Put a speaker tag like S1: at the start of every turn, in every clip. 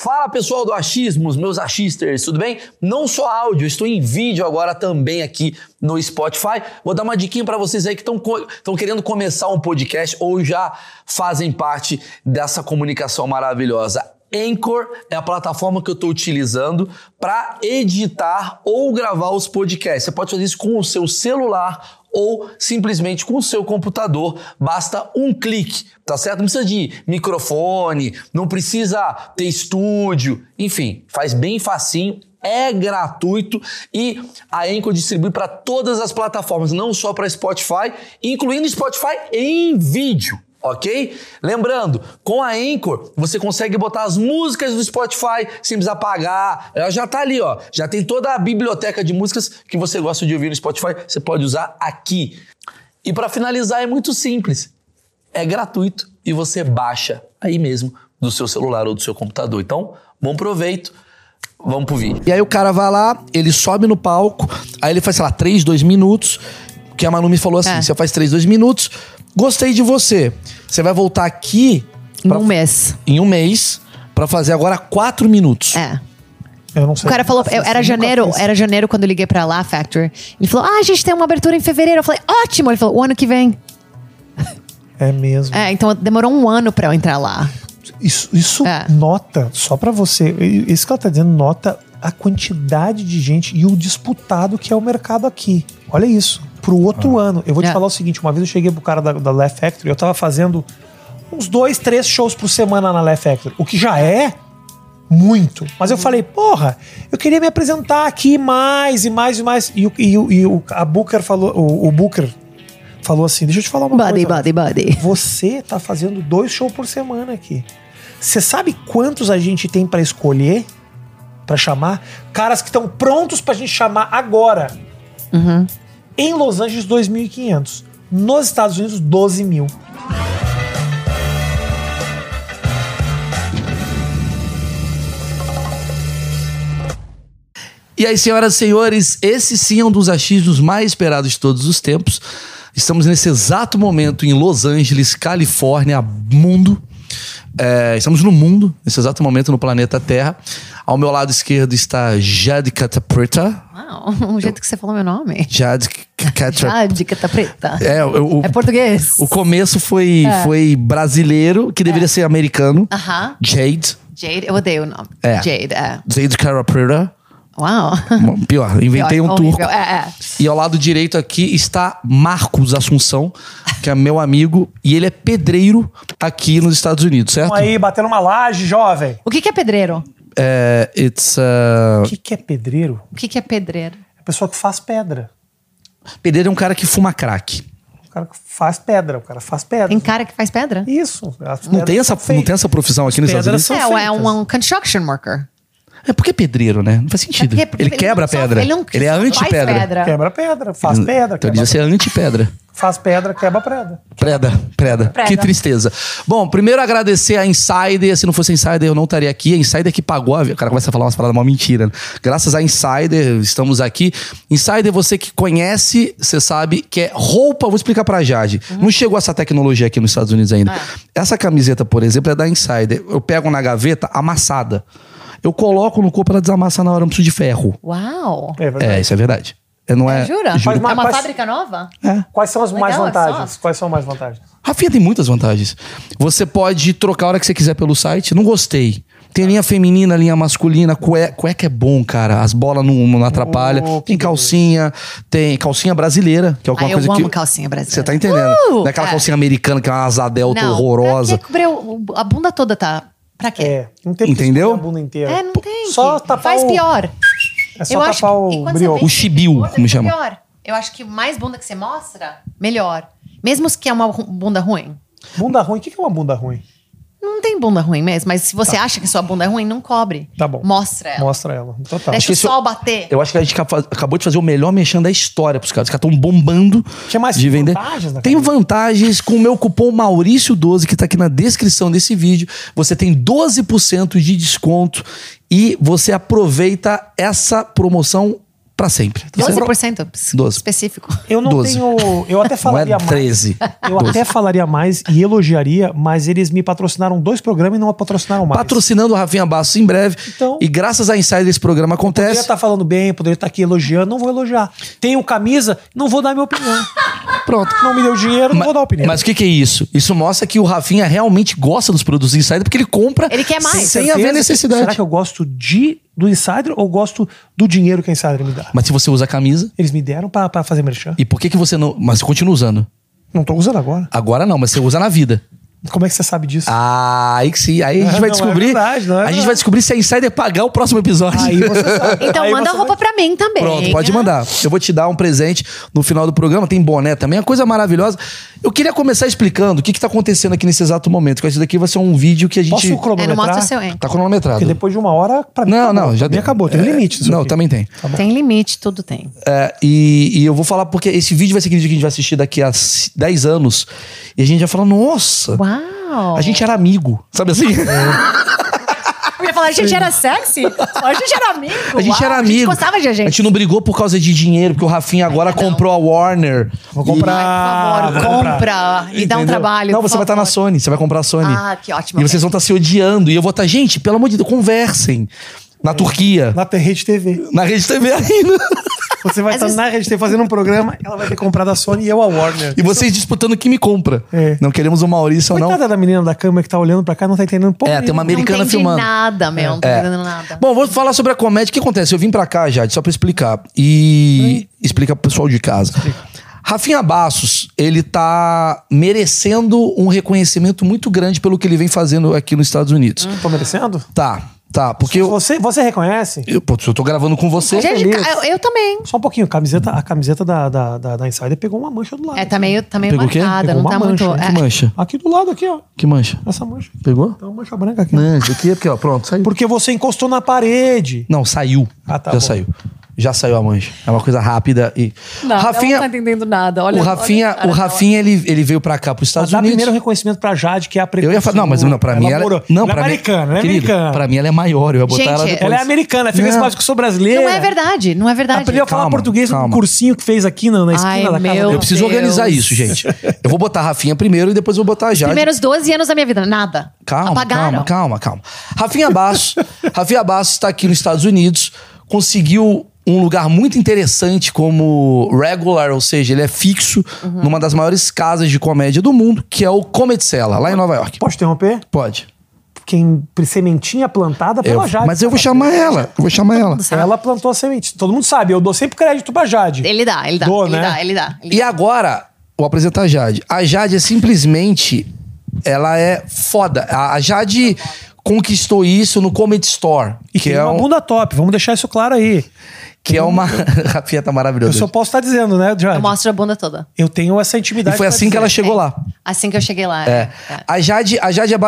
S1: Fala pessoal do Achismos, meus achisters, tudo bem? Não só áudio, estou em vídeo agora também aqui no Spotify. Vou dar uma diquinha para vocês aí que estão co querendo começar um podcast ou já fazem parte dessa comunicação maravilhosa. Anchor é a plataforma que eu estou utilizando para editar ou gravar os podcasts. Você pode fazer isso com o seu celular ou simplesmente com o seu computador, basta um clique, tá certo? Não precisa de microfone, não precisa ter estúdio, enfim, faz bem facinho é gratuito e a Anchor distribui para todas as plataformas, não só para Spotify, incluindo Spotify em vídeo. Ok? Lembrando, com a Anchor você consegue botar as músicas do Spotify sem precisar pagar. Ela já está ali, ó. Já tem toda a biblioteca de músicas que você gosta de ouvir no Spotify, você pode usar aqui. E para finalizar é muito simples. É gratuito e você baixa aí mesmo do seu celular ou do seu computador. Então, bom proveito. Vamos pro vídeo. E aí o cara vai lá, ele sobe no palco, aí ele faz, sei lá, 3, 2 minutos. Que a Manu me falou assim:
S2: Tá.
S1: você faz 3, 2 minutos, gostei de você. Você vai voltar aqui pra-
S2: Num mês.
S1: em um mês pra fazer agora 4 minutos.
S2: É.
S3: Eu não
S2: O
S3: sei.
S2: cara falou, eu- era
S3: Assim, nunca
S2: janeiro,
S3: fiz.
S2: era janeiro quando eu liguei pra lá, Factory. Ele falou, ah, a gente tem uma abertura em fevereiro. Eu falei, ótimo. Ele falou, o ano que vem.
S3: É mesmo.
S2: É, então demorou um ano pra eu entrar lá.
S3: Isso, isso
S2: É.
S3: nota, só pra você, e- isso que ela tá dizendo, nota a quantidade de gente e o disputado que é o mercado aqui. Olha isso. Pro outro ano. Eu vou te
S2: É.
S3: falar o seguinte: uma vez eu cheguei pro cara da, da Left Factory, eu tava fazendo uns dois, três shows por semana na Left Factory, o que já é muito. Mas
S2: Uhum.
S3: eu falei, porra, eu queria me apresentar aqui mais e mais e mais. E, o- e o- e o, a Booker falou, o, o Booker falou assim: deixa eu te falar uma
S2: Buddy,
S3: coisa.
S2: buddy, buddy.
S3: Você tá fazendo dois shows por semana aqui. Você sabe quantos a gente tem pra escolher? Pra chamar? Caras que estão prontos pra gente chamar agora.
S1: Uhum.
S3: Em Los Angeles, 2.500. Nos Estados Unidos, 12 mil.
S1: E aí, senhoras e senhores, esse sim é um dos achismos mais esperados de todos os tempos. Estamos nesse exato momento em Los Angeles, Califórnia, mundo. É, estamos no mundo, nesse exato momento no planeta Terra. Ao meu lado esquerdo está Jade Catapreta.
S2: Uau, o jeito que você falou meu nome.
S1: Jade Catapreta.
S2: Ah, dica tá preta.
S1: É, o, o-
S2: É português.
S1: o começo foi, foi brasileiro, que deveria ser americano.
S2: Aham.
S1: Jade.
S2: Jade, eu odeio o nome.
S1: É.
S2: Jade, é.
S1: Jade Catapreta.
S2: Uau.
S1: Pior, inventei um
S2: Horrível.
S1: turco.
S2: É, é.
S1: E ao lado direito aqui está Marcos Assunção, que é meu amigo, e ele é pedreiro aqui nos Estados Unidos, certo?
S3: Vamos aí, batendo uma laje, jovem.
S2: O que, que é pedreiro?
S1: É, it's uh, a...
S3: O que, que é pedreiro?
S2: O que, que é pedreiro?
S3: É a pessoa que faz pedra.
S1: Pedreiro é um cara que fuma crack.
S3: O cara que faz pedra, o cara faz pedra.
S2: Tem cara que faz pedra?
S3: Isso. as
S1: Não tem,
S3: pedras
S1: essa,
S3: são
S1: não tem
S3: feitas.
S1: essa profissão aqui nos
S3: pedras
S1: Estados Unidos?
S2: É,
S3: são
S2: ou é
S3: feitas.
S2: um, um construction worker.
S1: É porque é pedreiro, né? Não faz
S2: É
S1: sentido.
S2: porque- porque
S1: ele,
S2: não
S1: quebra a
S2: só-
S1: pedra. Ele,
S2: ele não-
S1: é
S2: só faz
S1: anti-pedra.
S2: pedra.
S3: Quebra pedra, faz pedra,
S1: Então ele
S3: quebra,
S1: devia ser anti-pedra.
S3: faz pedra, quebra pedra.
S1: Preda, preda,
S2: Preda.
S1: Que tristeza. Bom, primeiro agradecer a Insider. Se não fosse a Insider, eu não estaria aqui. A Insider que pagou. A... O cara começa a falar umas paradas, uma mentira. né? Graças a Insider, estamos aqui. Insider, você que conhece, você sabe que é roupa. Vou explicar pra Jade. Não chegou essa tecnologia aqui nos Estados Unidos ainda. Essa camiseta, por exemplo, é da Insider. Eu pego na gaveta amassada. Eu coloco no corpo, ela desamassa na hora. Eu não preciso de ferro.
S2: Uau.
S3: É verdade.
S1: É, isso é verdade. Eu não é.
S2: Jura?
S1: Juro.
S3: Faz uma-
S2: é uma
S3: faz-
S2: fábrica nova?
S3: Quais são as
S2: Legal,
S3: mais
S2: é só.
S3: vantagens? Quais são mais vantagens?
S1: Rafinha tem muitas vantagens. Você pode trocar a hora que você quiser pelo site. Não gostei. Tem linha feminina, linha masculina, cueca, cueca é bom, cara. As bolas não, não atrapalham.
S3: Oh, que
S1: tem calcinha, tem calcinha brasileira, que é alguma
S2: Ah, eu
S1: coisa que.
S2: amo calcinha brasileira.
S1: Você tá entendendo?
S2: Uh!
S1: Não é aquela
S2: É.
S1: calcinha americana que é uma asa delta
S2: Não,
S1: horrorosa.
S2: Pra que cobrir o- o- a bunda toda tá? Pra quê?
S3: É, não tem porque
S1: Entendeu?
S3: esconder a bunda inteira.
S2: É, não tem.
S3: Só
S2: que-
S3: tapar
S2: Faz
S3: o-
S2: pior.
S3: É só tapar o
S2: e quando você
S3: brioco.
S2: vê-
S1: O chibiu,
S2: Gorda,
S1: como
S2: fica
S1: chama.
S2: Pior. Eu acho que mais bunda que você mostra, melhor. Mesmo que é uma ru- bunda ruim.
S3: Bunda ruim, o que que é uma bunda ruim?
S2: Não tem bunda ruim mesmo, mas se você acha que sua bunda é ruim, não cobre.
S3: Tá bom.
S2: Mostra ela.
S3: Mostra ela. Total.
S2: Deixa
S1: que
S2: o
S1: isso-
S2: sol bater.
S1: Eu acho que a gente acaba- acabou de fazer o melhor mexendo da história pros caras. Os caras estão bombando
S3: Tinha mais
S1: de vender.
S3: vantagens na
S1: tem
S3: camisa?
S1: vantagens com o meu cupom Maurício12, que tá aqui na descrição desse vídeo. Você tem 12% de desconto e você aproveita essa promoção Pra sempre. tá
S2: 12%.
S1: Doze.
S2: Específico.
S3: Eu não
S1: 12.
S3: tenho. Eu até
S1: Não é
S3: falaria mais.
S1: 13.
S3: Eu até falaria mais e elogiaria, mas eles me patrocinaram dois programas e não patrocinaram mais.
S1: Patrocinando o Rafinha Bastos em breve.
S3: Então-
S1: e graças a Insider esse programa
S3: Poderia
S1: acontece.
S3: estar tá falando bem, poderia estar aqui elogiando, não vou elogiar. Tenho camisa, não vou dar minha opinião.
S1: Pronto.
S3: Não me deu dinheiro, não tá vou dar opinião.
S1: Mas o que, que é isso? Isso mostra que o Rafinha realmente gosta dos produtos Insider porque ele compra
S2: Ele quer mais.
S1: sem
S3: Certeza
S1: haver
S3: que-
S1: necessidade.
S3: Será que eu gosto de do Insider ou gosto do dinheiro que a Insider me dá?
S1: Mas se você usa a camisa,
S3: Eles me deram pra, pra fazer merchan.
S1: e por que, que você não. Mas você continua usando?
S3: Não tô usando agora.
S1: Agora não, mas você usa na vida.
S3: Como é que você sabe disso?
S1: Ah, aí que sim. Aí a gente
S3: Não,
S1: vai
S3: não é
S1: descobrir.
S3: verdade, não é
S1: a gente
S3: verdade.
S1: vai descobrir se a Insider pagar o próximo episódio.
S3: Aí você sabe.
S2: Então
S3: Aí
S2: manda
S3: você
S2: roupa pra mim também.
S1: Pronto, pode mandar. Eu vou te dar um presente no final do programa. Tem boné também, é uma coisa maravilhosa. Eu queria começar explicando o que está acontecendo aqui nesse exato momento. Que isso daqui vai ser um vídeo que a
S3: Posso
S1: gente.
S2: É, não mostra o
S3: cronometrar?
S2: seu hein?
S1: Tá
S3: Porque
S1: cronometrado.
S3: depois de uma hora, pra mim.
S1: Não,
S3: acabou.
S1: não, já
S3: Pra mim
S1: deu.
S3: acabou, tem
S1: É,
S3: limite. disso
S1: Não,
S3: aqui.
S1: também tem.
S2: Tem limite, tudo tem.
S1: É, e, e eu vou falar porque esse vídeo vai ser aquele vídeo que a gente vai assistir daqui a c- 10 anos. E a gente vai falar, nossa,
S2: Uau!
S1: a gente era amigo. Sabe assim?
S2: é Eu ia falar, a gente era sexy? A gente era amigo?
S1: A gente
S2: uau,
S1: era
S2: A gente
S1: amigo.
S2: gostava de a gente.
S1: não brigou por causa de dinheiro, porque o Rafinha agora comprou a Warner.
S3: Vou
S1: E-
S3: comprar.
S2: Ai, por
S3: Ah,
S2: favor,
S3: vou
S2: compra. Me dá um
S1: Entendeu?
S2: trabalho.
S1: Não,
S2: por
S1: você vai estar na
S2: favor.
S1: Sony, você vai comprar a Sony.
S2: Ah, que ótimo.
S1: E vocês vão estar se odiando. E eu vou estar, gente, pelo amor de Deus, conversem. Na Turquia.
S3: Na Rede TV.
S1: Na Rede TV ainda.
S3: Você vai
S2: Às
S3: estar
S2: vezes-
S3: na Rede TV fazendo um programa, ela vai ter comprado a Sony e eu a Warner.
S1: E vocês disputando quem me compra.
S3: É.
S1: Não queremos o Maurício ou não.
S3: Coitada da menina da câmera que tá olhando pra cá, não tá entendendo porra.
S1: É, tem uma
S3: nenhuma.
S1: americana
S2: não entendi
S1: filmando. É.
S2: nada, meu. Não tô entendendo nada.
S1: Tá. Bom, vou falar sobre a comédia. O que acontece? Eu vim pra cá, Jade, só pra explicar. E explica pro pessoal de casa. Rafinha Bassos, ele tá merecendo um reconhecimento muito grande pelo que ele vem fazendo aqui nos Estados Unidos.
S2: Hum.
S3: Tô merecendo?
S1: Tá, tá. Porque eu,
S3: Você, você reconhece?
S1: eu, pô, eu tô gravando com você.
S2: Gente,
S3: feliz.
S2: eu, eu também.
S3: Só um pouquinho, a camiseta, a camiseta da, da, da, da Insider pegou uma mancha do lado.
S2: É, tá meio, tá meio
S1: Pegou o quê?
S2: marcada,
S3: Pegou
S2: não tá
S3: uma mancha,
S2: muito.
S1: Que
S2: é.
S1: mancha?
S3: Aqui do lado, aqui, ó.
S1: Que mancha?
S3: Essa mancha aqui.
S1: Pegou?
S3: Tem uma mancha branca aqui.
S1: Não, isso aqui é porque, ó, pronto, saiu.
S3: Porque você encostou na parede.
S1: Não, saiu.
S3: Ah, tá
S1: Já
S3: bom.
S1: saiu. Já saiu a mancha. É uma coisa rápida e.
S2: Não,
S1: Rafinha,
S2: ela não tá entendendo nada. Olha,
S1: o Rafinha,
S2: olha a cara
S1: o
S2: dela.
S1: Rafinha ele, ele veio pra cá, pros Estados
S3: Dá
S1: Unidos.
S3: primeiro reconhecimento pra Jade, que é a
S1: Eu
S3: precursora.
S1: ia falar, não, mas não, pra mim ela,
S3: morou-
S1: não,
S3: ela
S1: pra
S3: é
S1: mim-
S3: americana, ela é
S1: Querido,
S3: americana.
S1: Pra mim ela é maior, eu ia botar
S2: Gente,
S1: ela depois.
S3: Ela é americana, fica
S1: Não.
S3: esse básico, eu sou brasileira.
S2: Não é verdade, não é verdade.
S3: Aprendeu a falar
S1: Calma,
S3: português num
S1: calma.
S3: cursinho que fez aqui na, na esquina
S2: Ai,
S3: da casa.
S2: meu
S1: Eu
S3: dela.
S1: preciso
S2: Deus.
S1: organizar isso, gente. Eu vou botar a Rafinha primeiro e depois eu vou botar a Jade.
S2: Primeiros 12 anos da minha vida, nada.
S1: Calma,
S2: Apagaram.
S1: calma, calma, calma. Rafinha Bastos, Rafinha Bastos está aqui nos Estados Unidos, conseguiu um lugar muito interessante como regular, ou seja, ele é fixo
S2: Uhum.
S1: numa das maiores casas de comédia do mundo, que é o Comedy Cellar,
S2: Uhum.
S1: lá em Nova York.
S3: Posso interromper?
S1: Pode.
S3: Quem sementinha plantada
S1: Eu-
S3: pela Jade.
S1: mas eu vou chamar ela, eu vou chamar ela.
S3: Ela plantou a semente. Todo mundo sabe, eu dou sempre crédito pra Jade.
S2: Ele dá, ele dá.
S3: Dou,
S2: ele
S3: né?
S2: dá, ele dá. ele
S1: E agora, vou apresentar a Jade. A Jade é simplesmente. Ela é foda. A a Jade conquistou isso no Comedy Store.
S3: E
S1: que
S3: tem
S1: é
S3: uma
S1: um-
S3: bunda top, vamos deixar isso claro aí.
S1: Que é uma. Rafinha tá
S3: Eu
S1: maravilhosa.
S3: só posso estar dizendo, né,
S2: dá.
S3: Jade?
S2: Eu mostro a bunda toda.
S3: Eu tenho essa
S1: E
S3: intimidade.
S1: foi
S3: pra
S1: assim que ela
S3: dizer.
S1: chegou lá.
S2: Assim que eu cheguei lá.
S1: É.
S2: é.
S1: A Jade, a Jade é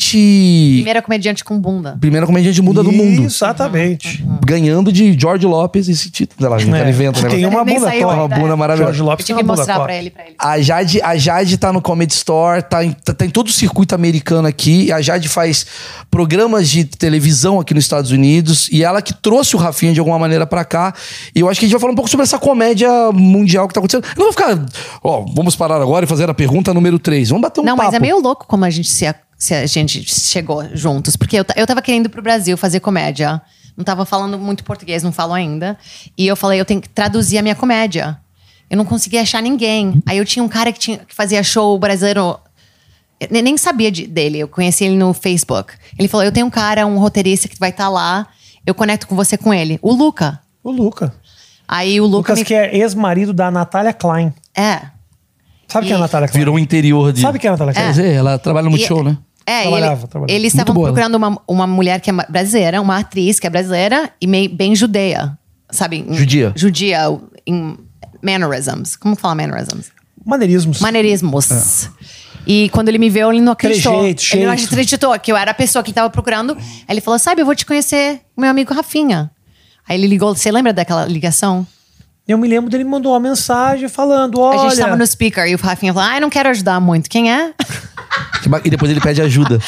S1: basicamente
S2: Primeira comediante com bunda.
S1: primeira comediante muda do mundo.
S3: Exatamente.
S1: Ganhando de George Lopes esse título. Sei lá, gente,
S3: É.
S1: ela inventa, né?
S3: Tem uma
S2: Nem
S3: bunda
S2: saiu
S3: top.
S2: ainda.
S1: Uma bunda Ah, maravilhosa.
S3: Jorge
S2: Eu
S3: Lopes tem
S2: tinha que
S3: uma bunda
S2: mostrar
S3: top.
S2: pra ele, pra ele.
S1: A Jade, a Jade tá no Comedy Store, tá em, tá, tá em todo o circuito americano aqui. A Jade faz programas de televisão aqui nos Estados Unidos. E ela que trouxe o Rafinha de alguma maneira pra cá. E eu acho que a gente vai falar um pouco sobre essa comédia mundial que tá acontecendo. Eu não vou ficar. Ó, vamos parar agora e fazer a pergunta número 3. Vamos bater um
S2: Não,
S1: papo.
S2: mas é meio louco como a gente se, a- se a gente chegou juntos. Porque eu, ta- eu tava querendo ir pro Brasil fazer comédia. Não tava falando muito português, não falo ainda. E eu falei, eu tenho que traduzir a minha comédia. Eu não conseguia achar ninguém. Aí eu tinha um cara que, tinha, que fazia show brasileiro. Eu ne- nem sabia de- dele, eu conheci ele no Facebook. Ele falou: Eu tenho um cara, um roteirista que vai estar lá, eu conecto com você com ele. O Luca.
S3: O Luca.
S2: Aí o Luca.
S3: Lucas,
S2: me-
S3: que é ex-marido da Natália Klein.
S2: É.
S3: Sabe quem é a
S2: E-
S3: Natália Klein?
S1: Virou um o interior de.
S3: Sabe quem é a Natália Klein?
S1: Quer dizer, ela trabalha no
S2: E-
S1: show, né?
S2: É, e
S3: Trabalhava,
S2: ele-
S3: trabalhava.
S2: eles
S1: Muito
S2: estavam
S1: boa, né?
S2: procurando uma, uma mulher que é ma- brasileira, uma atriz que é brasileira e meio, bem judeia, sabe? Em-
S1: Judia.
S2: Judia, em mannerisms. Como fala mannerisms?
S3: Maneirismos.
S2: Maneirismos. E quando ele me viu, ele não acreditou.
S3: Trejeito,
S2: ele não
S3: jeito.
S2: acreditou que eu era a pessoa que ele tava procurando. Aí ele falou, sabe, eu vou te conhecer, meu amigo Rafinha. Aí ele ligou, você lembra daquela ligação?
S3: Eu me lembro dele me mandou uma mensagem falando, olha...
S2: A gente tava no speaker e o Rafinha falou, ah, eu não quero ajudar muito. Quem é?
S1: Que ba- E depois ele pede ajuda.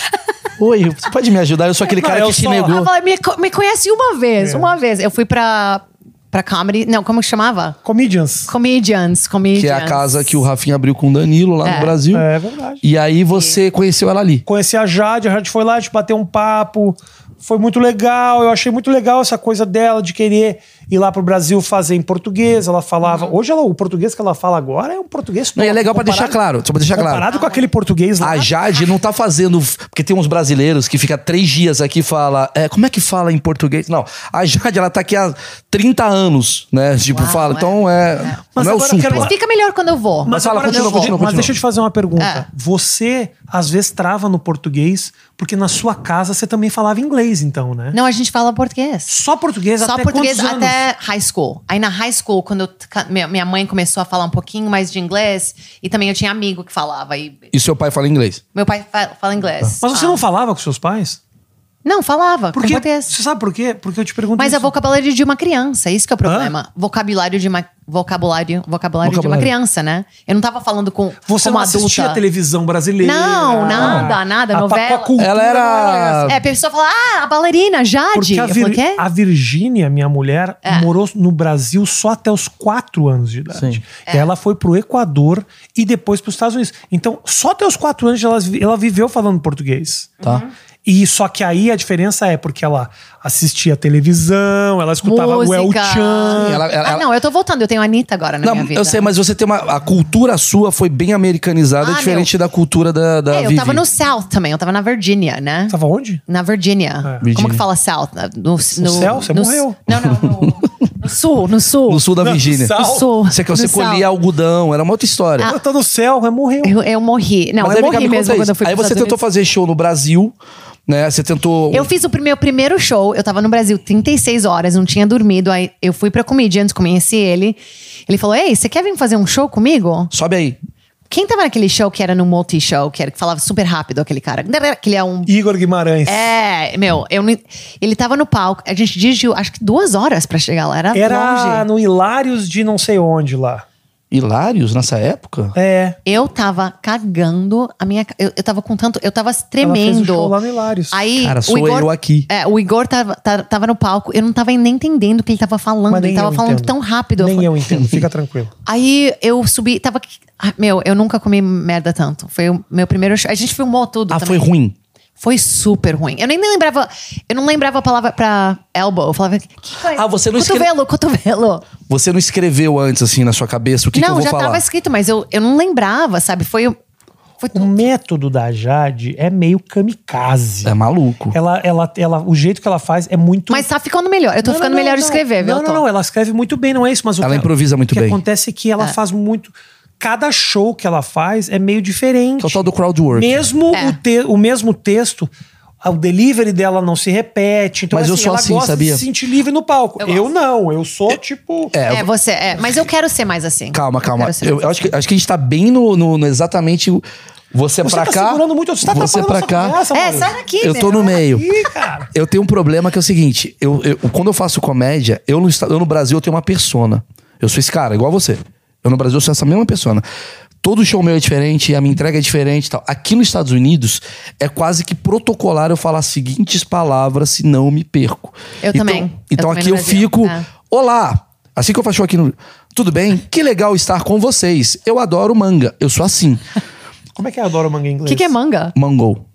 S1: Oi, você pode me ajudar? Eu sou aquele
S3: Não, é
S1: cara
S3: eu
S1: que te
S3: só-
S1: negou. É.
S2: Ela falou, me, co- me conhece uma vez, uma vez. Eu fui pra Pra comedy. Não, como que chamava?
S3: Comedians.
S2: Comedians. Comedians.
S1: Que é a casa que o Rafinha abriu com o Danilo lá no
S2: É.
S1: Brasil.
S3: É verdade.
S1: E aí você conheceu ela ali.
S3: Conheci a Jade, a Jade foi lá, a gente bateu um papo. Foi muito legal, eu achei muito legal essa coisa dela de querer ir lá pro Brasil fazer em português. Ela falava.
S2: Uhum.
S3: Hoje ela- o português que ela fala agora é um português
S1: Não, e é legal pra
S3: comparado-
S1: deixar claro, só pra deixar claro.
S3: Comparado com aquele português lá.
S1: A Jade não tá fazendo. Porque tem uns brasileiros que fica três dias aqui e fala. "É, como é que fala em português? Não. A Jade, ela tá aqui há 30 anos, né? Tipo,
S2: Uau,
S1: fala.
S2: é.
S1: Então é.
S3: Mas
S1: Não é o
S3: agora eu quero
S1: supla.
S2: Mas fica melhor quando eu vou.
S1: Mas fala, continua,
S3: agora deixa eu te-
S1: continua, continua.
S3: Mas deixa eu te fazer uma
S2: É.
S3: pergunta. Você, às vezes, trava no português, porque na sua casa você também falava inglês, então, né?
S2: Não, a gente fala português.
S3: Só português
S2: Só
S3: até
S2: português
S3: quantos anos?
S2: até high school. Aí na high school, quando eu t- ca- minha minha mãe começou a falar um pouquinho mais de inglês, e também eu tinha amigo que falava. E
S1: E seu pai fala inglês.
S2: meu pai fa- fala inglês.
S3: Mas você
S2: Ah.
S3: não falava com seus pais?
S2: Não, falava, com
S3: Porque,
S2: português.
S3: você sabe por quê? Porque eu te pergunto
S2: Mas é
S3: isso.
S2: vocabulário de uma criança, isso que é o problema. Vocabulário de uma vocabulário, vocabulário, de uma
S1: Vocabulário.
S2: criança, né? Eu não tava falando com
S3: Você
S2: como
S3: não
S2: adulta.
S3: assistia televisão brasileira.
S2: Não, nada, nada,
S3: A-
S2: novela.
S3: com a cultura
S1: Ela era-
S3: não essa.
S2: É, a pessoa fala: "Ah, a bailarina Jade".
S3: Porque a,
S2: eu falei,
S3: Vir-
S2: "Quê?"
S3: a Virgínia, minha mulher,
S2: É.
S3: morou no Brasil só até os 4 anos de idade.
S1: Sim.
S3: E
S2: É.
S3: Ela foi pro Equador e depois pros Estados Unidos. Então, só até os 4 anos ela, vi- ela viveu falando português.
S1: Tá.
S3: E só que aí a diferença é porque ela assistia televisão, ela escutava o El
S2: Música.
S3: Chan.
S1: Ela- ela-
S2: ah, não, eu tô voltando, eu tenho a Anitta agora na
S1: Não,
S2: minha vida.
S1: eu sei, mas você tem uma. A cultura sua foi bem americanizada,
S2: Ah,
S1: diferente da cultura da, da
S2: É, eu
S1: Vivi.
S2: tava no South também, eu tava na Virgínia, né?
S3: Tava onde?
S2: Na Virgínia. Como
S1: Virgínia.
S2: que fala South? No, no,
S3: céu? Você
S2: no-
S3: morreu.
S2: Não, não, no, no sul, no sul.
S1: No sul da
S3: Não,
S1: Virgínia.
S3: no
S2: No sul.
S1: Você, que você
S2: no South.
S1: colhia algodão, era uma outra história.
S2: Ah.
S3: Ela tá no céu, mas morreu.
S2: Eu, eu morri. Não,
S1: Mas
S2: eu
S1: aí, Mika,
S2: morri
S1: me
S2: mesmo
S1: conta
S2: quando
S1: isso.
S2: eu fui
S1: Aí
S2: pros
S1: você
S2: Estados
S1: tentou
S2: Unidos.
S1: fazer show no Brasil, né? Você tentou.
S2: Eu fiz o meu primeiro show, eu tava no Brasil 36 horas, não tinha dormido. Aí eu fui pra Comedians, conheci ele. Ele falou: Ei, você quer vir fazer um show comigo?
S1: Sobe aí.
S2: Quem tava naquele show que era no multi-show, que, era- que falava super rápido aquele cara? Que ele é um
S3: Igor Guimarães.
S2: É, meu, eu não- ele tava no palco, a gente dirigiu acho que duas horas pra chegar lá, era,
S3: Era
S2: longe.
S3: no Hilários de não sei onde lá.
S1: Hilários nessa época?
S3: É.
S2: Eu tava cagando a minha. ca- Eu, eu tava com tanto. Eu tava
S3: Ela
S2: tremendo.
S3: fez o show lá no Hilários.
S2: Aí,
S1: Cara, sou
S2: o Igor,
S1: eu aqui.
S2: É, o Igor tava, tá- tava no palco, eu não tava nem entendendo o que ele tava falando,
S3: Mas nem
S2: ele tava
S3: eu
S2: falando
S3: entendo.
S2: tão rápido.
S3: Nem
S2: falei-
S3: eu entendo, fica tranquilo.
S2: Aí eu subi, tava. Ah, Meu, eu nunca comi merda tanto. Foi o meu primeiro show. A gente filmou tudo
S1: Ah, foi
S2: também.
S1: ruim.
S2: Foi super ruim. Eu nem lembrava. Eu não lembrava a palavra pra elbow. Eu falava. Que coisa?
S1: Ah, você não escreve-
S2: Cotovelo, cotovelo.
S1: Você não escreveu antes, assim, na sua cabeça o que, que eu
S2: não,
S1: vou
S2: já
S1: falar?
S2: tava escrito, mas eu, eu não lembrava, sabe? Foi. o- foi
S3: O método da Jade é meio kamikaze.
S1: É maluco.
S3: Ela, ela, ela, o jeito que ela faz é muito.
S2: Mas tá ficando melhor. Eu tô
S3: Não,
S2: ficando
S3: não,
S2: melhor
S3: não.
S2: de escrever, viu?
S3: Não, não,
S2: Tom?
S3: não. Ela escreve muito bem, não é isso, mas o
S1: Ela
S3: que
S1: improvisa muito
S3: O
S1: bem.
S3: que acontece é que ela faz muito. Cada show que ela faz é meio diferente.
S1: Que é o tal do crowd work.
S3: Mesmo
S2: É.
S3: o, te- o mesmo texto, o delivery dela não se repete. Então,
S1: Mas eu
S3: assim,
S1: sou
S3: ela
S1: assim,
S3: gosta
S1: sabia?
S3: de se sentir livre no palco. Eu,
S2: Eu gosto.
S3: não, eu sou tipo.
S2: É, você. É, mas eu quero ser mais assim.
S1: Calma,
S2: Eu
S1: calma.
S2: quero ser
S1: Eu,
S2: mais assim.
S1: eu acho, que, acho que a gente tá bem no, no- no exatamente o- você,
S3: Você
S1: pra
S3: tá
S1: cá.
S3: segurando muito, você tá
S1: você pra
S3: atrapalhando
S1: cá.
S3: a sua conversa,
S2: É,
S3: Maurício.
S2: sai daqui.
S1: eu tô
S2: meu.
S1: no meio.
S3: Ih, cara.
S1: Eu tenho um problema que é o seguinte: eu, eu- quando eu faço comédia, eu no, esta- eu no Brasil eu tenho uma persona. Eu sou esse cara, igual você. Eu no Brasil eu sou essa mesma persona. Todo show meu é diferente, a minha entrega é diferente e tal. Aqui nos Estados Unidos, é quase que protocolar eu falar as seguintes palavras, senão eu me perco.
S2: Eu
S1: Então-
S2: também.
S1: Então
S2: Eu também
S1: aqui
S2: no
S1: eu
S2: Brasil.
S1: fico.
S2: É.
S1: Olá! Assim que eu faço aqui no. Tudo bem? Que legal estar com vocês. Eu adoro manga. Eu sou assim.
S3: Como é que eu adoro manga
S2: O
S3: em inglês?
S2: que, que é manga?
S1: Mango.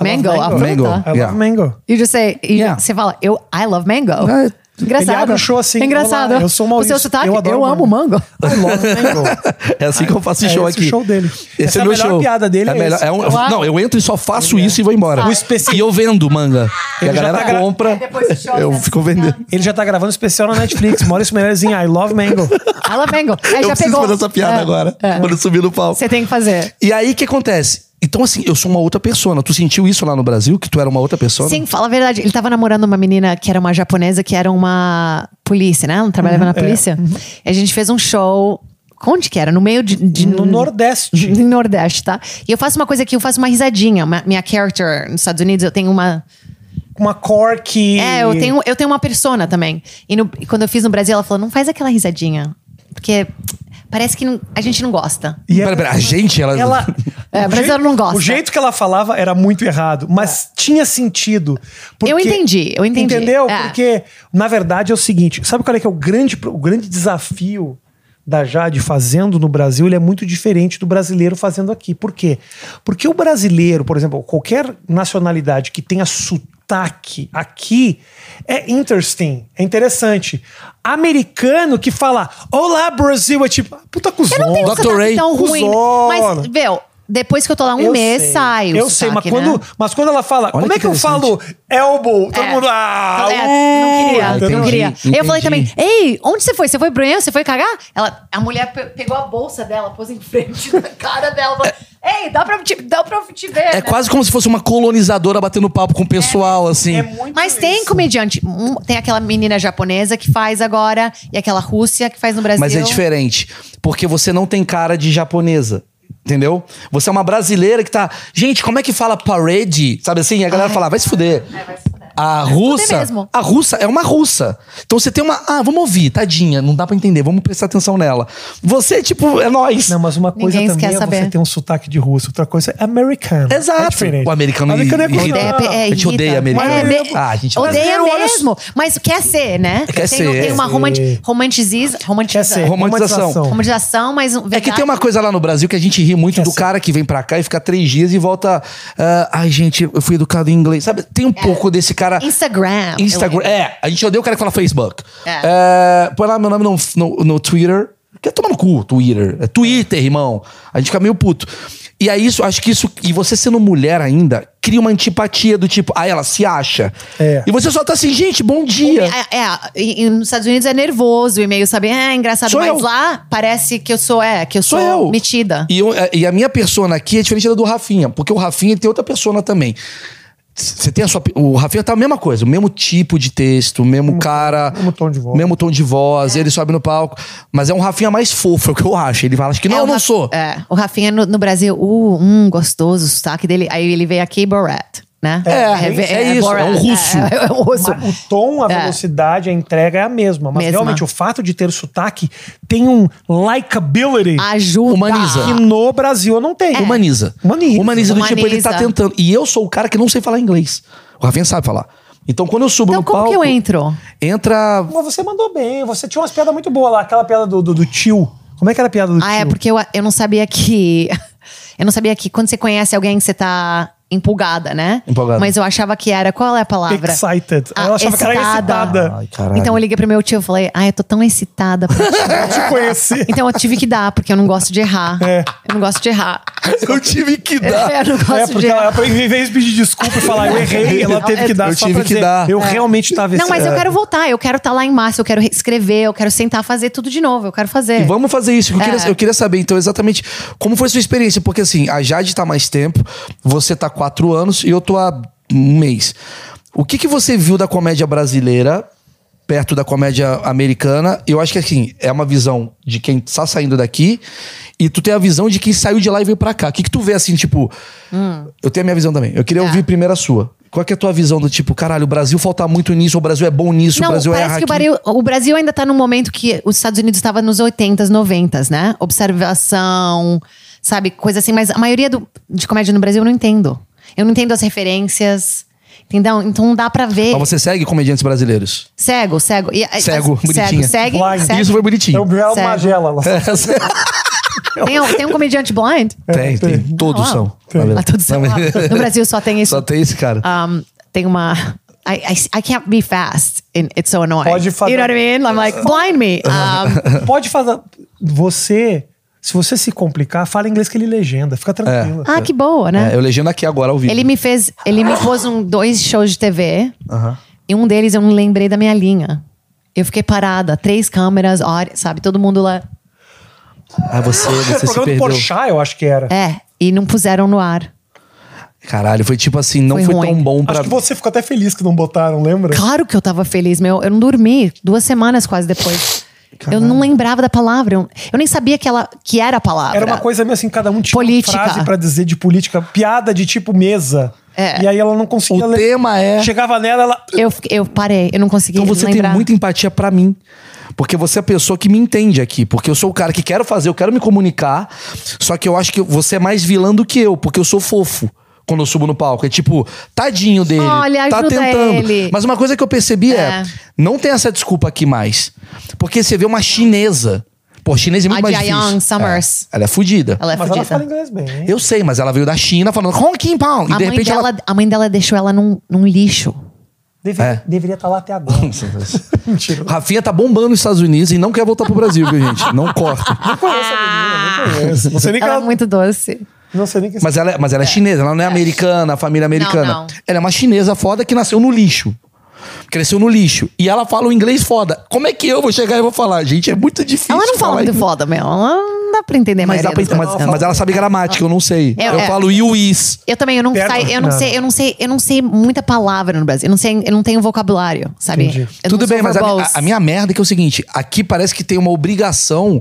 S3: I love
S2: Mango, a fruta.
S1: Mango.
S3: I love
S1: Yeah.
S3: mango.
S2: E você, e
S1: Yeah.
S2: você fala, eu, I love mango.
S1: É.
S2: Engraçado.
S3: Ele abre o show assim,
S2: É engraçado.
S3: "Olá, eu sou o Maurício,
S2: O seu sotaque,
S3: eu
S2: eu,
S3: adoro
S2: amo mango.
S3: I love mango.
S1: É assim que eu faço
S3: É
S1: show
S3: esse
S1: aqui.
S3: o show dele.
S1: Esse é
S3: Essa é a
S1: meu
S3: melhor
S1: show.
S3: piada dele, é
S1: melhor-
S3: esse.
S1: um-
S2: Uau.
S1: não, eu entro e só faço isso e vou embora.
S3: O especial-
S1: E eu vendo manga. E a
S3: já
S1: galera
S3: tá gra-
S1: compra.
S2: Depois do show,
S1: eu
S3: né?
S2: tá
S1: fico vendendo.
S3: Ele já tá gravando especial na Netflix. Maurício Meirelles em I love mango.
S2: I love mango. É,
S1: eu
S2: já
S1: preciso
S2: pegou.
S1: fazer essa piada
S2: É,
S1: agora.
S2: é.
S1: Quando eu subir no palco.
S2: Você tem que fazer.
S1: E aí o que acontece? Então, assim, eu sou uma outra pessoa. Tu sentiu isso lá no Brasil, que tu era uma outra pessoa?
S2: Sim, fala a verdade. Ele tava namorando uma menina que era uma japonesa, que era uma polícia, né? Ela trabalhava na polícia. E A gente fez um show. Onde que era? No meio de. de
S3: No Nordeste.
S2: No Nordeste, tá? E eu faço uma coisa aqui, eu faço uma risadinha. Uma- minha character nos Estados Unidos, eu tenho uma.
S3: Uma cork.
S2: É, eu tenho, eu tenho uma persona também. E, no- e quando eu fiz no Brasil, ela falou: não faz aquela risadinha. Porque parece que não- a gente não gosta.
S3: E é
S1: Pera,
S3: ela-
S1: pera, a gente, ela.
S3: Ela,
S2: É,
S3: O
S2: brasileiro
S3: jeito-
S2: não gosta. É.
S3: O jeito que ela falava era muito errado, mas tinha sentido.
S2: Eu entendi, eu entendi.
S3: Entendeu?
S2: É.
S3: Porque, na verdade, é o seguinte: sabe qual é que é o grande, pro- o grande desafio da Jade fazendo no Brasil? Ele é muito diferente do brasileiro fazendo aqui. Por quê? Porque o brasileiro, por exemplo, qualquer nacionalidade que tenha sotaque aqui é interesting, é interessante. Americano que fala Olá, Brasil, é tipo, puta cuzão.
S2: Não tem um
S1: Dr.
S2: sotaque
S1: Ray,
S2: tão ruim.
S3: cuzona.
S2: Mas, meu, depois que eu tô lá um
S3: Eu
S2: mês,
S3: sei.
S2: sai o
S3: Eu sei,
S2: sotaque,
S3: mas, quando,
S2: né?
S3: mas quando ela fala, como
S1: que
S3: é que eu falo elbow? Todo
S2: É.
S3: mundo. Ah,
S2: É,
S3: uh",
S2: não queria,
S3: entendeu?
S2: não queria.
S1: Entendi,
S2: Eu falei também,
S1: entendi.
S2: ei, onde você foi? Você foi pro banheiro? Você foi cagar? Ela, a mulher pe- pegou a bolsa dela, pôs em frente da cara dela, falou, ei, dá pra, te, dá pra eu te ver,
S1: É
S2: né?
S1: quase como se fosse uma colonizadora batendo papo com o pessoal, assim.
S3: É muito
S2: Mas tem
S3: isso.
S2: comediante, um- tem aquela menina japonesa que faz agora, e aquela Rússia que faz no Brasil.
S1: Mas é diferente. Porque você não tem cara de japonesa. Entendeu? Você é uma brasileira que tá. Gente, como é que fala parade? Sabe assim? A galera fala, vai se fuder.
S2: vai se fuder.
S1: A
S2: Vai se fuder
S1: russa.
S2: mesmo.
S1: A russa é uma russa. Então você tem uma. Ah, vamos ouvir, tadinha. Não dá pra entender, vamos prestar atenção nela. Você, tipo, é nós.
S3: Não, mas uma coisa
S2: Ninguém
S3: também
S2: quer
S3: é
S2: saber.
S3: você ter um sotaque de russo, outra coisa é americano.
S1: Exato.
S3: É diferente.
S1: O americano
S3: é
S1: irrita.
S3: coisa-
S2: É,
S1: Ah,
S2: é,
S1: a gente
S2: irrita.
S1: odeia americano.
S2: É, me-
S1: Ah, gente
S2: odeia
S3: brasileiro, olha
S2: mesmo. Mas quer ser, né?
S1: Quer
S2: tem,
S1: ser.
S2: Tem uma romanti romantiziz,
S3: Quer ser.
S2: romantização.
S1: Romantização.
S2: Romantização, mas... um-
S1: É que tem uma coisa lá no Brasil que a gente ri muito
S3: Quer
S2: é
S1: do
S2: assim.
S3: ser.
S1: cara que vem pra cá e fica três dias e volta. ah, Ai, gente, eu fui educado em inglês. Sabe? Tem um
S2: É.
S1: pouco desse cara.
S2: Instagram.
S1: Instagram.
S2: Eu-
S1: É, a gente odeia o cara que fala Facebook.
S2: É.
S1: É, põe lá meu nome no, no, no Twitter. Quer tomar no cu, Twitter. É Twitter, irmão. A gente fica meio puto. E aí, isso, acho que isso. E você sendo mulher ainda, cria uma antipatia do tipo, aí ela se acha.
S3: É.
S1: E você só tá assim, gente, bom dia.
S2: É, é, e- e nos Estados Unidos é nervoso, o e-mail sabe, é engraçado,
S1: Sou
S2: mas
S1: eu.
S2: lá parece que eu sou, é, que eu sou,
S1: Sou eu.
S2: metida.
S1: E, eu- e a minha persona aqui é diferente da do Rafinha, porque o Rafinha tem outra persona também. Você tem a sua. O Rafinha tá a mesma coisa, o mesmo tipo de texto, o mesmo cara.
S3: mesmo tom de voz.
S1: Mesmo tom de voz, ele sobe no palco. Mas é um Rafinha mais fofo, é o que eu acho. Ele fala, acho que não,
S2: É,
S1: eu
S2: o
S1: não
S2: Raf-
S1: sou.
S2: É, o Rafinha no, no Brasil, uh, hum, gostoso o sotaque dele. Aí ele veio aqui, Borat, né?
S1: É, é isso, é um russo.
S2: É, é um russo.
S3: Mas o tom, a
S2: É.
S3: velocidade, a entrega é a mesma. Mas
S2: Mesma.
S3: realmente, o fato de ter o sotaque tem um likability
S2: Ajuda.
S1: Humaniza.
S3: que no Brasil eu não tenho.
S1: É. Humaniza.
S3: É. Humaniza.
S1: Humaniza do tipo, ele
S2: Humaniza.
S1: tá tentando. E eu sou o cara que não sei falar inglês. O Rafinha sabe falar. Então quando eu subo
S2: Então
S1: no
S2: como
S1: palco.
S2: que eu entro?
S1: Entra.
S3: Mas você mandou bem, você tinha umas piadas muito boas lá, aquela piada do, do, do tio. Como é que era a piada do tio?
S2: Ah, é porque eu, eu não sabia que. Eu não sabia que quando você conhece alguém, você tá empolgada, né?
S1: Empolgada.
S2: Mas eu achava que era. Qual é a palavra? Ah,
S3: Excited. Ela achava que era excitada.
S1: Ai, caralho.
S2: Então eu liguei pro meu tio e falei: Ah, eu tô tão excitada. pra ti."
S3: te conheci.
S2: então eu tive que dar, porque eu não gosto de errar.
S3: É.
S2: Eu não gosto de errar.
S1: Eu tive que dar.
S2: Eu não gosto
S3: É,
S2: de
S3: porque
S2: errar.
S3: ela, ela, em vez de pedir desculpa e falar eu errei, ela teve que dar
S1: Eu
S3: só
S1: tive
S3: pra
S1: que
S3: dizer,
S1: dar.
S3: Eu realmente tava
S2: Não, mas eu
S3: excitada."
S2: quero voltar, eu quero estar lá em março, eu quero escrever, eu quero sentar, fazer tudo de novo, eu quero fazer.
S1: E vamos fazer isso. que Eu,
S2: É.
S1: queria, eu queria saber, então, exatamente como foi a sua experiência. Porque, assim, a Jade tá mais tempo, você tá quatro anos e eu tô há um mês. O que, que você viu da comédia brasileira perto da comédia americana? Eu acho que, assim, é uma visão de quem tá saindo daqui e tu tem a visão de quem saiu de lá e veio pra cá. O que, que tu vê, assim, tipo...
S2: Hum.
S1: Eu tenho a minha visão também. Eu
S2: Tá.
S1: queria ouvir primeiro a sua. Qual que é a tua visão do tipo, caralho, o Brasil falta muito nisso, o Brasil é bom nisso,
S2: Não,
S1: o Brasil
S2: parece
S1: erra
S2: que o
S1: aqui.
S2: Brasil, o Brasil ainda tá num momento que os Estados Unidos estava nos 80s, 90s, né? Observação, sabe? Coisa assim. Mas a maioria do- de comédia no Brasil eu não entendo. Eu não entendo as referências, entendeu? Então não dá pra ver.
S1: Mas você segue comediantes brasileiros?
S2: Cego, cego. E, e-
S1: Cego, bonitinha.
S2: Cego, segue,
S3: Blind.
S2: segue.
S1: Isso foi
S3: É o
S1: bonitinho.
S3: Biel
S2: Sério.
S3: Magela. lá.
S2: Tem, um- tem um comediante blind?
S1: Tem, tem.
S3: Tem.
S1: Todos
S2: Ah,
S1: são.
S3: tem.
S1: na verdade.
S2: Ah, todos são.
S1: Na
S2: Ah,
S1: verdade.
S2: No Brasil só tem isso.
S1: Só tem esse cara.
S2: um, tem uma. I, I, I can't be fast. And it's so annoying.
S3: Pode fazer-
S2: You know what I mean? I'm like, blind me. Um,
S3: Pode falar. Você, se você se complicar, fala inglês que ele legenda. Fica tranquilo.
S2: ah, que boa, né?
S1: É, eu legendo aqui agora ao vivo.
S2: Ele me fez. Ele me pôs um, dois shows de TV. E um deles eu não lembrei da minha linha. Eu fiquei parada, três câmeras, hora, sabe? Todo mundo lá.
S1: Ah, você,
S3: Era o
S1: você se
S3: programa do
S1: perdeu.
S3: Porchat, eu acho que era.
S2: É, e não puseram no ar.
S1: Caralho, foi tipo assim, não
S2: Foi
S1: foi,
S2: ruim.
S1: tão bom pra
S3: Acho que você ficou até feliz que não botaram, lembra?
S2: Claro que eu tava feliz, meu. Eu não dormi duas semanas quase depois. Eu não lembrava da palavra. Eu, eu nem sabia que, ela, que era a palavra.
S3: Era uma coisa meio assim, cada um tinha
S2: Política.
S3: uma frase pra dizer de política, piada de tipo mesa.
S2: É.
S3: E aí ela não conseguia
S1: O
S3: ler.
S1: tema é-
S3: Chegava nela, ela.
S2: Eu, fiquei- eu parei, eu não consegui
S1: Então você
S2: lembrar.
S1: tem muita empatia pra mim. Porque você é a pessoa que me entende aqui. Porque eu sou o cara que quero fazer, eu quero me comunicar. Só que eu acho que você é mais vilã do que eu, porque eu sou fofo. Quando eu subo no palco, é tipo, tadinho dele,
S2: Olha,
S1: tá
S2: ajuda
S1: tentando.
S2: ele.
S1: Mas uma coisa que eu percebi é.
S2: É.
S1: não tem essa desculpa aqui mais. Porque você vê uma chinesa. Pô, chinesa é muito
S2: A
S1: mais
S2: Jaeyoung
S1: difícil.
S2: Summers.
S1: É, ela é fudida.
S2: Ela é
S3: Mas ela
S2: fodida.
S3: fala inglês bem, hein?
S1: Eu sei, mas ela veio da China falando Hong Kim Pao. E
S2: A
S1: de
S2: mãe,
S1: repente
S2: dela,
S1: ela.
S2: a mãe dela deixou ela num, num lixo.
S3: Deveria,
S1: É.
S3: deveria estar lá até agora. Mentira.
S1: Rafinha tá bombando os Estados Unidos e não quer voltar pro Brasil, viu, gente? Não corta.
S3: Não sei Ah, nem que
S2: Ela é
S3: ela...
S2: muito doce.
S3: Não sei nem que...
S1: Mas ela, é- mas ela é chinesa, ela não é americana, a família americana.
S2: não.
S1: Ela é uma chinesa foda que nasceu no lixo. Cresceu no lixo. E ela fala o inglês foda. Como é que eu vou chegar e vou falar? Gente, é muito difícil.
S2: Ela não fala
S1: falar
S2: muito
S1: inglês.
S2: foda, meu. Ela não dá pra entender
S1: Mas,
S2: mais.
S1: dá pra entender, mas, mas ela sabe gramática, eu não sei.
S2: É,
S1: eu
S2: é.
S1: falo you is.
S2: Eu também, eu não,
S3: Perto-
S2: sai- eu não
S3: não.
S2: sei, eu não sei, eu não sei muita palavra no Brasil. Eu não sei, eu não tenho vocabulário, sabe?
S3: Entendi.
S2: Eu não
S1: Tudo
S2: sou
S1: bem, mas a, mi-
S2: verbose.
S1: a- a minha merda é que é o seguinte: aqui parece que tem uma obrigação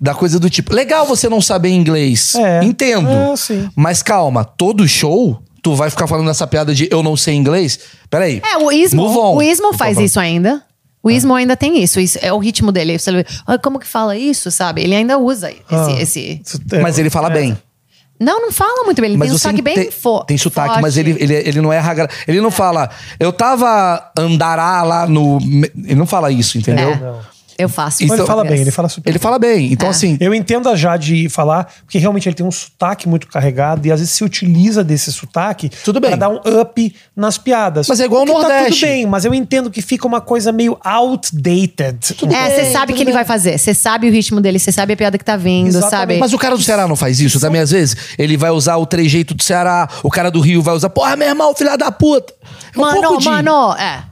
S1: da coisa do tipo. Legal você não saber inglês.
S3: É.
S1: Entendo.
S3: É, sim.
S1: Mas calma, todo show, tu vai ficar falando essa piada de eu não sei inglês? Peraí.
S2: É, o Ismo,
S1: Move on. É.
S2: o Ismo faz
S1: Move on.
S2: isso ainda. O Ismo ainda tem isso, isso é o ritmo dele. Você vê, "Ah, como que fala isso, sabe? Ele ainda usa esse.
S1: Ah.
S2: esse-
S3: Isso é-
S1: Mas ele fala bem.
S2: Não, não fala muito bem. Ele
S1: Mas
S2: tem um
S1: você
S2: sotaque bem
S1: ente-
S2: fo
S1: Tem sotaque, mas
S2: forte.
S1: ele, ele, ele não é ragra. Ele não fala, eu tava andará lá no. Ele não fala isso, entendeu?
S2: É. Eu faço.
S1: Então-
S3: Ele fala bem, ele fala super
S1: Ele fala bem. Então, assim,
S3: Eu entendo a Jade falar, porque realmente ele tem um sotaque muito carregado e às vezes se utiliza desse sotaque
S1: Tudo bem.
S3: pra dar um up nas piadas.
S1: Mas é igual
S3: O que
S1: ao
S3: Tá
S1: Nordeste.
S3: tudo bem, mas eu entendo que fica uma coisa meio outdated.
S2: É, você sabe o que ele vai fazer. Você sabe o ritmo dele, você sabe a piada que tá vindo,
S3: Exatamente.
S2: sabe?
S1: Mas o cara do Ceará não faz isso também, às vezes? Ele vai usar o trejeito do Ceará, o cara do Rio vai usar, porra, meu irmão, filha da puta. É um
S2: mano,
S1: pouco de-
S2: mano, é.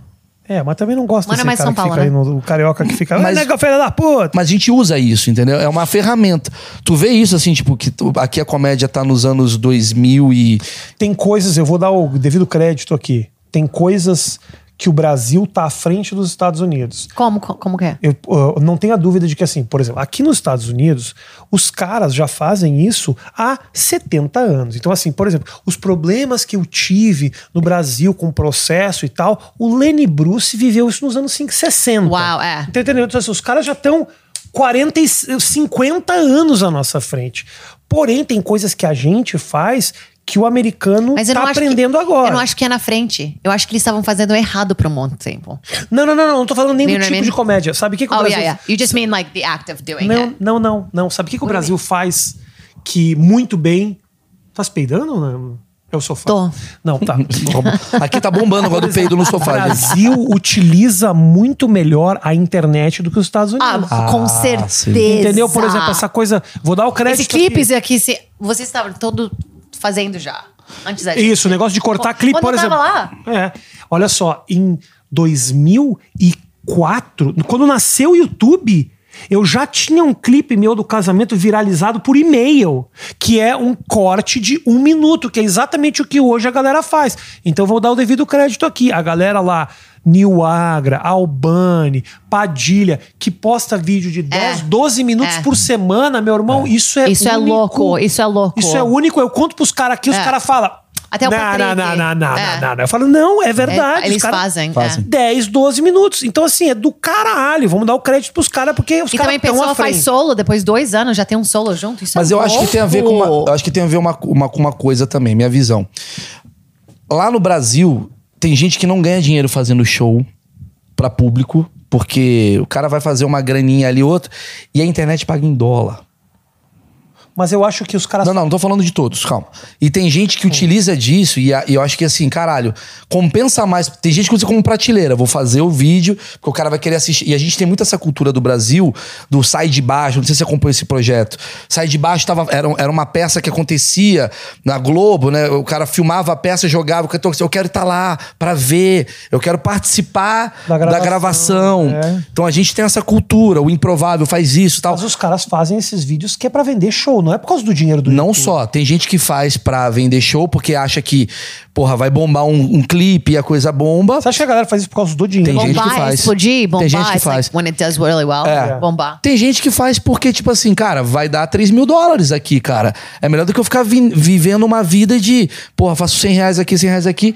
S3: É, mas né? também não gosto
S2: Mano,
S3: desse
S2: é mais
S3: cara
S2: São Paulo,
S3: que fica aí no o carioca que fica.
S1: Mas-
S3: Mas nega filha da puta!
S1: Mas a gente usa isso, entendeu? É uma ferramenta. Tu vê isso, assim, tipo, que tu- aqui a comédia tá nos anos 2000 e...
S3: Tem coisas, eu vou dar o devido crédito aqui. Tem coisas que o Brasil tá à frente dos Estados Unidos.
S2: Como, co- como que é?
S3: Eu, uh, não tenho a dúvida de que, assim, por exemplo, aqui nos Estados Unidos, os caras já fazem isso há 70 anos. Então, assim, por exemplo, os problemas que eu tive no Brasil com o processo e tal, o Lenny Bruce viveu isso nos anos 5, 60.
S2: Uau, é.
S3: Tá entendendo? Então, assim, os caras já estão 40, e c- 50 anos à nossa frente. Porém, tem coisas que a gente faz que o americano
S2: Mas eu
S1: tá
S3: está
S2: não acho
S3: aprendendo
S2: que,
S3: agora.
S2: Eu não acho que é na frente. Eu acho que eles estavam fazendo errado por um monte de tempo.
S3: não, não, não, não, não tô falando nem
S2: You know
S3: do
S2: what I
S3: tipo
S2: mean?
S3: de comédia. Sabe o que, que o
S2: é Oh,
S3: Brasil
S2: yeah, yeah. You just mean like the act of doing
S3: Não,
S2: it.
S3: não, não, não. Sabe o que, que o Brasil faz que muito bem. Tá se peidando ou não? É o sofá.
S2: Tô.
S3: Não, tá.
S1: Aqui tá bombando agora do peido no
S3: O
S1: sofá, gente.
S3: Brasil utiliza muito melhor a internet do que os Estados
S2: Ah,
S3: Unidos.
S2: com
S1: Ah, sim.
S2: certeza.
S3: Entendeu? Por exemplo, essa coisa. Vou dar o crédito.
S2: Esse clipes aqui, se, vocês estavam todo fazendo já. Antes da
S3: aqui. Isso, o negócio de cortar clipe,
S2: Quando
S3: por
S2: eu
S3: exemplo.
S2: tava
S3: É. Olha só, em 2004, quando nasceu o YouTube. Eu já tinha um clipe meu do casamento viralizado por e-mail, que é um corte de um minuto, que é exatamente o que hoje a galera faz. Então vou dar o devido crédito aqui. A galera lá, Nil Agra, Albani, Padilha, que posta vídeo de 10, 12 minutos
S2: É.
S3: por semana, meu irmão, isso é
S2: Isso é
S3: único.
S2: louco, isso é louco.
S3: Isso é único. Eu conto pros caras aqui, os
S2: É.
S3: caras falam.
S2: Até o
S3: não,
S2: Patrick.
S3: não, não, não, não,
S2: É.
S3: não, não. Eu falo, não, é verdade.
S2: É, eles
S3: os cara-
S2: fazem, é.
S1: Fazem.
S3: 10, 12 minutos. Então, assim, é do caralho. Vamos dar o crédito pros caras, porque os
S2: E
S3: caras
S2: também a
S3: estão à
S2: pessoa
S3: frente.
S2: faz solo, depois dois anos já tem um solo junto. Isso
S1: Mas
S2: é
S1: eu acho que tem a ver com uma,
S2: louco.
S1: eu acho que tem a ver uma, uma, com uma coisa também, minha visão. Lá no Brasil, tem gente que não ganha dinheiro fazendo show pra público, porque o cara vai fazer uma graninha ali, outra, e a internet paga em dólar.
S3: Mas eu acho que os caras.
S1: Não, não, não tô falando de todos, calma. E tem gente que utiliza disso, e, a- e eu acho que assim, caralho, compensa mais. Tem gente que usa como prateleira, vou fazer o vídeo, porque o cara vai querer assistir. E a gente tem muito essa cultura do Brasil, do sai de baixo, não sei se você acompanhou esse projeto. Sai de baixo tava, era, era uma peça que acontecia na Globo, né? O cara filmava a peça, jogava, o cantor, eu quero estar lá pra ver, eu quero participar da
S3: Da
S1: gravação.
S3: gravação, é.
S1: Então a gente tem essa cultura, o improvável faz isso e tal.
S3: Mas os caras fazem esses vídeos que é pra vender show, não é por causa do dinheiro do
S1: Não
S3: YouTube.
S1: só, tem gente que faz pra vender show porque acha que, porra, vai bombar um, um clipe e a coisa bomba.
S3: Você acha que a galera faz isso por causa do dinheiro?
S1: Tem gente que
S2: Bombar,
S1: faz.
S2: explodir, bombar.
S1: Tem gente que
S2: it's like
S1: faz.
S2: when it does really well,
S1: É.
S2: bombar.
S1: Tem gente que faz porque, tipo assim, cara, vai dar 3 mil dólares aqui, cara. É melhor do que eu ficar vi- vivendo uma vida de, porra, faço 100 reais aqui, 100 reais aqui.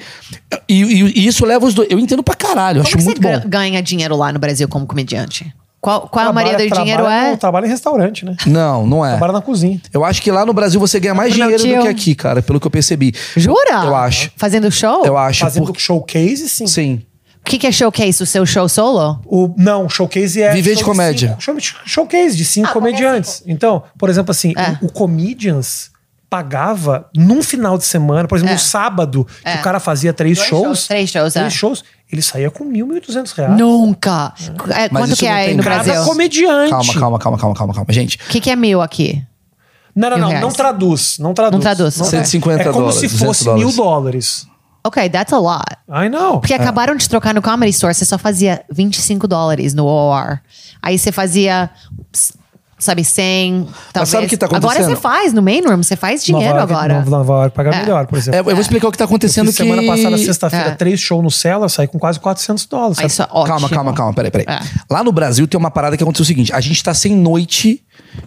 S1: E, e- e isso leva os dois. Eu entendo pra caralho,
S2: Como
S1: acho
S2: que
S1: muito
S2: você
S1: bom.
S2: gan- ganha dinheiro lá no Brasil como comediante? Qual, qual a Maria do Dinheiro é?
S3: Trabalha em restaurante, né?
S1: Não, não é.
S3: Trabalha na cozinha.
S1: Eu acho que lá no Brasil você ganha mais
S2: Pro meu
S1: dinheiro do
S2: tio.
S1: que aqui, cara, pelo que eu percebi.
S2: Jura?
S1: Eu acho.
S2: Fazendo show?
S1: Eu acho.
S3: Fazendo
S1: porque-
S3: showcase, sim.
S1: Sim.
S2: O que, que é showcase? O seu show solo?
S3: O, não, showcase é.
S1: Viver de
S3: show
S1: comédia.
S3: cinco- show- showcase de cinco
S2: Ah, qualquer
S3: comediantes. Então, por exemplo, assim,
S2: É.
S3: o, o Comedians pagava num final de semana, por exemplo,
S2: É.
S3: no sábado, que o cara fazia três
S2: Dois
S3: shows,
S2: shows, três shows, é.
S3: três shows, ele saía com mil, mil e duzentos reais.
S2: Nunca! É, quanto
S1: isso
S2: que é
S1: não
S2: aí
S1: tem
S2: no
S1: nada
S3: Cada
S2: Brasil?
S3: comediante.
S1: Calma, calma, calma, calma, calma, calma. Gente,
S2: O que, que é mil aqui?
S3: Não, não,
S2: Mil
S3: não,
S2: reais.
S3: não traduz, não traduz.
S2: Não traduz, ok.
S1: 150
S3: É como
S1: dólares,
S3: se
S1: 200
S3: fosse
S1: dólares.
S3: mil dólares.
S2: Ok, that's a lot.
S3: I know.
S1: É.
S2: Porque acabaram de trocar no Comedy Store, você só fazia 25 dólares no OR. Aí você fazia, s- sabe, 100, talvez.
S1: sabe o que tá
S2: Agora
S1: acontecendo?
S2: você faz no main room, você faz é dinheiro
S3: Nova York-
S2: agora.
S3: Nova, Nova York paga
S2: É.
S3: melhor, por
S1: é,
S3: exemplo.
S1: eu vou explicar o que tá acontecendo
S3: Fiz
S1: que...
S3: Semana passada, assim, sexta-feira,
S2: É.
S3: três shows no Cellar, saí com quase 400 dólares.
S2: Aí
S3: sabe?
S2: isso é ótimo.
S1: Calma, calma, calma, peraí, peraí.
S2: É.
S1: Lá no Brasil tem uma parada que aconteceu o seguinte: a gente tá sem noite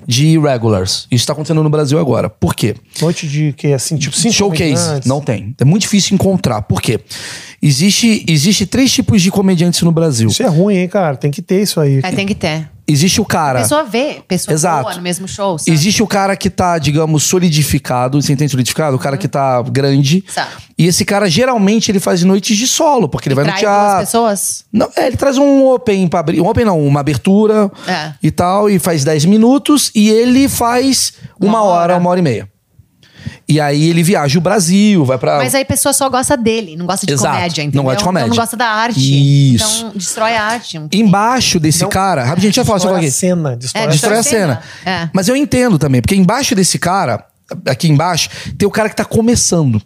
S1: de regulars. Isso tá acontecendo no Brasil agora. Por quê?
S3: Noite de que assim, tipo cinco
S1: Showcase.
S3: comediantes.
S1: Não tem. É muito difícil encontrar. Por quê? Existe, existe três tipos de comediantes no Brasil.
S3: Isso é ruim, hein, cara? Tem que ter isso aí.
S2: É, tem que ter.
S1: Existe o cara.
S2: Pessoa vê,
S1: É.
S2: pessoa
S1: Exato.
S2: boa no mesmo show. sabe?
S1: Existe o cara que tá, digamos, solidificado. Você entende solidificado? O
S2: Uhum.
S1: cara que tá grande.
S2: Sabe.
S1: E esse cara, geralmente, ele faz noites de solo, porque ele, vai no
S2: Traz duas
S1: teatro.
S2: pessoas.
S1: Não, é, ele traz um open pra abrir. Um open não, uma abertura
S2: É.
S1: e tal, e faz 10 minutos, e ele faz uma,
S2: Uma
S1: hora,
S2: hora.
S1: uma hora e meia. E aí ele viaja o Brasil, vai pra.
S2: Mas aí a pessoa só gosta dele, não gosta de
S1: Exato.
S2: comédia,
S1: Não
S2: entendeu?
S1: gosta de comédia.
S2: Então não gosta da arte.
S1: Isso.
S2: Então destrói a arte. um pouquinho.
S1: Embaixo desse
S3: Não-
S1: cara. Rapidinho, deixa eu falar, deixa eu falar
S3: Destrói a
S1: aqui.
S3: cena. Destrói
S2: É,
S3: a
S2: destrói-
S1: Destrói a cena.
S2: cena. É.
S1: Mas eu entendo também, porque embaixo desse cara, aqui embaixo, tem o cara que tá começando.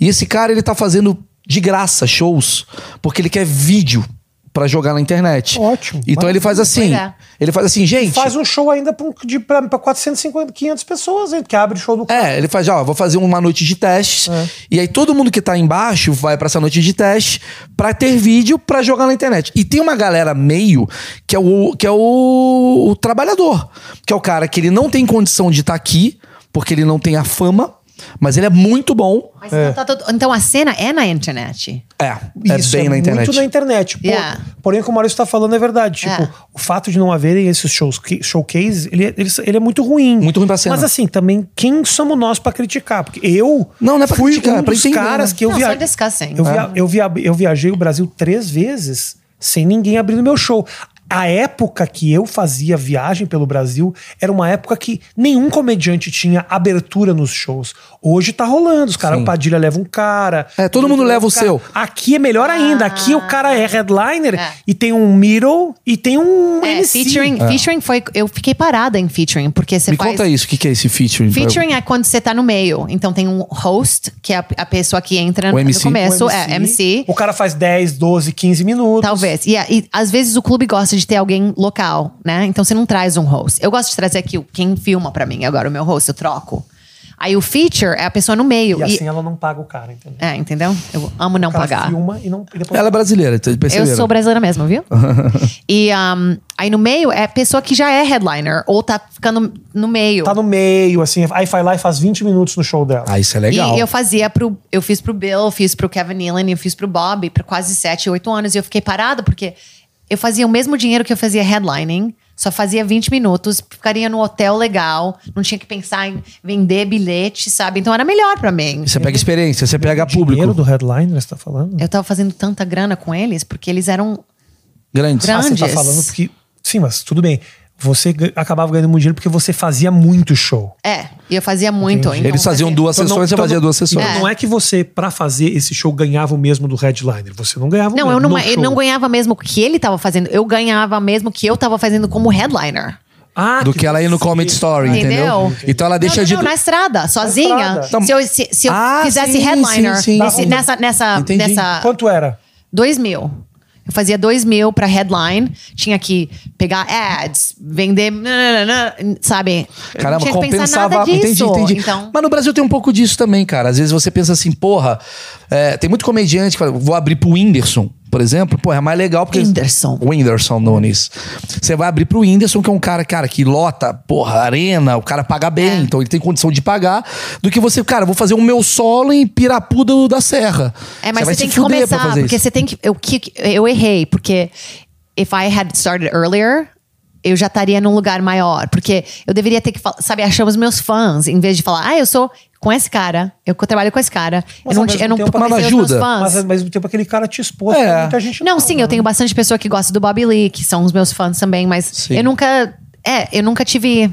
S1: E esse cara, ele tá fazendo de graça shows, porque ele quer vídeo pra jogar na internet.
S3: Ótimo.
S1: Então ele faz assim.
S2: Pois é.
S1: Ele faz assim, gente.
S3: Faz um show ainda pra, um- de, pra, pra 450, 500 pessoas, hein? Que abre show do
S1: É, ele faz, ó, vou fazer uma noite de testes. E aí todo mundo que tá embaixo vai pra essa noite de teste pra ter vídeo pra jogar na internet. E tem uma galera meio que é o que é o, o trabalhador, que é o cara que ele não tem condição de estar aqui, porque ele não tem a fama, mas ele é muito bom.
S2: Mas
S3: É.
S2: então, tá todo- então a cena é na internet.
S1: É, é
S3: Isso,
S1: bem na internet.
S3: Muito na internet. Pô,
S2: Yeah.
S3: Porém, o que o Maurício tá falando é verdade. Tipo,
S2: É.
S3: o fato de não haverem esses shows, que- showcase, ele, é- ele, ele é muito ruim.
S1: Muito ruim pra cena.
S3: Mas assim, também, quem somos nós pra criticar? Porque eu
S1: Não, não é pra
S3: fui
S1: criticar,
S3: um
S1: é pra
S3: dos
S1: entender,
S3: caras
S1: né? É.
S3: que eu
S2: Não,
S3: via-
S2: só discussing.
S3: Eu, via- eu, via- eu viajei o Brasil três vezes sem ninguém abrir no meu show. A época que eu fazia viagem pelo Brasil era uma época que nenhum comediante tinha abertura nos shows. Hoje tá rolando, os caras,
S1: Sim.
S3: o Padilha leva um cara.
S1: É, todo
S3: o
S1: mundo
S3: outro
S1: leva o
S3: um cara.
S1: seu.
S3: Aqui é melhor ainda. Aqui o cara é headliner
S2: É.
S3: e tem um middle e tem um
S2: É,
S3: MC.
S2: featuring, featuring foi. Eu fiquei parada em featuring, porque você
S1: Me
S2: faz.
S1: conta isso, o que, que é esse featuring?
S2: Featuring é quando você tá no meio. Então tem um host, que é a, a pessoa que entra
S1: O MC?
S2: no começo,
S3: O
S2: é MC.
S3: Um O cara faz 10, 12, 15 minutos.
S2: Talvez. E, e às vezes o clube gosta de ter alguém local, né? Então você não traz um host. Eu gosto de trazer aqui o- quem filma pra mim agora, o meu host, eu troco. Aí o feature é a pessoa no meio.
S3: E
S2: E
S3: assim ela não paga o cara, entendeu?
S2: É, entendeu? Eu amo não
S3: O cara
S2: pagar.
S3: filma e, não, e depois
S1: Ela é brasileira, vocês
S2: Eu
S1: perceberam?
S2: sou brasileira mesmo, viu? e um, aí no meio é pessoa que já é headliner ou tá ficando no meio.
S3: tá no meio, assim, aí vai lá e faz 20 minutos no show dela.
S1: Ah, isso é legal.
S2: E eu fazia pro. Eu fiz pro Bill, fiz pro Kevin Nealon, eu fiz pro Bob por quase 7, 8 anos. E eu fiquei parada porque eu fazia o mesmo dinheiro que eu fazia headlining, só fazia 20 minutos, ficaria no hotel legal, não tinha que pensar em vender bilhete, sabe? Então era melhor pra mim.
S1: Você pega experiência, você pega
S3: Dinheiro
S1: público.
S3: do headliner, você tá falando?
S2: Eu tava fazendo tanta grana com eles porque eles eram.
S1: Grande.
S2: Grande.
S3: Ah, você tá
S2: Andes.
S3: falando porque. Sim, mas tudo bem. Você ga- acabava ganhando muito dinheiro porque você fazia muito show.
S2: É, e eu fazia muito. então
S1: Eles faziam
S2: fazia-
S1: duas
S3: Então,
S1: sessões, você
S3: então
S1: fazia duas sessões.
S3: então Não é que você, pra fazer esse show, ganhava o mesmo do headliner. Você não ganhava o
S2: Não,
S3: mesmo
S2: eu não, é,
S3: no
S2: eu
S3: show.
S2: não ganhava mesmo o que ele tava fazendo, eu ganhava mesmo o que eu tava fazendo como headliner.
S3: Ah,
S1: do que ela ir no Comedy Story, entendeu?
S2: Entendeu?
S1: Então ela deixa
S2: não, não,
S1: de.
S2: não, na estrada, sozinha.
S3: estrada.
S1: Então-
S2: Se eu, se, se eu
S1: Ah,
S2: fizesse
S1: sim,
S2: headliner
S1: sim, sim.
S2: nesse-
S1: Tá.
S2: nessa. nessa,
S1: Entendi.
S2: nessa
S3: Quanto era?
S2: dois mil. Eu fazia dois mil pra headline, tinha que pegar ads, vender. nananana, Sabe? Eu
S1: Caramba,
S2: não tinha que pensar
S1: compensava.
S2: nada disso.
S1: Entendi, entendi.
S2: Então,
S1: Mas no Brasil tem um pouco disso também, cara. Às vezes você pensa assim, porra, é, tem muito comediante que fala, vou abrir pro Whindersson, por exemplo. Porra, é mais legal porque.
S2: Whindersson.
S1: Whindersson Nunes. Você vai abrir pro Whindersson, que é um cara, cara, que lota, porra, arena, o cara paga bem,
S2: É.
S1: então ele tem condição de pagar, do que você, cara, vou fazer o meu solo em Pirapu do- da Serra.
S2: É, mas
S1: vai
S2: você,
S1: se
S2: tem que
S1: fuder pra
S2: começar,
S1: fazer
S2: porque
S1: isso.
S2: você tem que. Eu, que- eu errei, porque if I had started earlier, eu já estaria num lugar maior. Porque eu deveria ter que, fal- sabe, achar os meus fãs, em vez de falar, ah, eu sou com esse cara, eu co- trabalho com esse cara.
S3: Mas
S2: eu não,
S3: ao
S2: ti-
S3: mesmo
S2: eu não
S3: tempo,
S1: mas
S2: conversei os meus
S1: ajuda.
S2: fãs.
S3: Mas é ao mesmo tempo aquele cara te expôs,
S1: É.
S3: tem muita gente.
S2: Não, sim, eu tenho bastante pessoa que gosta do Bobby Lee, que são os meus fãs também, mas
S1: Sim.
S2: eu nunca. É, eu nunca tive.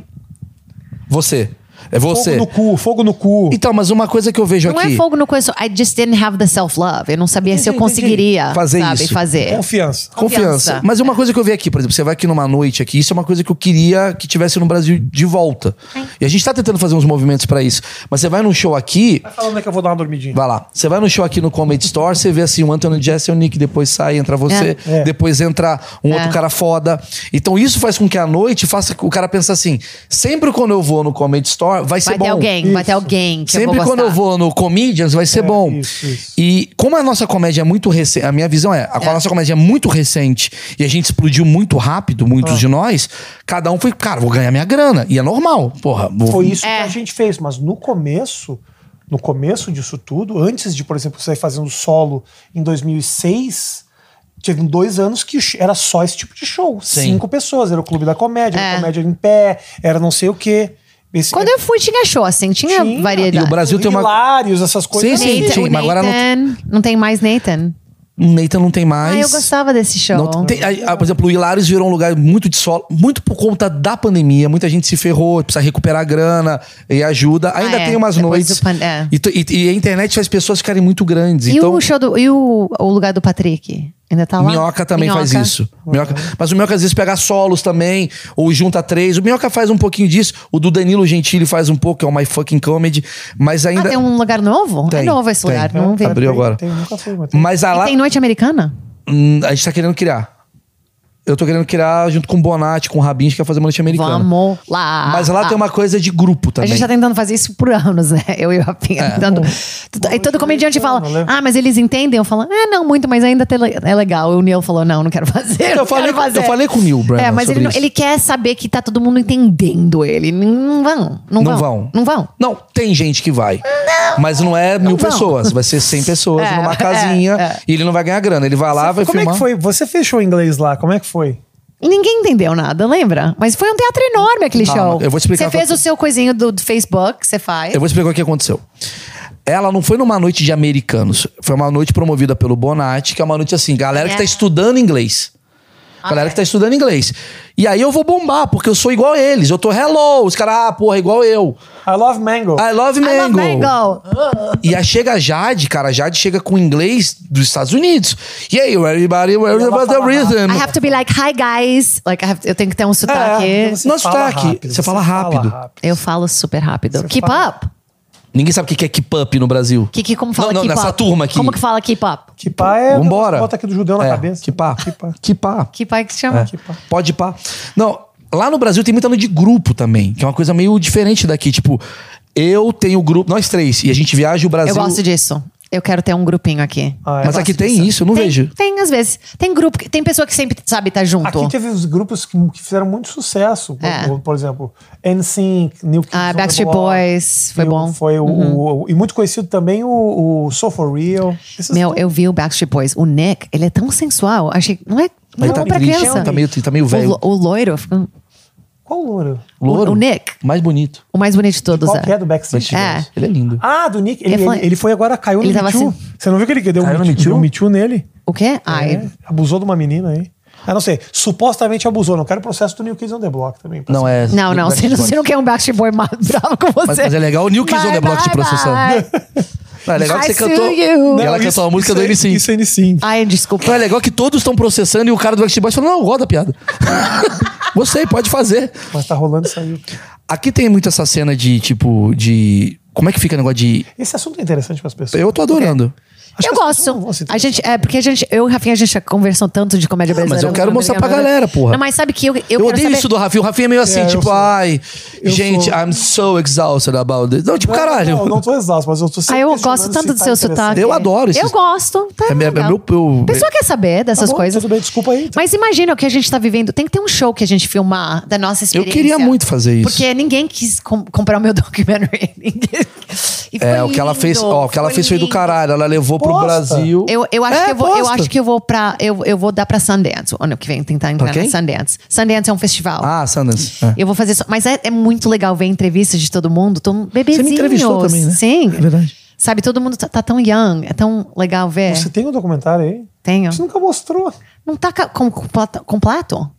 S1: Você. É
S3: Fogo
S1: você.
S3: no cu, fogo no cu.
S1: Então, mas uma coisa que eu vejo
S2: Não
S1: aqui.
S2: é fogo no coração. I just didn't have the self-love. Eu não sabia se eu
S3: Entendi, É, entendi.
S2: conseguiria
S1: Fazer
S2: sabe,
S1: isso.
S2: fazer.
S3: Confiança.
S1: Confiança.
S2: Confiança.
S1: Mas é uma coisa que eu vi aqui, por exemplo, você vai aqui numa noite aqui, isso é uma coisa que eu queria que tivesse no Brasil de volta. E a gente tá tentando fazer uns movimentos pra isso. Mas você vai num show aqui,
S3: Vai falando aí que eu vou dar uma dormidinha.
S1: vai lá. Você vai num show aqui no Comedy Store, você vê assim, o Anthony Jesse e o Nick, depois sai, entra você,
S3: É. É.
S1: depois entra um outro
S2: É.
S1: cara foda. Então isso faz com que a noite faça o cara pensar assim, sempre quando eu vou no Comedy Store, vai ser
S2: Vai
S1: bom.
S2: ter alguém, vai ter alguém que é eu
S1: Sempre
S2: vou
S1: quando eu
S2: gostar.
S1: vou no Comedians vai ser bom.
S3: É, isso, isso.
S1: E como a nossa comédia é muito recente, a minha visão é, a
S2: É.
S1: nossa comédia é muito recente e a gente explodiu muito rápido, muitos
S2: É.
S1: de nós, cada um foi, cara, vou ganhar minha grana. E é normal, porra. Vou...
S3: Foi isso
S2: É.
S3: que a gente fez, mas no começo, no começo disso tudo, antes de, por exemplo, sair fazendo solo em 2006, teve dois anos que era só esse tipo de show.
S1: Sim.
S3: Cinco pessoas, era o Clube da Comédia,
S2: É.
S3: era comédia em pé, era não sei o quê. Esse- é,
S2: Quando eu fui, tinha show, assim, tinha,
S3: Tinha,
S1: E o
S2: variedade.
S1: Brasil tem uma...
S3: Hilários, essas coisas.
S1: Sim,
S2: Nathan,
S1: sim,
S2: o
S1: mas agora não-
S2: Nathan- não tem mais Nathan.
S1: O Nathan não tem mais.
S2: Ah, eu gostava desse show.
S1: Não tem- a- a- por exemplo, o Hilários virou um lugar muito de solo, muito por conta da pandemia. Muita gente se ferrou, precisa recuperar a grana e ajuda. Ainda
S2: é,
S1: tem umas
S2: depois
S1: noites.
S2: do pan- é.
S1: E, tu- e- e a internet faz pessoas ficarem muito grandes.
S2: E
S1: então,
S2: o show do. E o, o lugar do Patrick? Ainda tá lá?
S1: Minhoca também
S2: Minhoca.
S1: faz isso. Minhoca- Mas o Minhoca às vezes pega solos também, ou junta três. O Minhoca faz um pouquinho disso. O do Danilo Gentili faz um pouco, que é o My Fucking Comedy. Mas
S2: Ah,
S1: ainda.
S2: tem um lugar novo? é
S1: Tem,
S2: novo esse
S1: tem.
S2: lugar, não vi.
S1: Abriu agora.
S3: Tem, nunca fui, mas tem.
S1: Mas a,
S2: E
S1: lá...
S2: tem noite americana?
S1: Hum, a gente tá querendo criar. Eu tô querendo criar junto com o Bonatti, com o Rabin, que quer fazer uma noite americana.
S2: Vamos lá.
S1: Mas lá tem uma coisa de grupo
S2: A
S1: também. É.
S2: gente tá tentando fazer isso por anos, né? Eu e o Rafinha. Tentando... Aí todo comediante fala,
S3: americana, né?
S2: ah, mas eles entendem? Eu falo, ah, não muito, mas ainda te- é legal. E o Neil falou, não, não quero fazer. não
S1: Eu falei,
S2: quero
S1: com-
S2: fazer.
S1: eu falei com o Neil Brennan
S2: É, mas ele,
S1: sobre
S2: não-
S1: isso.
S2: ele quer saber que tá todo mundo entendendo ele. Não- Não vão, não,
S1: Não
S2: vão.
S1: vão.
S2: Não vão.
S1: Não, tem gente que vai. Mas não é mil
S2: vão.
S1: pessoas. Vai ser 100 pessoas
S2: É,
S1: numa
S2: é,
S1: casinha.
S2: é.
S1: E ele não vai ganhar grana. Ele vai lá, vai
S3: Como é
S1: filmar.
S3: que foi? Você fechou em inglês lá, como é que foi?
S2: E ninguém entendeu nada, lembra? Mas foi um teatro enorme aquele
S1: Calma,
S2: show.
S1: eu vou te explicar
S2: Você fez
S1: qual-
S2: o seu coisinho do, do Facebook, que você faz.
S1: Eu vou explicar o que aconteceu. Ela não foi numa noite de americanos. Foi uma noite promovida pelo Bonatti, que é uma noite assim, galera que
S2: É.
S1: tá estudando inglês. Galera que tá estudando inglês. E aí eu vou bombar, porque eu sou igual a eles. Eu tô hello, os caras, ah, porra, igual eu.
S3: I love mango.
S1: I love
S2: I love
S1: mango.
S2: mango.
S1: E aí chega a Jade, cara, a Jade chega com inglês dos Estados Unidos. E aí, everybody, where's
S3: ela
S1: about the
S3: fala rápido.
S1: reason?
S2: I have to be like, hi guys. Like, I have to- eu tenho que ter um sotaque.
S3: É, então você
S1: Nosso
S3: fala
S1: sotaque,
S3: rápido,
S1: você fala rápido.
S2: Eu falo super rápido.
S3: Você
S2: keep
S3: fala-
S2: up.
S1: Ninguém sabe o que que é keep up no Brasil.
S2: Que, que, como fala
S1: não, não,
S2: keep
S1: nessa
S2: up?
S1: turma aqui.
S2: Como que fala keep up?
S3: Que pá é.
S1: Vambora.
S3: Bota aqui do judeu na
S1: É,
S3: cabeça.
S1: Que pá.
S3: Que pá.
S1: Que pá.
S2: Keep up é que se
S1: É.
S2: chama?
S1: Pode pá. Não, lá no Brasil tem muita noite de grupo também, que é uma coisa meio diferente daqui. Tipo, eu tenho grupo, nós três, e a gente viaja o Brasil.
S2: Eu gosto disso. Eu quero ter um grupinho aqui.
S3: Ah, é.
S1: Mas aqui tem isso, eu não
S2: tem,
S1: vejo.
S2: tem, às vezes. Tem grupo, que- tem pessoa que sempre sabe estar junto.
S3: Aqui teve os grupos que, que fizeram muito sucesso. Por-
S2: É.
S3: Por, exemplo, NSYNC, New Kids
S2: Ah,
S3: on the
S2: Backstreet
S3: Block.
S2: Boys, foi
S3: E o-
S2: bom.
S3: Foi o, o- e muito conhecido também o, o So For Real. Esses
S2: Meu,
S3: tudo.
S2: eu vi o Backstreet Boys. O Nick, ele é tão sensual. Achei. Não é. Não
S1: Ele
S2: é
S1: tá
S2: bom pra
S1: triste,
S2: criança.
S1: tá meio- tá meio
S2: O
S1: velho.
S2: lo- O, loiro, fica-
S3: Qual louro?
S1: Louro.
S2: O- o Nick.
S1: Mais bonito.
S2: o mais bonito de todos.
S3: Qual que é do Backstreet
S1: Backstreet
S2: É.
S1: Boys. Ele é lindo.
S3: Ah, do Nick. Ele,
S2: Eu falei-
S3: ele, ele foi agora, caiu no
S2: Ele tava
S3: Me Too.
S2: assim-
S3: Você não viu que ele que deu
S1: Caiu
S3: um
S1: no
S3: Me
S1: Me Too?
S3: Too? Deu um Me Too nele?
S2: O quê? Ai.
S3: É, abusou de uma menina aí. Ah, não sei. Supostamente abusou. Não quero processo do New Kids on the Block também.
S1: Não é.
S2: Não, não. Você,
S1: Backstreet
S2: não.
S1: Boys.
S2: você não quer um Backstreet Boy mais bravo com você.
S1: Mas, mas é legal o New Kids on the
S2: Bye,
S1: Block te
S2: bye,
S1: processando.
S2: bye.
S1: Não, é legal que você
S2: I sue
S1: cantou.
S2: you.
S1: E ela
S3: isso-
S1: cantou a música
S3: isso
S1: do
S3: é-
S1: NSYNC.
S3: Isso é NSYNC.
S2: Ai, desculpa.
S1: Não, é legal que todos estão processando e o cara do Backstreet Boys falou, não, eu gosto da piada. Gostei, pode fazer.
S3: Mas tá rolando isso aí.
S1: Aqui tem muito essa cena de, tipo, de... Como é que fica o negócio de...
S3: Esse assunto é interessante para as pessoas.
S1: Eu tô adorando.
S3: Acho
S2: eu
S3: que
S1: um
S3: as pessoas
S2: gosto.
S3: não vão se
S2: A gente, é, porque a gente, eu e o Rafinha, a gente já conversou tanto de comédia
S1: Ah, mas
S2: brasileira.
S1: eu quero
S2: do
S1: mostrar pra
S2: americano, né?
S1: galera, porra.
S2: Não, mas sabe que eu, eu,
S1: Eu,
S2: quero
S1: odeio
S2: saber-
S1: isso do Rafinha. O Rafinha é meio assim,
S3: É, eu
S1: tipo,
S3: sou.
S1: ai,
S3: Eu
S1: gente,
S3: sou.
S1: I'm so exhausted about this. Não, tipo,
S3: Não,
S1: caralho.
S3: Não, não tô exausto, mas eu tô sempre
S2: Ah, eu
S3: questionando
S2: gosto tanto
S3: se
S2: do
S3: tá
S2: seu
S3: interessante.
S2: sotaque.
S1: Eu adoro isso.
S2: Eu gosto. Tá
S1: É minha- é
S2: legal.
S1: meu- eu-
S2: Pessoa quer saber
S3: Tá
S2: dessas
S3: bom,
S2: coisas.
S3: Tudo bem, desculpa aí. então.
S2: Mas imagina o que a gente tá vivendo. Tem que ter um show que a gente filmar da
S1: Eu
S2: nossa experiência.
S1: queria muito fazer isso.
S2: Porque ninguém quis com- comprar o meu documentary. E foi
S1: É, o que ela fez,
S2: lindo,
S1: ó, o que ela fez foi do
S2: lindo.
S1: caralho. Ela levou pro
S3: aposta.
S1: Brasil.
S2: Eu, eu, acho
S3: É,
S2: que eu, vou, eu
S3: aposta.
S2: acho que eu vou pra. Eu, eu vou dar pra Sundance o ano que vem, tentar entrar
S1: Pra quem?
S2: na Sundance. Sundance é um festival.
S1: Ah, Sanders. É.
S2: Eu vou fazer só. Mas é, é muito legal ver entrevistas de todo mundo. Tô um bebezinho.
S1: entrevistou também, né?
S2: Sim.
S1: É verdade.
S2: Sabe, todo mundo tá, tá tão young. É tão legal ver.
S3: Você tem um documentário aí?
S2: É. Tenho.
S3: Você nunca mostrou.
S2: Não tá ca- com- completo? completo?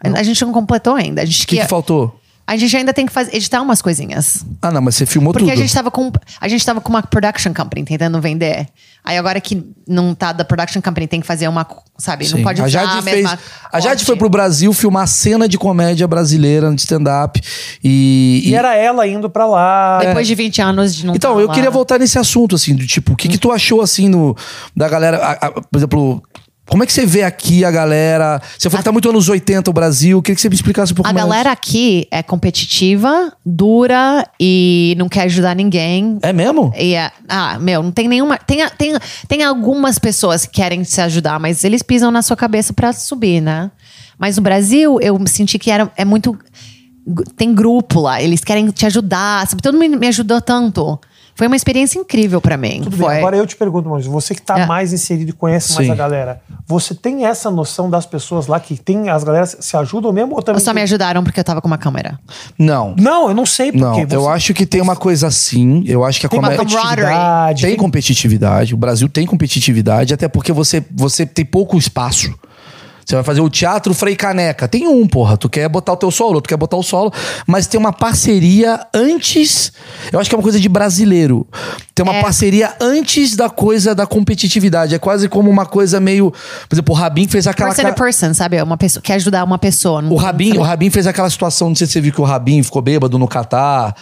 S2: A gente não completou ainda. A gente,
S1: O que, que faltou?
S2: a gente ainda tem que fazer, editar umas coisinhas.
S1: Ah, não, mas você filmou
S2: Porque
S1: tudo.
S2: a gente tá- tava com a gente tava com uma production company tentando vender. Aí agora que não tá da production company tem que fazer uma, co- sabe,
S1: Sim.
S2: não pode
S1: a
S2: usar
S1: Jade
S2: a
S1: fez.
S2: mesma
S1: A Jade
S2: corte.
S1: foi pro Brasil filmar cena de comédia brasileira de stand-up. E,
S3: E,
S1: e-
S3: era ela indo pra lá.
S2: depois de 20 anos de não
S1: é. Então,
S2: tá
S1: eu
S2: lá.
S1: queria voltar nesse assunto, assim, do tipo, o que, que tu achou, assim, no, da galera. a- a- por exemplo, como é que você vê aqui a galera? Você falou que tá muito anos 80 o Brasil, eu queria que você me explicasse um pouco
S2: A
S1: mais.
S2: galera aqui é competitiva, dura e não quer ajudar ninguém.
S1: É mesmo?
S2: E é- ah, meu, não tem nenhuma. Tem, a- tem, tem algumas pessoas que querem se ajudar, mas eles pisam na sua cabeça pra subir, né? Mas o Brasil, eu senti que era, é muito. Tem grupo lá, eles querem te ajudar, sabe? Todo mundo me ajudou tanto. Foi uma experiência incrível pra mim.
S3: Tudo bem,
S2: Foi.
S3: Agora eu te pergunto, Maurício, você que tá
S2: É.
S3: mais inserido e conhece mais
S1: Sim.
S3: a galera, você tem essa noção das pessoas lá que tem, as galeras se ajudam mesmo? Ou também
S2: Só me ajudaram porque eu tava com uma câmera.
S1: Não.
S3: Não, eu não sei porque.
S1: Não, eu acho que tem uma coisa assim. Eu acho que a
S3: tem uma
S1: comédia.
S3: competitividade.
S1: Tem competitividade, o Brasil tem competitividade, até porque você, você tem pouco espaço. Você vai fazer o teatro Frei Caneca. Tem um, porra. Tu quer botar o teu solo, tu quer botar o solo, mas tem uma parceria antes. Eu acho que é uma coisa de brasileiro. Tem uma
S2: É.
S1: parceria antes da coisa da competitividade. É quase como uma coisa meio. Por exemplo, o Rabin fez aquela.
S2: Person
S1: cara-
S2: to person, sabe? É Uma pessoa, quer ajudar uma pessoa. não-
S1: o Rabin, o Rabin fez aquela situação, não sei se você viu que o Rabin ficou bêbado no Catar.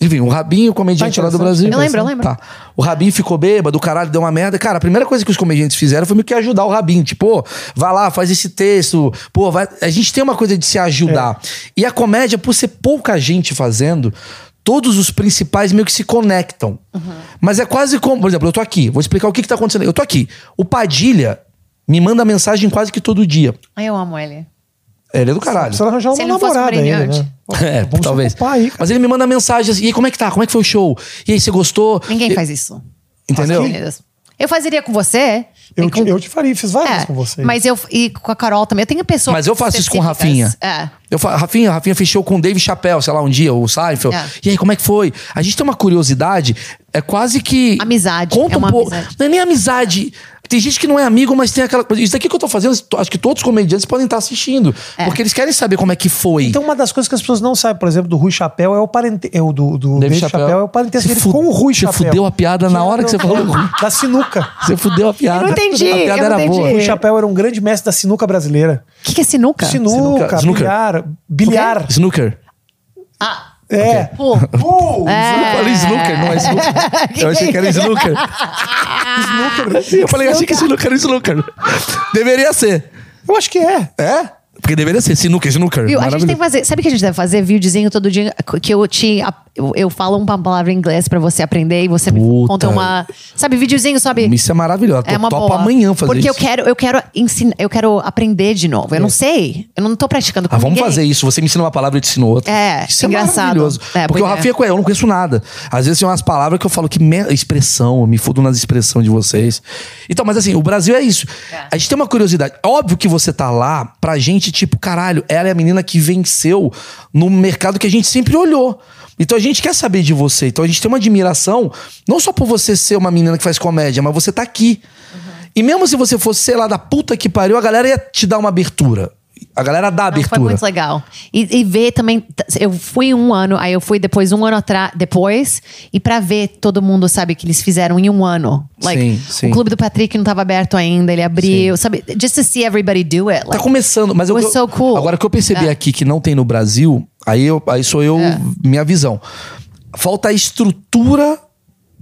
S1: Enfim, o Rabin, o comediante
S3: Tá
S1: lá do
S3: interessante,
S1: Brasil.
S2: tá Eu lembro, eu lembro.
S1: Tá. O Rabin ficou bêbado, o caralho deu uma merda. Cara, a primeira coisa que os comediantes fizeram foi meio que ajudar o Rabin. Tipo, pô, vai lá, faz esse texto. Pô, vai... a gente tem uma coisa de se ajudar.
S2: É.
S1: E a comédia, por ser pouca gente fazendo, todos os principais meio que se conectam.
S2: Uhum.
S1: Mas é quase como, por exemplo, eu tô aqui, vou explicar o que que tá acontecendo. Eu tô aqui. O Padilha me manda mensagem quase que todo dia.
S2: Ai, eu amo ele.
S1: Ele é do caralho.
S3: Precisa arranjar
S2: Se
S3: uma
S2: ele não fosse
S3: namorada ainda, né?
S2: brilhante.
S1: É,
S3: Vamos se
S1: talvez.
S3: ocupar aí, cara.
S1: Mas ele me manda mensagem assim, e aí, como é que tá? Como é que foi o show? E aí, você gostou?
S2: Ninguém
S1: E-
S2: faz isso. né?
S1: Entendeu?
S2: Estados Unidos. Eu faziria com você.
S3: Eu,
S2: e com-
S3: te, eu te faria, fiz várias
S2: É,
S3: com você.
S2: Mas eu e com a Carol também. Eu tenho pessoas.
S1: Mas eu faço isso com o
S2: específicas. É.
S1: Eu falo, Rafinha, Rafinha fechou com o Dave Chappelle, sei lá, um dia, o Seinfeld.
S2: É.
S1: E aí, como é que foi? A gente tem uma curiosidade, é quase que.
S2: Amizade,
S1: Conta
S2: é uma
S1: um pouco.
S2: amizade.
S1: Não é nem amizade. Tem gente que não é amigo, mas tem aquela coisa. Isso daqui que eu tô fazendo, acho que todos os comediantes podem estar assistindo.
S2: É.
S1: Porque eles querem saber como é que foi.
S3: Então, uma das coisas que as pessoas não sabem, por exemplo, do Rui Chapéu é o parentesco. É o do, do David Chapéu. é o parentesco
S1: Você
S3: dele
S1: fu-
S3: com o Rui
S1: você
S3: Chapéu.
S1: fudeu a piada na hora que você falou.
S3: Da sinuca.
S1: Você fudeu a piada.
S2: Eu não entendi,
S1: A piada
S2: eu não
S1: era
S2: entendi.
S1: boa.
S3: O Rui Chapéu era um grande mestre da sinuca brasileira.
S2: O que, que é sinuca?
S3: Sinuca,
S1: Snooker.
S3: bilhar, bilhar.
S1: Snooker.
S2: Ah,
S3: É.
S2: pô.
S3: Uh,
S1: Eu falei snooker, não é snooker. Eu achei que era snooker. snooker. Eu falei, eu achei que snooker era snooker. Deveria ser.
S3: Eu acho que é.
S1: É? Porque deveria ser snooker, snooker.
S2: Viu? A gente tem que
S1: Maravilhoso.
S2: fazer. Sabe o que a gente deve fazer? Videozinho todo dia que eu te. Eu, eu falo uma palavra em inglês pra você aprender e você me
S1: Puta.
S2: conta uma. Sabe, videozinho, sabe?
S1: Isso é maravilhoso.
S2: É uma
S1: Topa
S2: boa.
S1: amanhã fazer
S2: Porque
S1: isso. É.
S2: eu quero, eu quero ensinar, eu quero aprender de novo. Eu não sei. Eu não tô praticando com
S1: Ah, vamos
S2: ninguém.
S1: fazer isso. Você me ensina uma palavra, eu te ensino outra.
S2: É,
S1: isso
S2: engraçado.
S1: maravilhoso.
S2: É,
S1: Porque
S2: pois
S1: o
S2: é.
S1: Rafinha Coelho, eu não conheço nada. Às vezes tem umas palavras que eu falo que me- expressão, eu me fudo nas expressões de vocês. Então, mas assim, o Brasil é isso. A gente tem uma curiosidade. Óbvio que você tá lá pra gente, tipo, caralho, ela é a menina que venceu no mercado que a gente sempre olhou. Então a gente quer saber de você. Então a gente tem uma admiração, não só por você ser uma menina que faz comédia, mas você tá aqui.
S2: Uhum.
S1: E mesmo se você fosse, sei lá, da puta que pariu, a galera ia te dar uma abertura. A galera dá
S2: Não,
S1: abertura.
S2: Foi muito legal. E, e ver também. t- Eu fui um ano, aí eu fui depois um ano atrás, depois, e pra ver todo mundo, sabe, que eles fizeram em um ano. Like,
S1: Sim, sim.
S2: O clube do Patrick não tava aberto ainda, ele abriu, sabe? Just to see everybody do it.
S1: Tá
S2: like,
S1: começando, mas eu,
S2: was so cool.
S1: agora o que eu percebi
S2: É.
S1: aqui que não tem no Brasil, aí, eu, aí sou eu,
S2: É.
S1: minha visão. Falta a estrutura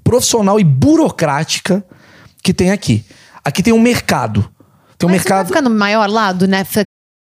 S1: profissional e burocrática que tem aqui. Aqui tem um mercado. Tem um
S2: Mas você tá
S1: mercado.
S2: ficando maior lá do Netflix.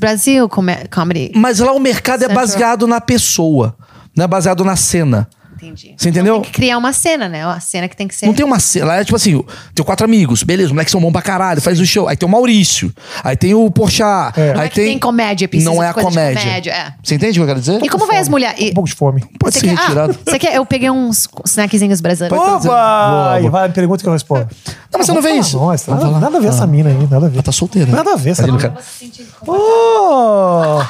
S2: Brasil come- comedy.
S1: Mas lá o mercado é
S2: Central.
S1: baseado na pessoa, não é baseado na cena.
S2: Entendi.
S1: Você entendeu?
S2: Então tem que criar uma cena, né? A cena que tem que ser.
S1: Não tem uma cena. Lá é tipo assim, tem quatro amigos, beleza, os moleques são bons pra caralho, faz o show. Aí tem o Maurício, aí tem o Porchat,
S2: Não
S1: aí
S2: é que tem comédia, precisa
S1: um Não
S2: de
S1: é a
S2: coisa de
S1: comédia.
S2: comédia, é.
S1: Você entende o que eu quero dizer?
S2: E como vai as mulheres? E-
S3: Um pouco de fome.
S1: Pode
S2: Você
S1: ser
S2: quer-
S1: retirado.
S2: Ah, você quer? Eu peguei uns snackzinhos brasileiros.
S1: Pode ser.
S3: Opa!
S1: Boa.
S3: E vai, pergunta que eu respondo.
S1: Não, mas você não vê
S3: Fala,
S1: isso.
S3: nossa,
S1: Vamos
S3: nada,
S1: falar?
S3: nada a ver essa mina aí, nada a ver.
S1: Ela tá solteira.
S3: Nada a ver essa
S1: Imagina o
S3: mina.
S1: cara-
S3: Pô!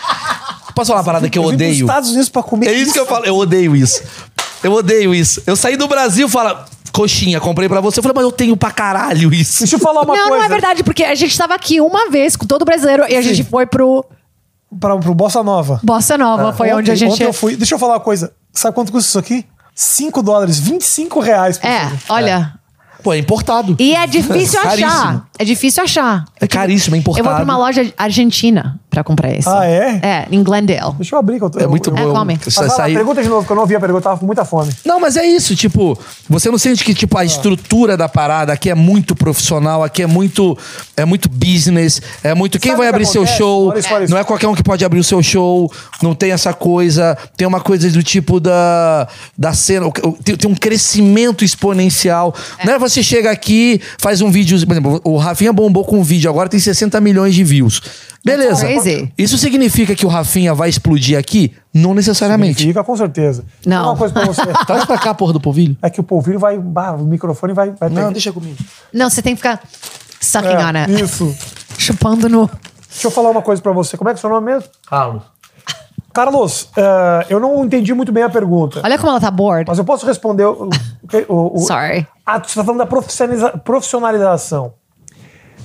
S1: Posso falar uma parada que eu
S3: vim pros
S1: odeio?
S3: Estados Unidos pra comer
S1: É isso que eu falo, eu odeio isso. Eu odeio isso. Eu saí do Brasil e falo, coxinha, comprei pra você. Eu falei, mas eu tenho pra caralho isso.
S3: Deixa eu falar uma
S2: não,
S3: coisa.
S2: não é verdade, porque a gente tava aqui uma vez com todo brasileiro e a gente foi pro
S3: Pra, pro Bossa Nova.
S2: Bossa Nova, foi
S3: Ah, Ontem-
S2: onde a gente.
S3: Ontem eu fui. Deixa eu falar uma coisa. Sabe quanto custa isso aqui? 5 dólares, 25 reais. por
S2: É,
S3: favor.
S2: olha.
S1: Pô, é importado.
S2: E é difícil
S1: Caríssimo.
S2: achar. É difícil achar.
S1: É caríssimo, é
S2: Eu
S1: importado.
S2: vou pra uma loja argentina pra comprar esse.
S3: Ah, é?
S2: É, em Glendale.
S3: Deixa eu abrir que eu tô.
S1: É muito
S3: eu,
S1: bom.
S2: É, come.
S1: Isso
S3: Mas
S1: é
S3: vai lá,
S1: sair-
S3: Pergunta de novo, que eu não ouvi a pergunta, eu tava com muita fome.
S1: Não, mas é isso, tipo, você não sente que tipo a estrutura da parada aqui é muito profissional, aqui é muito é muito business, é muito quem
S3: Sabe
S1: vai
S3: o que
S1: abrir seu
S3: acontece?
S1: show,
S3: Olha isso, olha isso.
S1: não é qualquer um que pode abrir o seu show, não tem essa coisa, tem uma coisa do tipo da da cena, o- o- tem, tem um crescimento exponencial. Não é você chega aqui, faz um vídeo, por exemplo, o Rafinha bombou com um vídeo, agora tem 60 milhões de views. Beleza.
S2: crazy.
S1: Isso significa que o Rafinha vai explodir aqui? Não necessariamente.
S3: Fica com certeza.
S2: Não.
S3: Uma coisa pra você.
S1: Traz pra cá, porra do polvilho.
S3: É que o polvilho vai. bah, o microfone vai. vai
S1: Não,
S3: ter-
S1: deixa comigo.
S2: Não, você tem que ficar sucking
S3: É,
S2: on it.
S3: Isso.
S2: Chupando no.
S3: Deixa eu falar uma coisa pra você. Como é que é o seu nome mesmo?
S1: Carlos.
S3: Carlos, eh, eu não entendi muito bem a pergunta.
S2: Olha como ela tá bored.
S3: Mas eu posso responder o. o- o- o-
S2: Sorry.
S3: Ah, você tá falando da profissionaliza- profissionalização.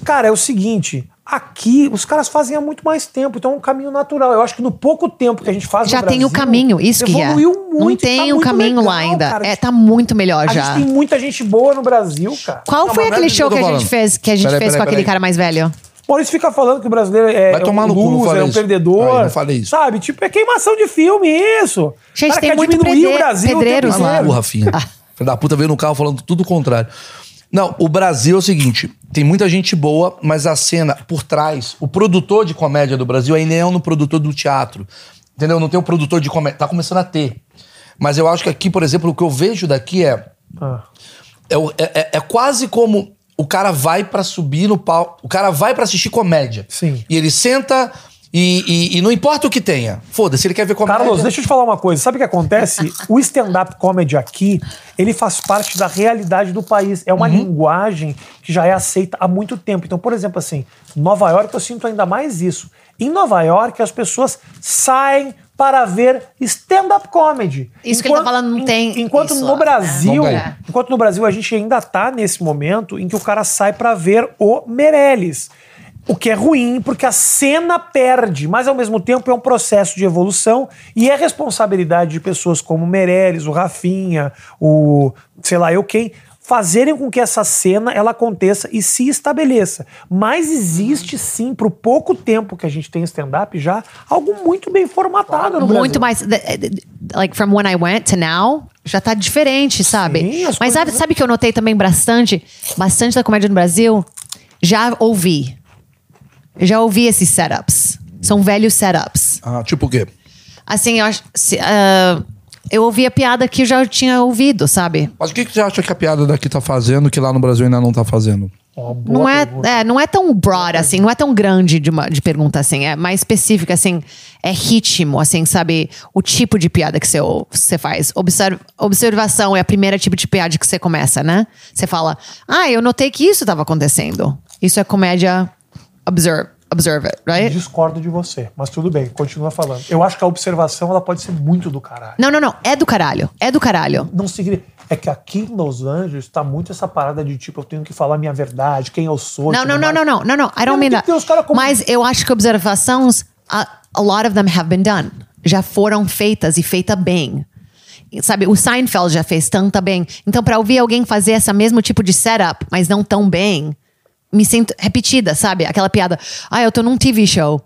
S3: Cara, é o seguinte. Aqui, os caras fazem há muito mais tempo, então é um caminho natural. Eu acho que no pouco tempo que a gente faz tá no
S2: Já tem o
S3: Brasil,
S2: caminho, isso que é.
S3: evoluiu muito.
S2: Não
S3: e tá
S2: tem o
S3: muito
S2: caminho
S3: legal,
S2: lá ainda.
S3: cara.
S2: É, tá muito melhor
S3: A
S2: já.
S3: gente tem Tá muita gente boa no Brasil, cara.
S2: Qual
S1: Não,
S2: foi
S1: mas
S2: aquele
S1: não é
S2: show
S1: do
S2: que
S1: que eu
S2: a
S1: tô
S2: gente
S1: falando.
S2: fez que a gente
S1: Peraí,
S2: fez
S1: peraí,
S2: com aquele
S1: peraí.
S2: cara mais velho?
S3: Maurício fica falando que o brasileiro é,
S1: Vai
S3: é
S1: tomar
S3: um
S1: no cu, não
S3: loser,
S1: fala
S3: é um
S1: isso.
S3: perdedor.
S1: Aí, não fala isso.
S3: Sabe? Tipo, é queimação de filme isso.
S2: Gente,
S3: O cara
S2: tem
S3: quer
S2: muito
S3: diminuir
S2: pedre-
S3: o Brasil o tempo
S2: pedreiros
S1: Cala
S2: lá.
S1: a
S3: inteiro.
S1: porra, Rafinha. Filho da puta veio no carro falando tudo o contrário. Não, o Brasil é o seguinte: tem muita gente boa, mas a cena por trás, o produtor de comédia do Brasil ainda é um produtor do teatro. Entendeu? Não tem o produtor de comédia. Tá começando a ter. Mas eu acho que aqui, por exemplo, o que eu vejo daqui é.
S3: Ah.
S1: É, o- é- é- é quase como o cara vai pra subir no palco. O cara vai pra assistir comédia.
S3: Sim.
S1: E ele senta e, e- e não importa o que tenha. Foda-se, ele quer ver comédia.
S3: Carlos, deixa eu te falar uma coisa. Sabe o que acontece? O stand-up comedy aqui, ele faz parte da realidade do país. É uma linguagem que já é aceita há muito tempo. Então, por exemplo, assim, Nova York, eu sinto ainda mais isso. Em Nova York, as pessoas saem para ver stand-up comedy.
S2: Isso que ele tá falando, não tem
S3: Enquanto
S2: isso
S3: no
S2: lá, né?
S3: Brasil,
S1: Não tem.
S3: enquanto no Brasil a gente ainda tá nesse momento em que o cara sai para ver o Meirelles. O que é ruim, porque a cena perde, mas ao mesmo tempo é um processo de evolução e é responsabilidade de pessoas como o Meirelles, o Rafinha, o sei lá eu quem, fazerem com que essa cena ela aconteça e se estabeleça. Mas existe sim, pro pouco tempo que a gente tem stand-up já, algo muito bem formatado no Brasil.
S2: Muito mais. the- the- Like, from when I went to now, já tá diferente, sabe?
S3: Sim,
S2: Mas
S3: as coisas- né?
S2: sabe, sabe que eu notei também bastante? Bastante da comédia no Brasil? Já ouvi. Já ouvi esses setups. São velhos setups.
S1: Ah, tipo o quê?
S2: Assim, eu acho. se- ah, eu ouvi a piada que eu já tinha ouvido, sabe?
S1: Mas o que, que você acha que a piada daqaqui tá fazendo que lá no Brasil ainda não tá fazendo?
S3: Ó, boa
S2: Não é,
S3: pergunta.
S2: é, não é tão broad assim, não é tão grande de, uma- de pergunta assim, é mais específica assim, é ritmo, assim, sabe? O tipo de piada que você, ou- você faz. Observ- observação é a primeira tipo de piada que você começa, né? Você fala, ah, eu notei que isso estava acontecendo. Isso é comédia observe, observe it, right?
S3: Discordo de você, mas tudo bem, continua falando. Eu acho que a observação ela pode ser muito do caralho.
S2: Não, não, não, é do caralho, é do caralho.
S3: Não significa. É que aqui em Los Angeles tá muito essa parada de tipo, eu tenho que falar minha verdade, quem eu sou.
S2: Não,
S3: tudo
S2: não, não, não,
S3: mais.
S2: não, não, não. I
S3: Não,
S2: don't mean
S3: tem
S2: that.
S3: que ter os cara como-
S2: Mas eu acho que observações, a, a lot of them have been done. Já foram feitas e feita bem. E, Sabe, o Seinfeld já fez tanta bem. Então, pra ouvir alguém fazer esse mesmo tipo de setup, mas não tão bem, me sinto repetida, sabe? Aquela piada. Ah, eu tô num TV show.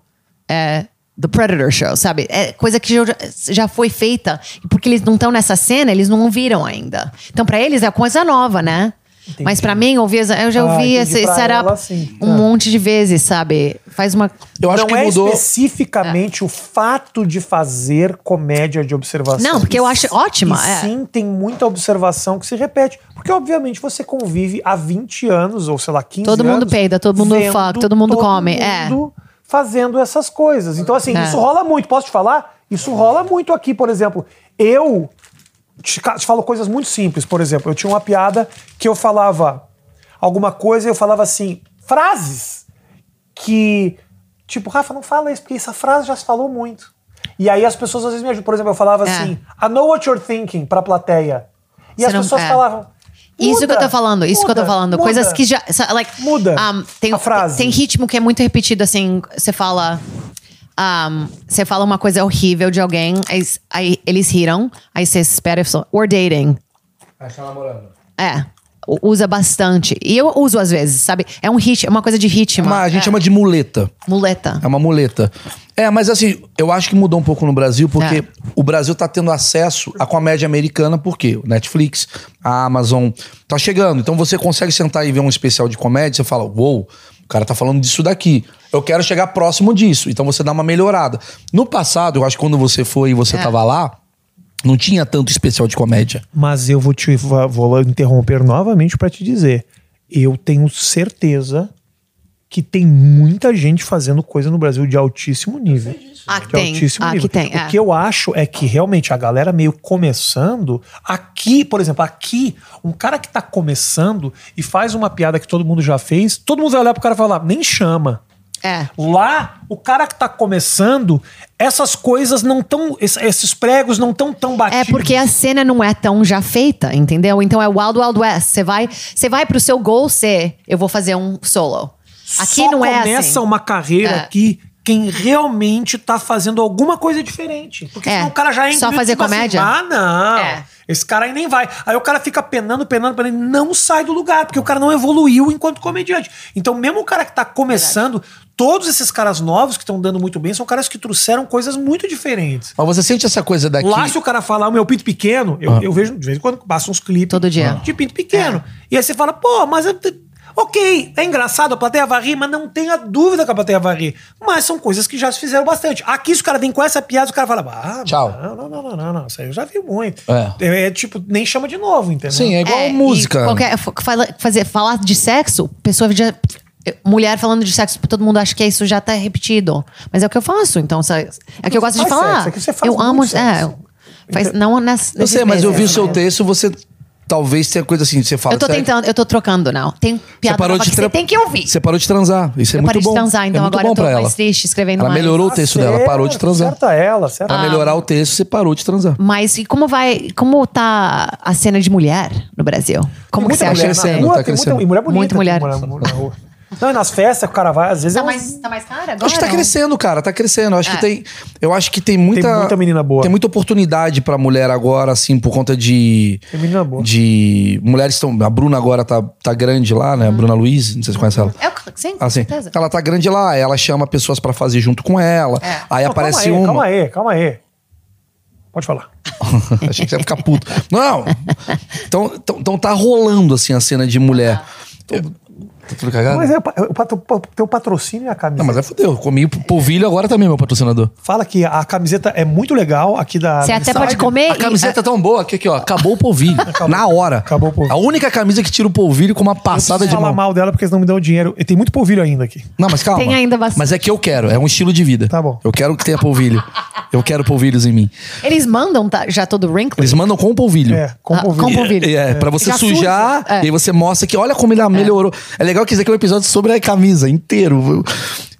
S2: É. The Predator Show, sabe? É coisa que já, já foi feita. E porque eles não estão nessa cena, eles não viram ainda. Então, pra eles é coisa nova, né? Mas pra mim, ouvir, essa- eu já
S3: Ah,
S2: ouvi
S3: entendi.
S2: esse,
S3: Pra
S2: esse era
S3: ela, sim.
S2: um
S3: Ah.
S2: monte de vezes, sabe? Faz uma.
S1: Eu acho
S3: não
S1: que
S3: é
S1: mudou.
S3: especificamente o fato de fazer comédia de observação.
S2: Não, porque eu
S3: E
S2: acho
S3: s-
S2: ótima,
S3: e
S2: é.
S3: Sim, tem muita observação que se repete. Porque, obviamente, você convive há 20 anos, ou sei lá, 15
S2: Todo
S3: anos.
S2: mundo peida, todo mundo
S3: vendo
S2: fuck, todo mundo come, é.
S3: mundo Fazendo essas coisas. Então, assim,
S2: É.
S3: isso rola muito. Posso te falar? Isso rola muito aqui, por exemplo. Eu te, ca- te falo coisas muito simples. Por exemplo, eu tinha uma piada que eu falava alguma coisa e eu falava assim, frases que, tipo, Rafa, não fala isso, porque essa frase já se falou muito. E aí as pessoas às vezes me ajudam. Por exemplo, eu falava
S2: É.
S3: assim, I know what you're thinking, pra plateia. E
S2: Você
S3: as
S2: não-
S3: pessoas
S2: é.
S3: falavam.
S2: Isso que
S3: "Muda,
S2: eu tô falando, isso que eu
S3: muda,
S2: tô falando.
S3: muda."
S2: Coisas que já. sa- Like,
S3: Muda
S2: um, tem,
S3: a frase.
S2: Tem ritmo que é muito repetido, assim. Você fala. um, Você fala uma coisa horrível de alguém, aí, aí eles riram, aí você espera e fala, we're dating.
S1: Acho que tá namorando.
S2: É. u- Usa bastante. E eu uso às vezes, sabe? É um ritmo, é uma coisa de ritmo.
S1: Mas a gente
S2: é.
S1: chama de muleta.
S2: Muleta.
S1: É uma muleta. É, mas assim, eu acho que mudou um pouco no Brasil, porque
S2: É.
S1: o Brasil tá tendo acesso à comédia americana, por quê? O Netflix, a Amazon, tá chegando. Então você consegue sentar e ver um especial de comédia, você fala, uou, o cara tá falando disso daqui. Eu quero chegar próximo disso. Então você dá uma melhorada. No passado, eu acho que quando você foi e você
S2: É.
S1: tava lá, não tinha tanto especial de comédia.
S3: Mas eu vou te va- vou interromper novamente pra te dizer. Eu tenho certeza que tem muita gente fazendo coisa no Brasil de altíssimo nível.
S2: Ah, que
S3: De
S2: tem.
S3: um é altíssimo
S2: Ah,
S3: nível.
S2: que tem.
S3: O
S2: é.
S3: que eu acho é que realmente a galera meio começando, aqui, por exemplo, aqui, um cara que tá começando e faz uma piada que todo mundo já fez, todo mundo vai olhar pro cara e falar, nem chama.
S2: É.
S3: Lá, o cara que tá começando, essas coisas não tão, es- esses pregos não tão tão
S2: É
S3: batidos.
S2: porque a cena não é tão já feita, entendeu? Então é Wild Wild West. Você vai, você vai pro seu gol ser, eu vou fazer um solo. Aqui
S3: Só
S2: não é assim.
S3: começa uma carreira
S2: É.
S3: aqui quem realmente tá fazendo alguma coisa diferente. Porque
S2: É.
S3: senão o cara já é
S2: Só
S3: incrível,
S2: fazer
S3: tipo assim,
S2: comédia?
S3: ah, não.
S2: É.
S3: Esse cara aí nem vai. Aí o cara fica penando, penando, penando, e não sai do lugar, porque o cara não evoluiu enquanto comediante. Então, mesmo o cara que tá começando, todos esses caras novos que estão dando muito bem são caras que trouxeram coisas muito diferentes.
S1: Mas você sente essa coisa daqui.
S3: Lá, se o cara falar o meu pinto pequeno, eu,
S1: Ah.
S3: eu vejo de vez em quando passa uns clipes.
S2: Todo dia. É.
S3: De pinto pequeno. E aí você fala, pô, mas. eu- Ok, é engraçado, a plateia vai rir, mas não tenha dúvida que a plateia vai rir. Mas são coisas que já se fizeram bastante. Aqui, se o cara vem com essa piada, o cara fala, ah,
S1: Tchau.
S3: Não, não, não, não, não, não, isso aí eu já vi muito.
S1: É.
S3: É, tipo, nem chama de novo, entendeu?
S1: Sim, é igual
S2: É,
S1: música.
S2: e Qualquer, fa- fala- fazer, falar de sexo, pessoa já. Mulher falando de sexo, todo mundo acha que isso já tá repetido. Mas é o que eu faço, então. sabe? É o que eu gosto de
S3: faz
S2: falar.
S3: sexo, é que você faz
S2: eu
S3: muito
S2: amo. É,
S3: sexo. Então,
S2: faz, não nas,
S1: Eu sei, mas eu vi o seu texto,
S2: texto.
S1: você talvez tenha coisa assim, você fala.
S2: né? Eu tô
S1: "Será que
S2: tentando, eu tô trocando, não. Tem piada nova que você
S1: tra-
S2: tem que ouvir.
S1: Você parou de transar. Isso é
S2: Eu
S1: muito
S2: parei de
S1: bom.
S2: transar,
S1: é
S2: então
S1: muito
S2: agora
S1: bom
S2: eu tô
S1: pra
S2: mais
S1: ela.
S2: triste, escrevendo
S1: Ela
S2: mais. Ah.
S1: melhorou o texto
S3: Tá
S1: dela, parou de transar.
S3: Ah, Certa ela, certa
S1: Pra
S3: ela.
S1: melhorar o texto, você parou de transar.
S2: Mas e como vai. Como tá a cena de mulher no Brasil? Como que
S3: Muita
S2: você acha
S3: mulher né?
S2: que
S1: crescendo,
S3: na
S2: é?
S1: tá
S3: rua, tem
S1: crescendo.
S3: Muita, e mulher bonita.
S2: Muito
S3: tem
S2: mulher.
S3: na rua. Não, e nas festas que o cara vai, às vezes
S2: Tá
S3: é umas-
S2: mais, tá mais cara agora? É.
S1: Eu acho que tá crescendo, cara, tá crescendo. Eu acho que tem, eu acho que tem muita
S3: muita menina boa.
S1: Tem muita oportunidade pra mulher agora assim por conta de
S3: Tem menina boa.
S1: de mulheres estão, a Bruna agora tá, tá grande lá,
S2: Uhum.
S1: né? A Bruna Luiz, não sei se você conhece ela.
S2: É, o- sim, com
S1: Assim,
S2: certeza.
S1: ela tá grande lá, ela chama pessoas pra fazer junto com ela.
S2: É.
S1: Aí
S3: Não,
S1: aparece
S3: calma aí,
S1: uma.
S3: Calma aí, calma aí. Pode falar.
S1: Achei que você ia ficar puto. Não! Então, então, então tá rolando assim a cena de mulher. Eu- Tá tudo cagado?
S3: Mas é, o pa- o pat- o teu patrocínio é a camiseta.
S1: Não, mas é fudeu. Comi o polvilho agora também, meu patrocinador.
S3: Fala que a camiseta é muito legal aqui da.
S2: Você
S3: da
S2: até
S3: Insider.
S2: pode comer.
S1: A
S2: e-
S1: camiseta é tão boa que aqui, ó, acabou o polvilho. na hora.
S3: Acabou o polvilho.
S1: A única camisa que tira o polvilho com uma passada
S3: Não
S1: de
S3: falar
S1: mão.
S3: mal dela porque eles não me dão dinheiro. E tem muito polvilho ainda aqui.
S1: Não, mas calma.
S2: Tem ainda bastante.
S1: Mas é que eu quero, é um estilo de vida.
S3: Tá bom.
S1: Eu quero que tenha polvilho. Eu quero polvilhos em mim.
S2: Eles mandam tá, já todo wrinkly?
S1: Eles mandam com o polvilho.
S3: É, com
S2: Ah,
S3: polvilho.
S2: com polvilho.
S1: É, pra você
S2: Já suja.
S1: sujar,
S2: É.
S1: e aí você mostra que olha como ele melhorou. É legal que isso aqui é um episódio sobre a camisa inteiro.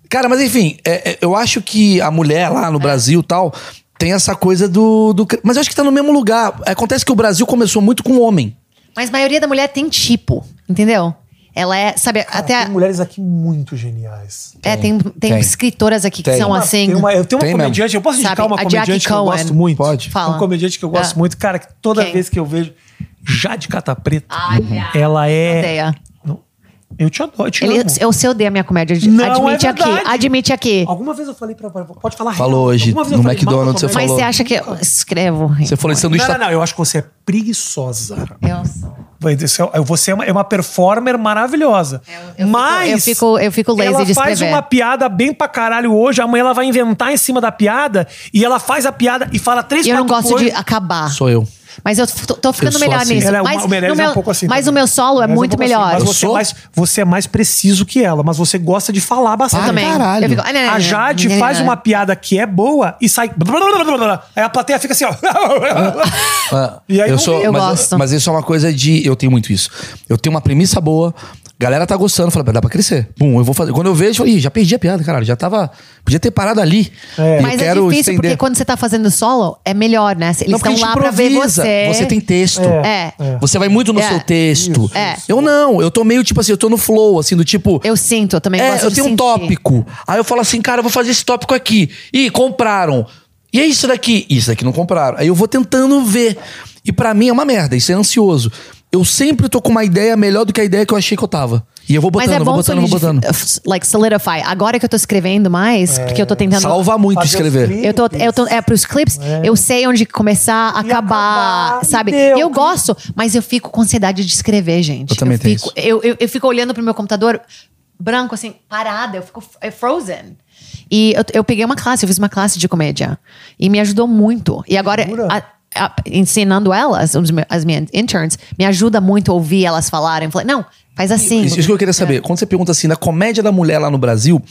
S1: Cara, mas enfim, é, é, eu acho que a mulher lá
S2: É.
S1: no Brasil e tal tem essa coisa do, do. Mas eu acho que tá no mesmo lugar. Acontece que o Brasil começou muito com o homem.
S2: Mas a maioria da mulher tem tipo, entendeu? Ela é, sabe, até.
S3: Tem mulheres aqui muito geniais.
S2: é, tem, tem,
S1: tem.
S2: escritoras aqui
S1: Tem.
S2: que são
S1: Uma-
S2: assim.
S3: Tem uma, é. eu tenho uma
S1: Tem mesmo.
S3: comediante, eu posso indicar
S2: Sabe,
S3: uma
S2: a Jackie
S3: comediante que eu
S2: Cohen.
S3: gosto muito?
S1: Pode.
S2: Fala.
S3: Um comediante que eu gosto
S2: Ah.
S3: muito, cara, que toda
S2: Quem?
S3: vez que eu vejo Jade Catapreta,
S2: Olha.
S3: ela é.
S2: Odeia.
S3: Não. Eu te adoro, eu te
S2: Ele,
S3: amo.
S2: eu se odeio a minha comédia.
S3: Não, é
S2: admite aqui,
S3: verdade.
S2: admite aqui.
S3: Alguma vez eu falei pra. Pode falar.
S1: Falou
S3: real.
S1: hoje,
S3: Alguma vez eu
S1: no
S3: falei mal da
S1: McDonald's, você
S3: comédia?
S1: falou.
S2: Mas você acha que eu escrevo?
S1: Você falou esse sanduíche
S3: Não,
S1: tá
S3: não, não. Eu acho que você é preguiçosa.
S2: Eu sou.
S3: Vai dizer, Você é uma, é uma performer maravilhosa.
S2: É, eu fico- eu
S3: Mas.
S2: fico- eu fico lazy
S3: ela
S2: de
S3: faz
S2: escrever.
S3: uma piada bem pra caralho hoje, amanhã ela vai inventar em cima da piada e ela faz a piada e fala três
S2: E eu não
S3: quatro
S2: gosto
S3: coisas.
S2: de acabar.
S1: Sou eu.
S2: Mas eu tô, tô ficando
S1: sou
S2: melhor
S1: assim.
S2: nisso.
S3: Ela é uma-
S2: mas
S3: o Meirelles
S2: no
S3: é
S2: meu,
S3: um pouco assim.
S2: mas
S3: também.
S2: o meu solo é
S3: Meirelles um
S2: muito
S3: pouco
S2: melhor.
S3: Assim.
S1: Eu
S3: Mas você, é
S1: sou?
S3: mais, você é mais preciso que ela, mas você gosta de falar bastante.
S1: Ah,
S2: também.
S1: caralho.
S2: Eu fico, ah, não, não, não,
S3: A
S2: não,
S3: Jade
S2: não, não,
S3: faz
S2: não.
S3: uma piada que é boa e sai. Aí a plateia fica assim, ó.
S1: Ah,
S3: E aí
S1: eu
S3: não
S1: sou,
S2: Eu
S1: mas,
S2: gosto.
S1: mas isso é uma coisa de. Eu tenho muito isso. Eu tenho uma premissa boa, galera tá gostando, fala, dá pra crescer. Bum, eu vou fazer. Quando eu vejo, eu falo, Ih, já perdi a piada, caralho. Já tava. Podia ter parado ali. E
S2: Mas
S1: eu
S2: é
S1: quero
S2: difícil,
S1: estender.
S2: porque quando você tá fazendo solo, é melhor, né? Eles
S1: Não, porque
S2: estão lá pra ver
S1: improvisa.
S2: você.
S1: Você tem texto.
S2: É.
S1: Você vai muito no
S2: É.
S1: seu texto.
S2: É.
S1: Eu não, eu tô meio tipo assim, eu tô no flow, assim, do tipo.
S2: Eu sinto, eu também
S1: É,
S2: gosto
S1: eu
S2: de
S1: tenho um
S2: sentir.
S1: tópico. Aí eu falo assim, cara, eu vou fazer esse tópico aqui. Ih, compraram. E é isso daqui? Isso daqui não compraram. Aí eu vou tentando ver. E pra mim é uma merda, isso é ansioso. Eu sempre tô com uma ideia melhor do que a ideia que eu achei que eu tava. E eu vou
S2: Mas
S1: botando,
S2: é
S1: eu vou
S2: bom
S1: botando, eu vou
S2: solidi-
S1: botando.
S2: f- like solidify. Agora que eu tô escrevendo mais, porque eu tô tentando
S1: Salva muito
S3: Fazer os
S1: escrever.
S3: clipes.
S2: Eu tô, eu tô, é, pros clips, eu sei onde começar, acabar,
S3: acabar,
S2: sabe?
S3: e deu,
S2: eu
S3: clipe.
S2: gosto, mas eu fico com ansiedade de escrever, gente.
S1: Eu também tenho
S2: fico, Eu, eu, eu fico olhando pro meu computador branco, assim, parada, eu fico f- é frozen. E eu, eu peguei uma classe, eu fiz uma classe de comédia. E me ajudou muito. E agora,
S3: Jura?
S2: a- a- ensinando elas, os meus- as minhas interns, me ajuda muito a ouvir elas falarem. Falei, não, faz assim.
S1: Isso, isso que eu queria saber. Quando você pergunta assim, na comédia da mulher lá no Brasil,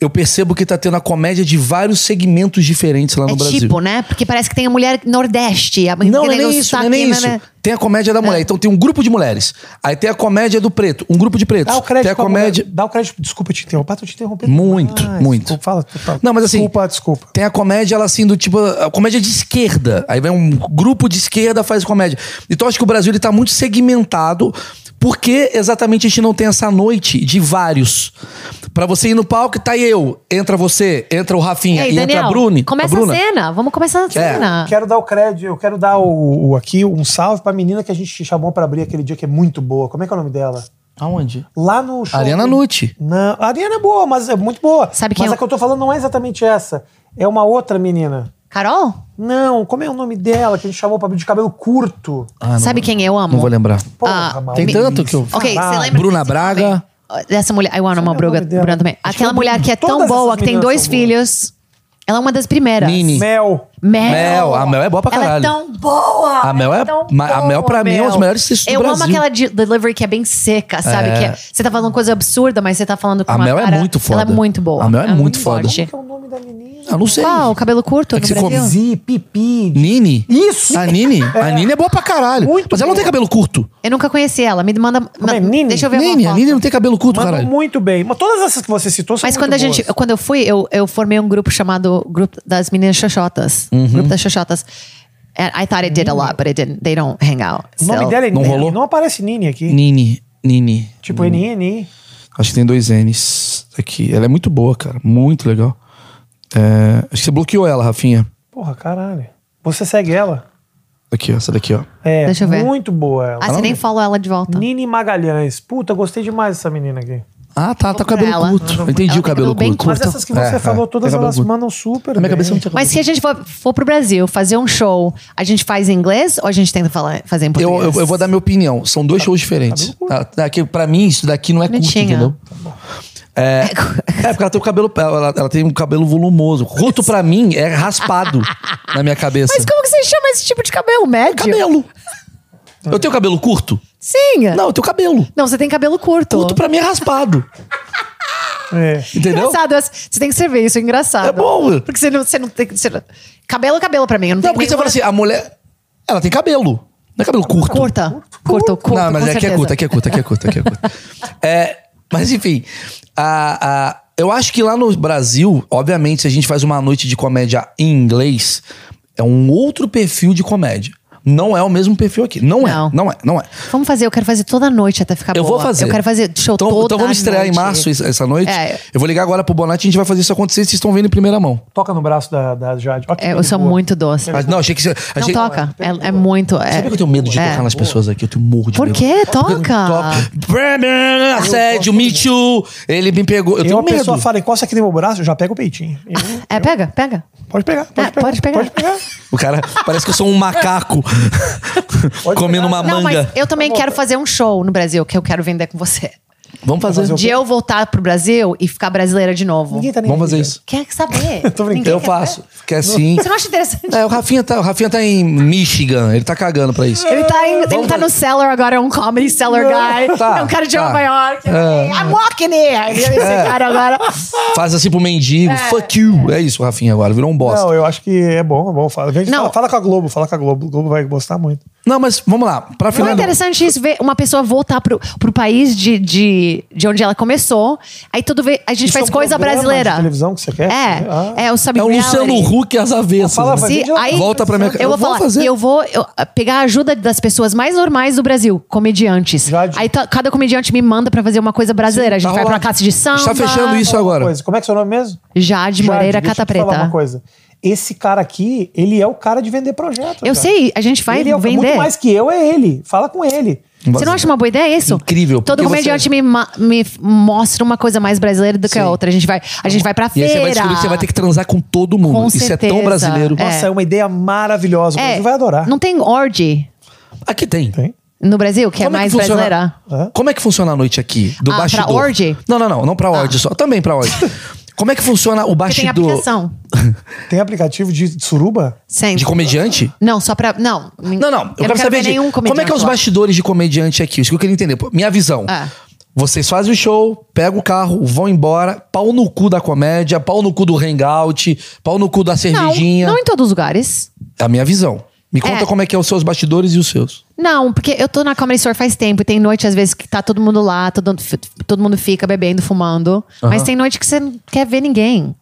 S1: eu percebo que tá tendo a comédia de vários segmentos diferentes lá no
S2: é
S1: Brasil.
S2: tipo, né? Porque parece que tem a mulher nordeste. A
S1: Não, não é
S2: mulher
S1: nem
S2: do
S1: isso, não é nem
S2: sotaque,
S1: isso.
S2: né, né?
S1: Tem a comédia da mulher, então tem um grupo de mulheres. Aí tem a comédia do preto, um grupo de pretos.
S3: Dá o crédito
S1: tem a
S3: pra
S1: comédia.
S3: mulher. Dá o crédito. Desculpa te interromper. Tô te interrompendo.
S1: Muito,
S3: demais.
S1: muito.
S3: Desculpa, fala, fala.
S1: Não, mas assim-
S3: Desculpa, desculpa.
S1: Tem a comédia, ela assim, do tipo. A comédia de esquerda. Aí vai um grupo de esquerda faz comédia. Então acho que o Brasil ele tá muito segmentado. Porque exatamente a gente não tem essa noite de vários. Pra você ir no palco, tá eu, entra você, entra o Rafinha
S2: Ei,
S1: e entra a Bruni.
S2: começa
S1: a Bruna. É.
S2: cena. Vamos começar a cena.
S3: Quero dar o crédito, eu quero dar o, o- aqui um salve pra menina que a gente chamou pra abrir aquele dia que é muito boa. Como é que é o nome dela?
S1: Aonde?
S3: Lá no show.
S1: Ariana Nucci.
S3: Não, a Ariana é boa, mas é muito boa.
S2: Sabe quem
S3: mas
S2: eu-
S3: a que eu tô falando não é exatamente essa. É uma outra menina.
S2: Carol,
S1: Ah,
S3: Não, como é o nome dela que a gente chamou pra abrir de cabelo curto?
S2: sabe quem é, eu amo?
S1: Ah, Não vou lembrar.
S3: Porra, Mauro.
S1: Tem
S2: me-
S1: tanto que eu.
S2: Ok,
S3: Caralho.
S2: você lembra?
S1: Bruna
S2: desse
S1: Braga.
S2: homem? Uh, Dessa mulher, eu amo a
S3: Sabe o
S2: Bruga,
S3: nome dela?
S2: Bruna também.
S3: Acho
S2: Aquela
S3: que eu-
S2: mulher que é tão
S3: todas
S2: boa,
S3: essas
S2: que tem
S3: meninas
S2: dois
S3: são boas.
S2: filhas. Ela é uma das primeiras.
S1: Mini.
S3: Mel.
S2: Mel.
S1: Mel, a Mel é boa pra
S2: Ela é
S1: caralho.
S2: tão boa.
S1: A Mel é-
S2: ela tão
S1: ma- a
S2: boa,
S1: Mel, pra mim, é uma das
S2: Mel.
S1: melhores textos do
S2: Eu amo
S1: Brasil.
S2: aquela de- delivery que é bem seca, sabe?
S1: É.
S2: Que é- você tá falando coisa absurda, mas você tá falando com
S1: A
S2: uma
S1: Mel é
S2: cara-
S1: muito foda.
S2: Ela é muito boa.
S1: A Mel é
S2: Ela
S1: muito foda.
S2: forte.
S3: Como é o nome da menina?
S1: Ah, não sei.
S2: Qual? O cabelo curto
S1: É que
S2: no
S1: você
S2: Brasil?
S1: come-
S3: Zi, pipi.
S1: Nini?
S3: Isso.
S1: A Nini? A Nini é boa pra caralho.
S3: Muito
S1: Mas ela não tem cabelo curto.
S2: Eu nunca conheci ela. Me manda.
S3: é?
S2: ma-
S3: Nini?
S2: Deixa eu ver
S1: Nini,
S2: uma
S1: a
S2: foto.
S1: Nini não tem cabelo curto,
S3: Mandou
S1: caralho.
S3: muito bem. Mas todas essas que você citou são
S2: Mas
S3: muito
S2: quando a gente,
S3: boas.
S2: quando eu fui, eu, eu formei um grupo chamado Grupo das Meninas Xoxotas.
S1: Uhum.
S2: Grupo das Xoxotas. And I thought it did a lot, but it didn't. They don't hang out.
S3: O nome
S2: so.
S3: dela é
S1: Não
S3: Nini.
S1: rolou?
S3: Não aparece Nini aqui.
S1: Nini, Nini.
S3: Tipo NN.
S1: Acho que tem dois N's aqui. Ela é muito boa, cara. Muito legal. É, Acho que você bloqueou ela, Rafinha.
S3: Porra, caralho. Você segue ela?
S1: Aqui, ó. Essa daqui, ó.
S3: É,
S2: Deixa eu ver.
S3: muito boa ela.
S2: Ah, você tá. nem falou ela de volta.
S3: Nini Magalhães. Puta, gostei demais dessa menina aqui.
S1: Ah, tá. Tá com
S2: Vou
S1: cabelo
S2: procurar ela.
S1: curto. Eu entendi
S2: Ela
S1: o cabelo,
S2: tem cabelo bem
S1: curto.
S3: Mas
S2: Curto.
S3: essas que você
S1: É,
S3: falou,
S1: é.
S3: todas
S1: Tem cabelo
S3: elas
S1: curto.
S3: mandam super.
S1: Na minha
S3: bem.
S1: cabeça não tinha
S2: Mas
S1: cabelo
S2: se a gente for, for pro Brasil fazer um show, a gente faz em inglês ou a gente tenta falar, fazer em
S1: eu,
S2: português?
S1: eu, eu vou dar minha opinião. São dois shows diferentes. Tá, daqui, pra mim, isso daqui não é curto,
S2: Bonitinha.
S1: entendeu? É, é, porque ela tem o cabelo. Ela, ela tem um cabelo volumoso. Curto pra mim é raspado na minha cabeça.
S2: Mas como que você chama esse tipo de cabelo? Médio?
S1: cabelo. Eu tenho cabelo curto?
S2: Sim. Não.
S1: Não, eu tenho cabelo.
S2: você tem cabelo curto.
S1: Curto pra mim é raspado.
S3: É.
S1: Entendeu?
S2: Engraçado. essa- Você tem que servir isso, é engraçado.
S1: É bom.
S2: Porque você não, você não tem que. você não- Cabelo é cabelo pra mim. Eu
S1: Não,
S2: não, tenho
S1: porque você fala
S2: nenhuma-
S1: assim, a mulher. Ela tem cabelo. Não é cabelo curto.
S2: Curta. Curto, curto.
S1: não, mas aqui
S2: com
S1: é
S2: certeza.
S1: curto, aqui é curto, aqui é curto, aqui é curto. É, mas enfim, a, a- eu acho que lá no Brasil, obviamente, se a gente faz uma noite de comédia em inglês, é um outro perfil de comédia. Não é o mesmo perfil aqui. Não,
S2: Não.
S1: é, não é, não é.
S2: Vamos fazer, eu quero fazer toda noite até ficar
S1: Eu
S2: boa.
S1: vou fazer.
S2: Eu quero fazer show
S1: então,
S2: toda
S1: Então vamos estrear em
S2: noite.
S1: março es- essa noite.
S2: É.
S1: Eu vou ligar agora pro Bonatti e a gente vai fazer isso acontecer. Vocês estão vendo em primeira mão.
S3: Toca no braço da, da Jade. Ó, que
S2: É, eu
S3: coisa
S2: sou
S3: boa.
S2: muito doce.
S1: Ah, não, achei que... você-
S2: Não
S1: achei-
S2: toca. É, é muito. É,
S1: Sabe que eu tenho medo de
S2: é.
S1: tocar nas pessoas aqui? Eu tenho morro de
S2: Por
S1: medo. Ah,
S2: quê?
S1: Porque
S2: Toca.
S1: eu Brandon, assédio, me too. Ele me pegou. Eu
S3: E
S1: tenho
S3: uma
S1: medo.
S3: pessoa fala, encosta aqui no meu braço, eu já pego o peitinho. Eu-
S2: É, pega, pega.
S3: Pode pegar, pode
S2: É,
S3: pegar.
S2: pode pegar.
S1: O cara parece que eu sou um macaco comendo uma
S2: Não,
S1: manga.
S2: mas eu também quero fazer um show no Brasil que eu quero vender com você.
S1: Vamos fazer.
S3: fazer o-
S2: De eu voltar pro Brasil e ficar brasileira de novo.
S3: Ninguém tá nem
S1: Vamos fazer
S3: aí,
S1: isso.
S2: Quer saber?
S3: Tô brincando.
S2: Ninguém
S1: Eu
S2: quer
S1: faço. Quer sim.
S2: saber. Você não acha interessante?
S1: É, o Rafinha tá, o Rafinha tá em Michigan, ele tá cagando pra isso.
S2: Ele tá, em- ele tá no cellar agora, é um comedy cellar guy.
S1: Tá,
S2: é um cara de
S1: tá. É.
S2: Nova York. I'm walking here. Esse cara agora.
S1: Faz assim pro mendigo, fuck you. É isso, o Rafinha agora, virou um bosta. Não,
S3: Não, eu acho que é bom, é bom. Fala, Vem,
S2: Não.
S3: fala, fala com a Globo, fala com a Globo. O Globo vai gostar muito.
S1: mas vamos lá, pra
S2: Não é
S1: Fernanda.
S2: interessante isso ver uma pessoa voltar pro, pro país de, de, de onde ela começou. Aí tudo vê, a gente
S3: Isso é
S2: faz
S3: um
S2: coisa
S3: programa
S2: brasileira.
S3: de televisão que você quer?
S2: É,
S3: Ah.
S2: é o sabe
S1: É o Luciano
S2: reality.
S1: Huck às avessas. né?
S3: Fala, vai.
S2: Se,
S3: Vídeo-
S2: aí,
S1: Volta pra minha
S2: Eu vou falar,
S1: fazer.
S2: eu vou eu, ah, pegar a ajuda das pessoas mais normais do Brasil, comediantes.
S3: Jade.
S2: Aí tá- cada comediante me manda pra fazer uma coisa brasileira. A gente
S1: Tá
S2: vai pra
S1: rolando.
S2: classe de
S1: A
S2: samba.
S1: gente tá fechando isso agora.
S3: Coisa. Como é que é o seu nome mesmo?
S2: Jade Moreira
S3: deixa
S2: Cata
S3: eu te falar
S2: Preta.
S3: uma coisa. Esse cara aqui, ele é o cara de vender projeto.
S2: Eu
S3: cara.
S2: sei, a gente vai
S3: ele é o-
S2: vender.
S3: Muito mais que eu é ele. Fala com ele.
S2: Você não acha uma boa ideia isso?
S1: Incrível,
S2: Todo
S1: porque
S2: comediante
S1: você-
S2: me, ma- me mostra uma coisa mais brasileira do que a outra. A gente vai, a gente vai pra
S1: E
S2: feira.
S1: aí você vai descobrir que você vai ter que transar com todo mundo.
S2: Com
S1: isso é tão
S2: certeza.
S1: brasileiro.
S2: É.
S3: Nossa, é, uma ideia maravilhosa. O
S2: É,
S3: Brasil vai adorar.
S2: Não tem orgy
S1: Aqui tem.
S3: Tem?
S2: no Brasil,
S1: Como
S2: que é
S1: é que
S2: mais
S1: funciona-
S2: brasileira.
S3: Hã?
S1: Como é que funciona a noite aqui? Do
S2: Ah, pra
S1: bastidor?
S2: orgy? Ah.
S1: Não, não, não. Não pra orgy só. Também pra orgy. Como é que funciona o
S2: Porque tem
S1: bastidor?
S2: aplicação.
S3: Tem aplicativo de de suruba?
S2: Sim.
S1: De comediante?
S2: Não, só pra. Não. nin-
S1: Não, não. Eu, quero, saber
S2: ver
S1: de,
S2: nenhum comediante.
S1: como é que é os
S2: lá.
S1: bastidores de comediante aqui. Isso que eu queria entender. Pô, Minha visão.
S2: Ah.
S1: Vocês fazem o show, pegam o carro, vão embora, pau no cu da comédia, pau no cu do hangout, pau no cu da
S2: Não,
S1: cervejinha.
S2: não em todos os lugares.
S1: É a minha visão. Me conta
S2: É.
S1: como é que é os seus bastidores e os seus.
S2: Não, porque eu tô na Comedy Store faz tempo e tem noite, às vezes, que tá todo mundo lá, todo, fi- todo mundo fica bebendo, fumando. Mas tem noite que você não quer ver ninguém.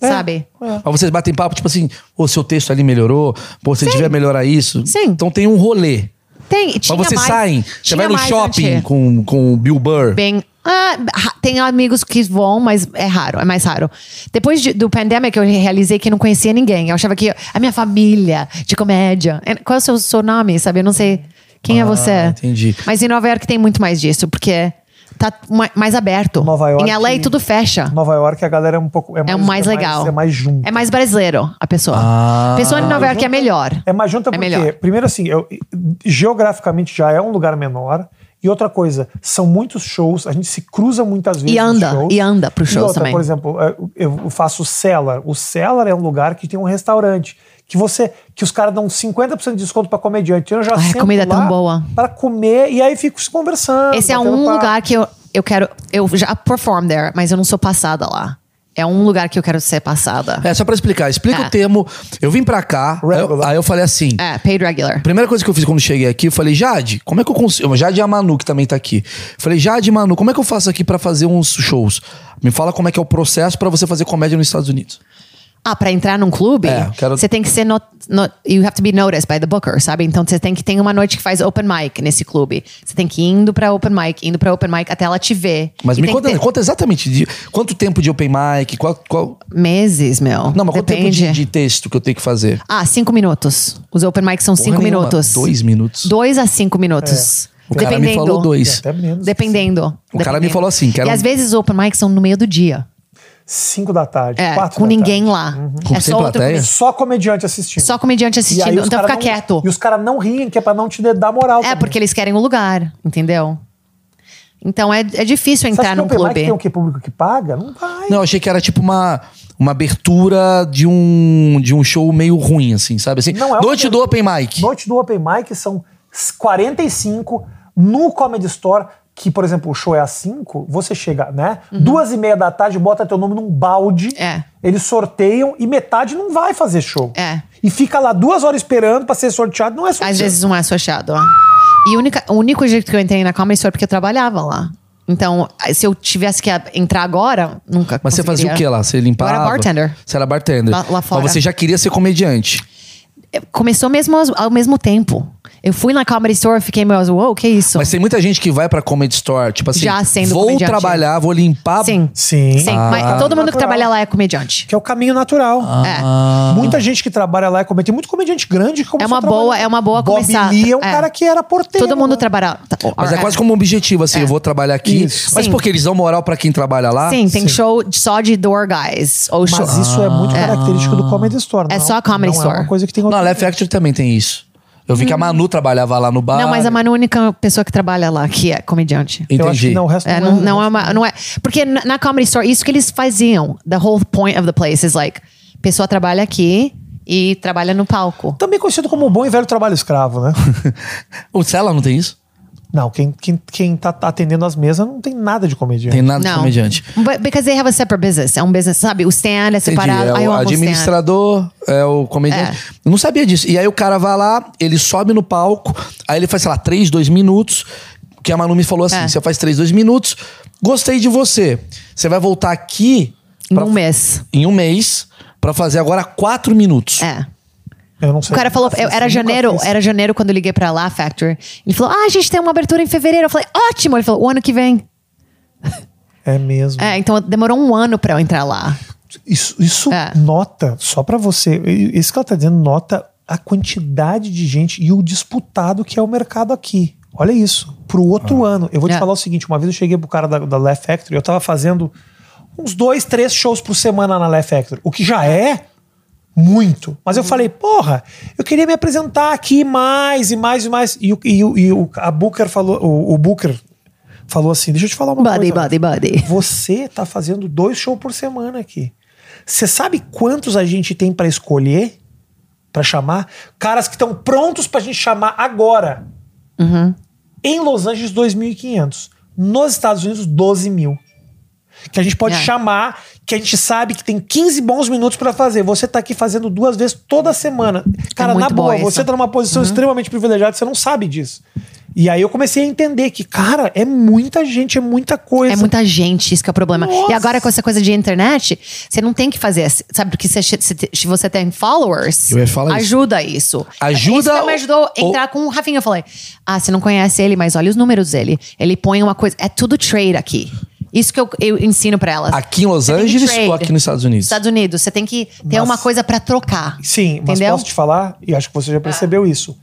S3: É.
S2: Sabe?
S1: Mas vocês batem papo, tipo assim, ô, seu texto ali melhorou, pô, se tiver melhorar isso.
S2: Sim.
S1: Então tem um rolê.
S2: Tem. e Tinha
S1: Mas vocês
S2: mais,
S1: saem, você
S2: tinha
S1: vai no
S2: mais
S1: shopping
S2: antes. é.
S1: com, com o Bill Burr.
S2: Bem. ah, ra- tem amigos que vão, mas é raro, é mais raro. Depois de- do pandemic, eu realizei que não conhecia ninguém. Eu achava que a minha família de comédia. É, Qual é o seu, seu nome? Sabe? Eu não sei. Quem é
S1: Ah,
S2: você?
S1: entendi.
S2: Mas em Nova York tem muito mais disso, porque tá ma- mais aberto.
S3: Nova York-
S2: Em LA tudo fecha.
S3: Nova York, a galera é um pouco. É mais,
S2: É o mais
S3: é
S2: legal.
S3: é mais junto.
S2: É mais brasileiro a pessoa.
S1: Ah,
S2: A pessoa em Nova York é melhor.
S3: É mais junta
S2: É
S3: porque,
S2: melhor.
S3: primeiro assim, eu- geograficamente já é um lugar menor. E outra coisa, são muitos shows, a gente se cruza muitas vezes. nos
S2: anda,
S3: shows.
S2: e anda pros
S3: E
S2: shows
S3: outra,
S2: também.
S3: Por exemplo, eh, eu faço o Cellar. O Cellar é um lugar que tem um restaurante que você que os caras dão 50% de desconto pra comediante. Eu já
S2: Ai, a
S3: sento
S2: comida é tão
S3: lá
S2: boa.
S3: Pra comer e aí fico se conversando.
S2: Esse é
S3: batendo
S2: um
S3: papo.
S2: lugar que eu, eu quero. Eu já perform there, mas eu não sou passada lá. É um lugar que eu quero ser passada.
S1: É, só pra explicar. Explica
S2: É.
S1: o termo. Eu vim pra cá, aí eu,
S3: Regular.
S1: aí eu falei assim.
S2: É, paid regular.
S1: Primeira coisa que eu fiz quando cheguei aqui, eu falei, Jade, como é que eu consigo. Jade e a Manu, que também tá aqui. Eu falei, Jade e Manu, como é que eu faço aqui pra fazer uns shows? Me fala como é que é o processo pra você fazer comédia nos Estados Unidos.
S2: Ah, pra entrar num clube,
S1: É, eu quero-
S2: você tem que ser. Not, not- you have to be noticed by the booker, sabe? Então você tem que ter uma noite que faz open mic nesse clube. Você tem que ir indo pra open mic, indo pra open mic até ela te ver.
S1: Mas
S2: E
S1: me
S2: tem que
S1: conta,
S2: ter
S1: conta exatamente de quanto tempo de open mic, qual. qual-
S2: Meses, meu.
S1: não, mas quanto tempo
S2: Depende.
S1: de, de texto que eu tenho que fazer?
S2: Ah, cinco minutos. Os open mics são cinco
S1: nenhuma,
S2: minutos.
S1: dois minutos.
S2: Dois a cinco minutos.
S1: É. O cara me falou dois.
S3: Até menos.
S2: Dependendo.
S1: O cara me
S2: dependendo.
S1: falou assim, que era
S2: E
S1: um-
S2: às vezes os open mics são no meio do dia.
S3: 5 da tarde, Uhum.
S2: É,
S3: 4
S2: com
S3: da
S2: ninguém
S3: tarde.
S2: lá.
S1: Com
S2: é
S1: sem
S2: só outro.
S1: plateia?
S3: Só comediante assistindo.
S2: Só comediante
S3: E aí
S2: assistindo.
S3: os
S2: Então
S3: cara
S2: fica
S3: não-
S2: quieto.
S3: E os caras não riem, que é pra não te dar moral.
S2: É,
S3: também.
S2: porque eles querem o lugar, entendeu? Então é, é difícil
S3: Você acha
S2: entrar
S3: que
S2: num
S3: open mic
S2: clube.
S3: Tem o que? Público que paga? Não vai.
S1: Não, eu achei que era tipo uma, uma abertura de um, de um show meio ruim, assim, sabe? Assim,
S3: Não é
S1: noite
S3: open-
S1: do open mic.
S3: Noite do Open Mic são 45 no Comedy Store, que, por exemplo, o show é às 5, você chega, né? Duas e meia da tarde, bota teu nome num balde,
S2: Uhum. É.
S3: eles sorteiam e metade não vai fazer show.
S2: É.
S3: E fica lá duas horas esperando pra ser sorteado, não é sorteado.
S2: Às vezes não é associado. ó. E o única- o único jeito que eu entrei na Comedy Store é porque eu trabalhava lá. Então, se eu tivesse que entrar agora, nunca
S1: Mas você fazia o
S2: conseguiria.
S1: que lá? Você limpava?
S2: Eu era é. bartender.
S1: Você era bartender.
S2: Lá- lá fora.
S1: Mas você já queria ser comediante.
S2: começou mesmo aos- ao, mesmo tempo. Eu fui na Comedy Store, fiquei meio, uou, que isso?
S1: Mas tem muita gente que vai pra Comedy Store, tipo assim,
S2: Já sendo
S1: vou
S2: comediante.
S1: trabalhar, vou limpar.
S2: Sim.
S3: Sim.
S2: Sim,
S1: Ah.
S2: mas todo mundo que trabalha lá é comediante.
S3: Que é o caminho natural. É. Muita gente que trabalha lá é comediante. Tem muito comediante grande que começou
S2: uma
S3: a trabalhar.
S2: boa- é uma boa
S3: Bob
S2: começar.
S3: Lee é um
S2: É.
S3: cara que era porteiro.
S2: Todo mundo
S3: né?
S2: trabalha. tá,
S1: Mas é
S2: é.
S1: quase como um objetivo, assim, eu vou trabalhar aqui.
S3: Isso.
S1: Mas
S2: Sim.
S1: porque eles dão moral pra quem trabalha lá.
S2: Sim, tem show de- só de door guys. Ou show.
S3: Mas isso é muito característico do Comedy Store.
S2: Ah. É
S3: não-
S2: só a Comedy
S3: não É
S2: Store.
S3: uma coisa que tem
S1: Na
S3: outro-
S1: Left Factory também tem isso. Eu vi que a Manu trabalhava lá no bar.
S2: Hum. Não, mas a Manu é a única pessoa que trabalha lá que é comediante.
S3: Eu acho
S1: Entendi.
S3: que não, o resto
S2: É,
S3: não,
S2: não, não é uma, não é. Porque na na Comedy Store, isso que eles faziam. The whole point of the place is like, pessoa trabalha aqui e trabalha no palco.
S3: Também conhecido como o bom e velho trabalho escravo, né?
S1: O Cela não tem isso?
S3: não, quem, quem, quem tá atendendo as mesas não tem nada de comediante.
S1: Tem nada de comediante.
S2: But because they have a separate business. É um business, sabe? O stand é
S1: Entendi.
S2: separado.
S1: É
S2: Ai,
S1: o
S2: eu É. amo stand.
S1: administrador, é o comediante. Eu não sabia disso. E aí o cara vai lá, ele sobe no palco, aí ele faz, sei lá, três, dois minutos. Que a Manu me falou assim:
S2: É.
S1: você faz três, dois minutos, gostei de você. Você vai voltar aqui
S2: Em
S1: pra-
S2: um mês.
S1: em um mês pra fazer agora quatro minutos.
S2: É.
S3: Eu não sei. Assim,
S2: O cara falou, eu- era
S3: Nunca
S2: janeiro,
S3: fiz.
S2: era janeiro quando eu liguei pra lá, Factory. Ele falou, ah, a gente tem uma abertura em fevereiro. Eu falei, ótimo. Ele falou, o ano que vem.
S3: É mesmo.
S2: É, então demorou um ano pra eu entrar lá.
S3: Isso, isso
S2: É.
S3: nota, só pra você, e- isso que ela tá dizendo, nota a quantidade de gente e o disputado que é o mercado aqui. Olha isso. Pro outro ano. Eu vou te
S2: É.
S3: falar o seguinte: uma vez eu cheguei pro cara da, da Left Factory, eu tava fazendo uns dois, três shows por semana na Left Factory, o que já é muito. Mas eu falei, porra, eu queria me apresentar aqui mais e mais e mais. E, o- e o- e o, a Booker falou, o, o Booker falou assim: deixa eu te falar uma
S2: Buddy,
S3: coisa.
S2: buddy, buddy.
S3: Você tá fazendo dois shows por semana aqui. Você sabe quantos a gente tem pra escolher? Pra chamar? Caras que estão prontos pra gente chamar agora.
S2: Uhum.
S3: Em Los Angeles, 2.500. Nos Estados Unidos, 12 mil. Que a gente pode
S2: É.
S3: chamar, que a gente sabe que tem 15 bons minutos pra fazer. Você tá aqui fazendo duas vezes toda semana. Cara, na
S2: É muito Uhum. boa
S3: boa,
S2: essa.
S3: você tá numa posição extremamente privilegiada, você não sabe disso. E aí eu comecei a entender que, cara, é muita gente, é muita coisa.
S2: É muita gente, isso que é o problema.
S3: Nossa.
S2: E agora com essa coisa de internet, você não tem que fazer, esse- sabe? Porque se, se- se você tem followers,
S1: Eu ia falar isso.
S2: ajuda isso.
S1: Ajuda
S2: Isso que me
S1: o-
S2: ajudou a
S1: o-
S2: entrar com o Rafinha. Eu falei, ah, você não conhece ele, mas olha os números dele. Ele põe uma coisa, é tudo trade aqui. Isso que eu, eu ensino pra elas.
S1: Aqui em Los
S2: Você tem que
S1: Angeles
S2: trade.
S1: ou aqui nos Estados Unidos?
S2: Estados Unidos, você tem que ter
S3: Mas-
S2: uma coisa pra trocar.
S3: Sim, mas
S2: entendeu? Ah.
S3: posso te falar, e acho que você já percebeu isso.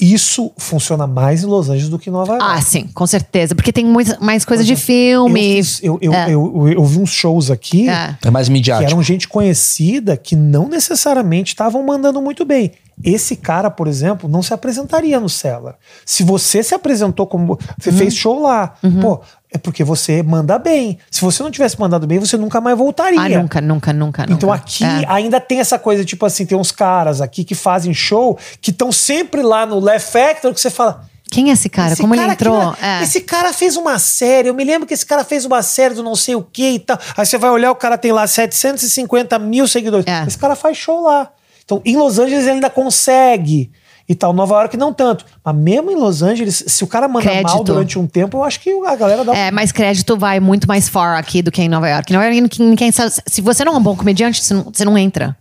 S3: Isso funciona mais em Los Angeles do que em Nova York.
S2: Ah, sim, com certeza. Porque tem muita- mais coisa de filme.
S3: Eu, fiz- eu, eu,
S2: É.
S3: eu- eu- eu vi uns shows aqui
S2: É.
S1: É mais
S3: que
S1: midiático.
S3: eram gente conhecida que não necessariamente estavam mandando muito bem. Esse cara, por exemplo, não se apresentaria no Cellar. Se você se apresentou como. Você
S2: Uhum.
S3: fez show lá. Pô, é porque você manda bem. Se você não tivesse mandado bem, você nunca mais voltaria.
S2: Ah, nunca, nunca, nunca, nunca.
S3: é. Então
S1: né?
S3: aqui
S2: É.
S3: ainda tem essa coisa, tipo assim, tem uns caras aqui que fazem show que estão sempre lá no Left Factor que você fala.
S2: Quem é esse cara?
S3: "Esse
S2: Como ele
S3: cara aqui,
S2: entrou?
S3: né?
S2: É.
S3: Esse cara fez uma série. Eu me lembro que esse cara fez uma série do não sei o que e tal. Aí você vai olhar, o cara tem lá 750 mil seguidores.
S2: É.
S3: Esse cara faz show lá. Então, em Los Angeles ele ainda consegue. E tal, Nova York não tanto. Mas mesmo em Los Angeles, se o cara manda mal
S2: Crédito.
S3: durante um tempo, eu acho que a galera dá.
S2: É, mas crédito vai muito mais far aqui do que em Nova York. Em Nova York, ninguém- ninguém sabe- Se você não é um bom comediante, você não, você não entra.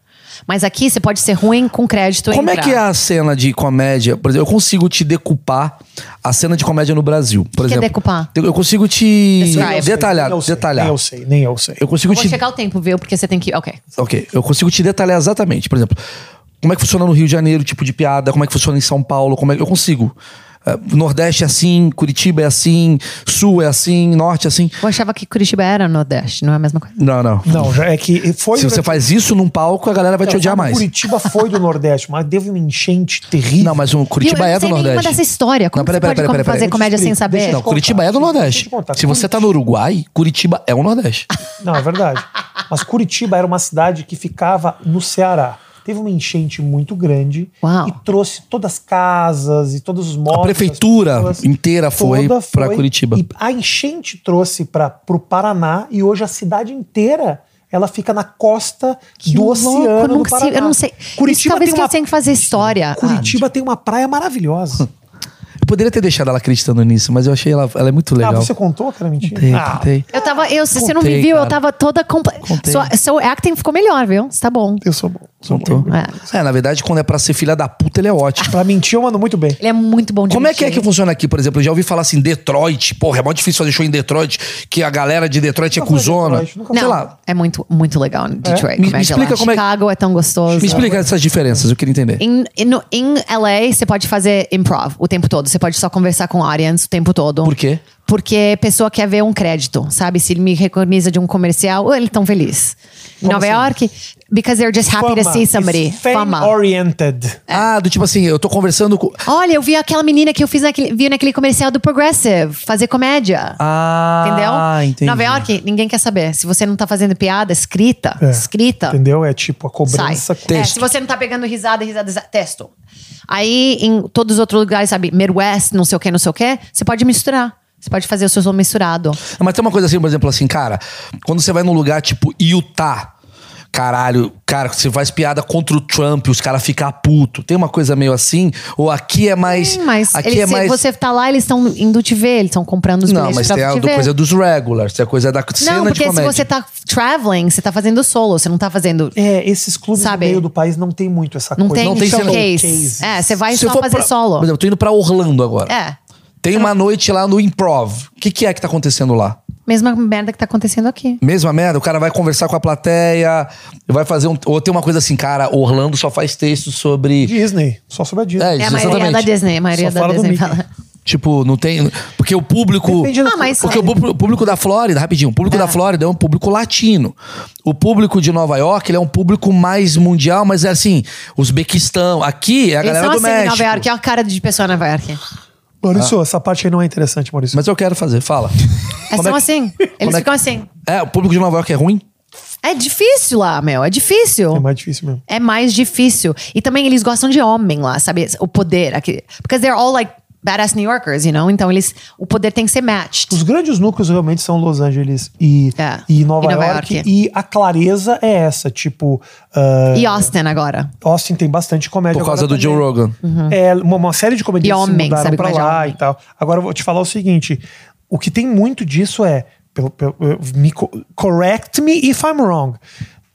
S2: Mas aqui você pode ser ruim com crédito e
S1: Como é
S2: entrar.
S1: que é a cena de comédia? Por exemplo, eu consigo te decupar a cena de comédia no Brasil. Por
S2: O que é
S1: exemplo,
S2: decupar?
S1: Eu consigo te
S2: Describe. Eu sei,
S1: detalhar,
S3: nem eu sei,
S1: detalhar.
S3: Nem eu sei, nem eu sei.
S1: Eu consigo
S2: Vou
S1: te
S2: chegar o tempo, viu? Porque você tem que. Ok.
S1: Ok, eu consigo te detalhar exatamente. Por exemplo, como é que funciona no Rio de Janeiro, o tipo de piada, como é que funciona em São Paulo, como é que eu consigo. Eh, Nordeste é assim, Curitiba é assim, Sul é assim, Norte é assim.
S2: Eu achava que Curitiba era Nordeste, não é a mesma coisa.
S1: Não, não.
S3: Não, já é que foi.
S1: Se você
S3: durante-
S1: faz isso num palco, a galera vai te odiar
S3: Sabe,
S1: mais.
S3: Curitiba foi do Nordeste, mas teve uma enchente terrível.
S1: Não, mas o Curitiba
S2: eu não
S1: é do
S2: sei nenhuma
S1: Nordeste.
S2: dessa história. Como
S1: peraí,
S2: você
S1: peraí,
S2: pode
S1: peraí, peraí.
S2: fazer comédia sem
S3: Deixa eu te
S2: saber?
S1: Não,
S3: contar,
S1: Curitiba é do
S3: deixa eu te
S1: Nordeste.
S3: contar.
S1: Se você tá no Uruguai, Curitiba é o Nordeste.
S3: Não, é verdade. Mas Curitiba era uma cidade que ficava no Ceará. Teve uma enchente muito grande
S2: Uau.
S3: e trouxe todas as casas e todos os móveis.
S1: A prefeitura
S3: das pessoas.
S1: inteira foi
S3: Toda
S1: pra
S3: foi.
S1: Curitiba.
S3: E a enchente trouxe para o Paraná e hoje a cidade inteira ela fica na costa
S2: Que
S3: do
S2: louco,
S3: oceano do
S2: nunca se-
S3: Paraná.
S1: Ah.
S2: eu não sei. Isso talvez que eles tenham que fazer história.
S3: Curitiba tem uma praia maravilhosa. Ah,
S1: poderia ter deixado ela acreditando nisso, mas eu achei ela, ela é muito
S3: Ah,
S1: legal.
S3: você contou que era mentira?
S1: Contei,
S3: ah,
S1: contei.
S2: Eu tava, eu, se você não
S1: Contei,
S2: me viu, eu
S1: cara.
S2: tava toda completa.
S1: Contei.
S2: Seu, seu acting ficou melhor, viu? Você tá bom.
S3: Eu sou bom. Sou bom.
S1: Contou.
S2: É.
S1: É. na verdade, quando é pra ser filha da puta, ele é ótimo.
S3: Pra mentir, eu mando muito bem.
S2: Ele é muito bom de
S1: Como é que é
S2: mentir.
S1: que funciona aqui, por exemplo? Eu já ouvi falar assim, Detroit. Porra, é mó difícil fazer show em Detroit, que a galera de Detroit é
S3: Nunca fui
S1: cuzona.
S3: Detroit, nunca
S1: Sei
S2: Não,
S1: lá.
S2: é muito, muito legal em Detroit.
S1: Me- me
S2: comédia lá.
S1: explica como é que-
S2: Chicago é tão gostoso.
S1: Me explica essas diferenças, eu queria entender.
S2: Em, em, no- em LA, você pode fazer improv o tempo todo. Você pode só conversar com audience o tempo todo.
S1: Por quê?
S2: Porque a pessoa quer ver um crédito, sabe? Se ele me recogniza de um comercial, oh, ele tão feliz. Em Nova
S1: assim?
S2: York, because they're just happy to see somebody. Fama.
S3: oriented.
S1: Ah, do tipo assim, eu tô conversando com.
S2: Olha, eu vi aquela menina que eu fiz naquele, vi naquele comercial do Progressive fazer comédia.
S1: Ah,
S2: entendeu?
S1: entendi.
S2: Nova York, ninguém quer saber. Se você não tá fazendo piada, escrita,
S3: É,
S2: escrita.
S3: Entendeu? É tipo a
S2: Tá. Sai.
S3: cobrança. com-
S2: É, se você não tá pegando risada, risada, risada, texto. Aí, em todos os outros lugares, sabe, Midwest, não sei o que, não sei o que, você pode misturar. Você pode fazer o seu som misturado.
S1: Mas tem uma coisa assim, por exemplo, assim, cara, quando você vai num lugar tipo Utah, caralho, cara, você faz piada contra o Trump, os caras ficam puto. Tem uma coisa meio assim, ou aqui é mais.
S2: Sim, mas
S1: aqui
S2: eles-
S1: é
S2: se
S1: mais.
S2: você tá lá, eles estão indo te ver, eles estão comprando os
S1: Não,
S2: bilhetes
S1: mas
S2: pra
S1: tem a
S2: te
S1: do-
S2: ver.
S1: coisa dos regulars, tem a coisa da cena
S2: não,
S1: de
S2: porque se
S1: comédia.
S2: você tá traveling, você tá fazendo solo, você não tá fazendo.
S3: É, esses clubes
S2: Sabe?
S3: no meio do país não tem muito essa
S2: Não
S3: coisa.
S2: tem,
S1: não tem cena-
S2: showcase.
S3: showcases.
S2: É, você vai
S1: Se eu
S2: só
S1: for
S2: fazer
S1: pra- Por
S2: solo.
S1: exemplo, eu tô indo pra Orlando agora.
S2: É.
S1: Tem uma noite lá no improv. O que, que é que tá acontecendo lá?
S2: Mesma merda que tá acontecendo aqui.
S1: Mesma merda, o cara vai conversar com a plateia, vai fazer um. Ou tem uma coisa assim, cara, Orlando só faz texto sobre.
S3: Disney. Só sobre a Disney.
S1: É,
S2: É a maioria
S1: exatamente.
S2: da Disney. A maioria
S3: Só
S2: da
S3: fala do
S2: Disney
S3: Mickey.
S2: fala.
S1: Tipo, não tem. Porque o público.
S3: Depende do-
S2: Ah, mas-
S1: Porque o pub- o público da Flórida, rapidinho, o
S2: Ah.
S1: público da Flórida é um público latino. O público de Nova York, ele é um público mais mundial, mas é assim, Uzbequistão. Aqui é a
S2: Eles
S1: galera
S2: são
S1: do
S2: assim em
S1: México.
S2: Nova York, é a cara de pessoa em Nova York.
S3: Maurício, essa parte aí não é interessante, Maurício.
S1: Ah. Mas eu quero fazer, fala.
S2: É,
S1: Como é
S2: são
S1: que-
S2: assim. Eles
S1: é
S2: ficam assim.
S1: É, o público de Nova York é ruim?
S2: É difícil lá, meu. É difícil.
S3: É mais difícil mesmo.
S2: É mais difícil. E também eles gostam de homem lá, sabe? O poder aqui. Because they're all like badass New Yorkers, you know? Então eles. O poder tem que ser matched.
S3: Os grandes núcleos realmente são Los Angeles e,
S2: É.
S3: e Nova,
S2: E Nova
S3: York,
S2: York.
S3: E a clareza é essa. Tipo, ah,
S2: E Austin agora.
S3: Austin tem bastante comédia.
S2: Então,
S1: Por causa
S3: agora
S1: do Joe
S3: também.
S1: Rogan.
S3: É, uma, uma série de comediantes
S2: Uhum. E
S3: se
S2: homem,
S3: mudaram
S2: sabe
S3: pra
S2: como é de
S3: lá
S2: homem.
S3: e tal. Agora eu vou te falar o seguinte: o que tem muito disso é. pelo- pelo- eu- me co- correct me if I'm wrong.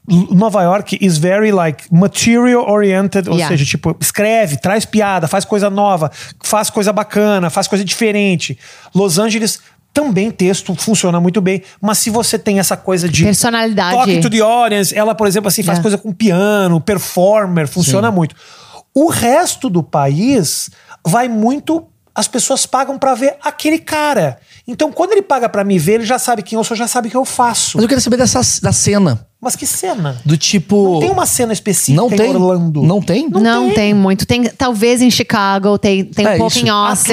S3: L- Nova York is very like material oriented, ou
S2: Yeah.
S3: seja, tipo, escreve, traz piada, faz coisa nova, faz coisa bacana, faz coisa diferente. Los Angeles também texto funciona muito bem, mas se você tem essa coisa de
S2: Personalidade.
S3: talking to the audience, ela, por exemplo, assim, faz
S2: Yeah.
S3: coisa coisa com piano, performer, funciona muito. O resto do país vai muito. As pessoas pagam pra ver aquele cara. Então, quando ele paga pra me ver, ele já sabe quem eu sou, já sabe o que eu faço.
S1: Mas eu queria saber dessa, da cena.
S3: Mas que cena?
S1: Do tipo.
S3: Não tem uma cena específica
S1: Não tem.
S3: em Orlando.
S1: Não tem?
S2: Não, tem. muito. Tem, talvez em Chicago, tem, tem
S1: É
S2: um pouco
S1: isso.
S2: em Austin,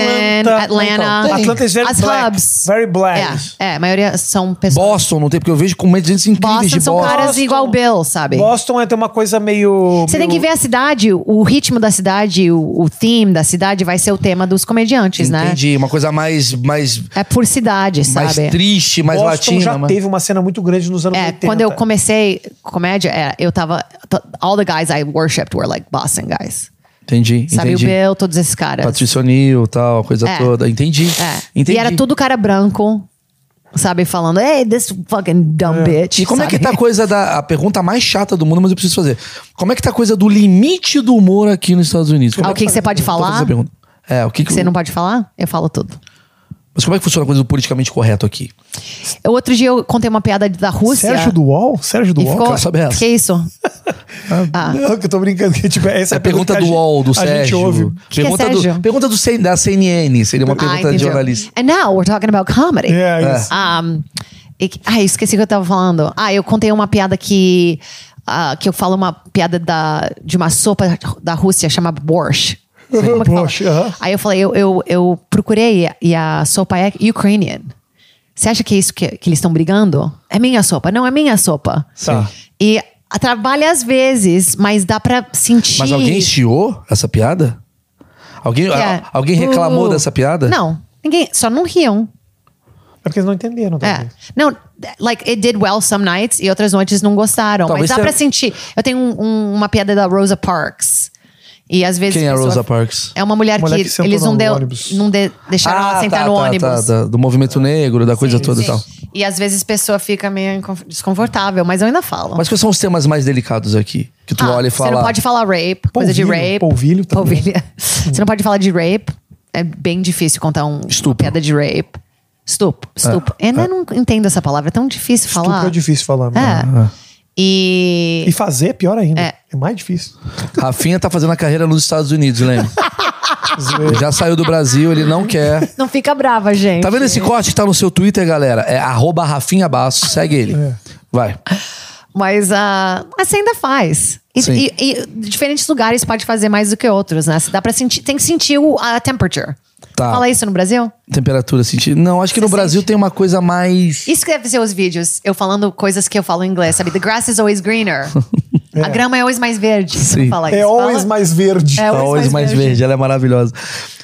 S2: Atlanta.
S3: Então,
S1: Tem.
S3: Atlanta is very
S2: As
S3: black.
S2: hubs.
S3: Very black.
S2: É, é, a maioria são pessoas.
S1: Boston não tem, porque eu vejo comediantes incríveis
S2: Boston
S1: de
S2: são
S1: Boston.
S2: caras
S3: Boston.
S2: igual o Bill, sabe?
S3: Boston é ter uma coisa meio.
S2: Você tem
S3: meio-
S2: que ver a cidade, o ritmo da cidade, o, o theme da cidade vai ser o tema dos comediantes, né?
S1: Entendi. Uma coisa mais, mais,
S2: É por cidade,
S1: mais
S2: sabe?
S1: triste, mais
S3: Boston
S1: latina.
S3: já
S1: mas-
S3: teve uma cena muito grande nos anos
S2: É,
S3: 80.
S2: quando eu comecei comédia, é, eu tava. t- All the guys I worshipped were like Boston guys.
S1: Entendi,
S2: Sabe,
S1: entendi.
S2: o Bill, todos esses caras.
S1: Patrícia O'Neill, tal, coisa
S2: É.
S1: toda. Entendi.
S2: É.
S1: Entendi.
S2: E era todo cara branco, sabe? Falando, hey, this fucking dumb bitch.
S1: E como é que
S2: sabe?
S1: tá a coisa da. A pergunta mais chata do mundo, mas eu preciso fazer. Como é que tá a coisa do limite do humor aqui nos Estados Unidos? Como
S2: Ah,
S1: é
S2: o que, que você pode
S1: Tô fazendo
S2: falar?
S1: essa pergunta. É, o que, que,
S2: que você não pode falar? Eu falo tudo.
S1: Mas como é que funciona a coisa do politicamente correto aqui?
S2: Eu- Outro dia eu contei uma piada da Rússia.
S3: Sérgio Duol? Sérgio
S2: e
S3: Duol?
S2: ficou,
S1: quero saber essa.
S2: que isso? Ah.
S3: Não, que eu tô brincando. Que, tipo, essa
S1: É a pergunta do
S3: UOL,
S1: UOL, do
S3: a
S1: Sérgio.
S3: gente ouve.
S2: Que é
S1: pergunta
S2: Sérgio?
S1: do, pergunta do C- da CNN, seria uma
S2: Ah,
S1: pergunta de
S2: entendi.
S1: jornalista.
S2: And now we're talking about comedy.
S3: É, isso.
S2: Um, e, que- ai, esqueci o que eu tava falando. Ah, eu contei uma piada que. ah, que eu falo uma piada da, de uma sopa da Rússia chamada borscht. Como é que fala?
S3: Borscht, aham.
S2: Aí eu falei, eu, eu, eu procurei e a sopa é Ukrainian. Você acha que é isso que, que eles estão brigando? É minha sopa. Não, é minha sopa.
S3: Tá.
S2: E a- trabalha às vezes, mas dá pra sentir.
S1: Mas alguém chiou essa piada? Alguém,
S2: que
S1: a-
S2: é-
S1: alguém reclamou
S2: Uh.
S1: dessa piada?
S2: Não. Ninguém, só não riam.
S3: É porque eles não entenderam.
S2: É.
S3: talvez.
S2: Não, like, it did well some nights e outras noites não gostaram.
S1: Talvez
S2: mas dá
S1: seja-
S2: pra sentir. Eu tenho um- um- uma piada da Rosa Parks. E às vezes.
S1: Quem é a
S2: pessoa-
S1: Rosa Parks?
S2: É uma mulher,
S3: Mulher
S2: que,
S3: que sentou
S2: eles não,
S3: no
S2: deu,
S3: ônibus.
S2: não de- deixaram ela sentar no ônibus.
S1: Ah, tá. do movimento negro, da coisa toda
S2: Sim.
S1: e tal.
S2: E às vezes a pessoa fica meio inconf- desconfortável, mas eu ainda falo.
S1: Mas quais são os temas mais delicados aqui? Que tu
S2: Ah,
S1: olha e
S2: Você
S1: fala.
S2: não pode falar rape, coisa de
S3: Polvilho,
S2: rape.
S3: polvilho também.
S2: Polvilho.
S1: Hum.
S2: Você não pode falar de rape. É bem difícil contar um, uma
S1: Estupro. É,
S2: piada de rape. Estupro. Estupro. Eu ainda não entendo essa palavra, é tão difícil falar.
S3: Estupro é difícil falar.
S2: É.
S3: né?
S2: E.
S3: E fazer é pior ainda.
S2: É.
S3: É, mais difícil.
S1: Rafinha tá fazendo a carreira nos Estados Unidos, lembra? Ele já saiu do Brasil, ele não quer.
S2: Não fica brava, gente.
S1: Tá vendo esse corte que tá no seu Twitter, galera? É arroba Rafinha Basso, segue ele. Vai.
S2: Mas, ah, mas você ainda faz. E,
S1: Sim.
S2: e- e diferentes lugares pode fazer mais do que outros, né? Você Dá pra sentir, tem que sentir o- a temperature.
S1: Tá.
S2: Fala isso no Brasil?
S1: Temperatura sentida. Não, acho que no
S2: Você
S1: Brasil
S2: sente?
S1: tem uma coisa mais.
S2: Isso que deve ser os vídeos, eu falando coisas que eu falo em inglês, sabe? The grass is always greener. A grama é always mais verde. Você não
S1: Sim.
S2: fala
S3: É
S2: isso.
S3: always
S2: fala.
S3: mais verde.
S2: É
S1: Tá always mais verde. ela é maravilhosa.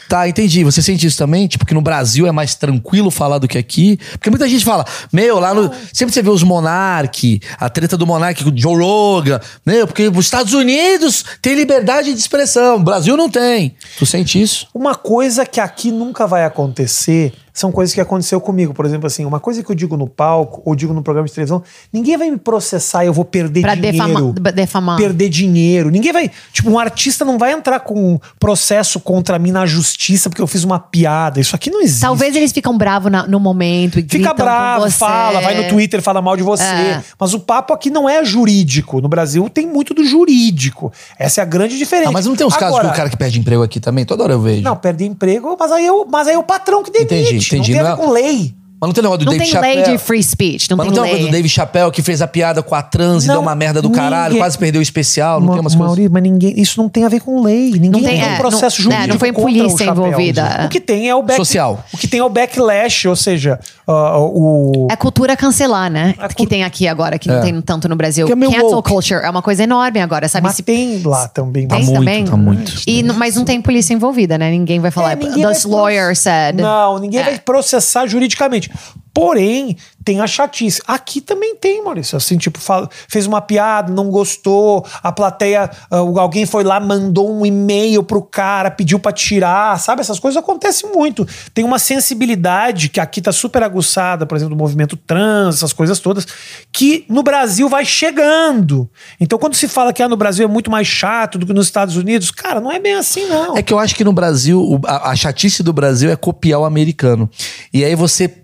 S1: Tá, entendi. Você sente isso também? Tipo, que no Brasil é mais tranquilo falar do que aqui? Porque muita gente fala, meu, lá no. Sempre você vê os Monark, a treta do Monark com o Joe Rogan, meu, porque os Estados Unidos tem liberdade de expressão, o Brasil não tem. Tu sente isso?
S3: Então, Uma coisa que aqui nunca vai acontecer são coisas que aconteceu comigo. Por exemplo, assim, uma coisa que eu digo no palco ou digo no programa de televisão, ninguém vai me processar e eu vou perder
S2: Pra
S3: dinheiro.
S2: defama- b- defamar. Ah.
S3: Perder dinheiro. Ninguém vai. Tipo, um artista não vai entrar com um processo contra mim na justiça porque eu fiz uma piada. Isso aqui não existe.
S2: Talvez eles ficam bravos na- no momento e
S3: Fica
S2: gritam Então, com
S3: bravo,
S2: você.
S3: fala, vai no Twitter, fala mal de você.
S2: É.
S3: Mas o papo aqui não é jurídico. No Brasil tem muito do jurídico. Essa é a grande diferença.
S1: Ah, mas não tem uns casos
S3: Agora-
S1: que o cara que perde emprego aqui também? Toda hora eu vejo.
S3: Não, perde emprego, mas aí, eu, mas aí é o patrão que demite.
S1: Entendi, entendi.
S3: Não tem a
S1: Não
S3: ver
S1: é-
S3: com lei.
S1: Mas não tem negócio do
S2: Não
S1: Dave
S2: tem
S1: Chappelle.
S2: lei de free speech, não
S1: Mas
S2: tem
S1: não tem um negócio do
S2: lei.
S1: Dave Chappelle que fez a piada com a trans e
S3: né?
S1: deu
S3: Não,
S1: uma merda do caralho,
S3: ninguém-
S1: quase perdeu o especial, não
S3: Ma-
S1: tem umas coisas.
S3: Maurício, mas ninguém, isso não tem a ver com lei. Ninguém
S2: Não
S3: não
S2: tem-
S3: tem,
S2: é,
S3: um processo
S2: não- é,
S3: jurídico.
S2: não foi
S3: contra
S2: polícia
S3: o chapéu,
S2: envolvida,
S3: gente.
S2: é.
S3: O que tem é o back,
S1: Social.
S3: O que tem é o backlash, ou seja, ah, o
S2: É cultura cancelar, né? Que
S3: cu-
S2: tem aqui agora, que não tem tanto no Brasil.
S1: Que é meio
S2: Cancel
S1: woke.
S2: culture é uma coisa enorme agora, sabe?
S3: mas
S2: Se-
S3: tem lá também.
S1: Tá
S2: Tem
S1: muito,
S2: também?
S1: tá muito.
S2: E, não- mas não tem polícia envolvida, né? Ninguém vai falar.
S3: É, ninguém vai
S2: This
S3: process-
S2: lawyer said.
S3: Não, ninguém
S2: É.
S3: vai processar juridicamente. Porém, tem a chatice. Aqui também tem, Maurício. Assim, tipo, fala- fez uma piada, não gostou, a plateia, ah, alguém foi lá, mandou um e-mail pro cara, pediu pra tirar, sabe? Essas coisas acontecem muito. Tem uma sensibilidade que aqui tá super aguçada, por exemplo, do movimento trans, essas coisas todas, que no Brasil vai chegando. Então, quando se fala que ah, no Brasil é muito mais chato do que nos Estados Unidos, cara, não é bem assim, não.
S1: É que eu acho que no Brasil, o- a, a chatice do Brasil é copiar o americano. E aí você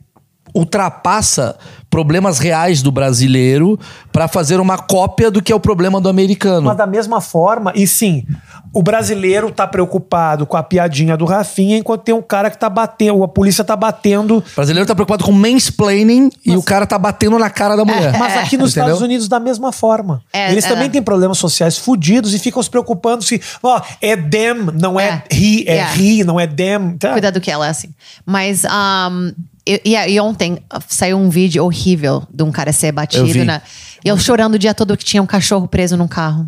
S1: ultrapassa problemas reais do brasileiro pra fazer uma cópia do que é o problema do americano.
S3: Mas da mesma forma, e sim, o brasileiro tá preocupado com a piadinha do Rafinha, enquanto tem um cara que tá batendo, a polícia tá batendo.
S1: O brasileiro tá preocupado com mansplaining e o cara tá batendo na cara da mulher.
S3: É, Mas aqui nos Estados Unidos, da mesma forma.
S2: É,
S3: Eles
S2: é.
S3: também têm problemas sociais fudidos e ficam se preocupando se, ó, é them, não é,
S2: É.
S3: he, é
S2: Yeah.
S3: he, não é them. Tá?
S2: Cuidado que ela é assim. Mas. Um, e, e- e ontem uh, saiu um vídeo horrível de um cara ser
S1: Eu vi.
S2: batido. né? E eu chorando o dia todo que tinha um cachorro preso num carro.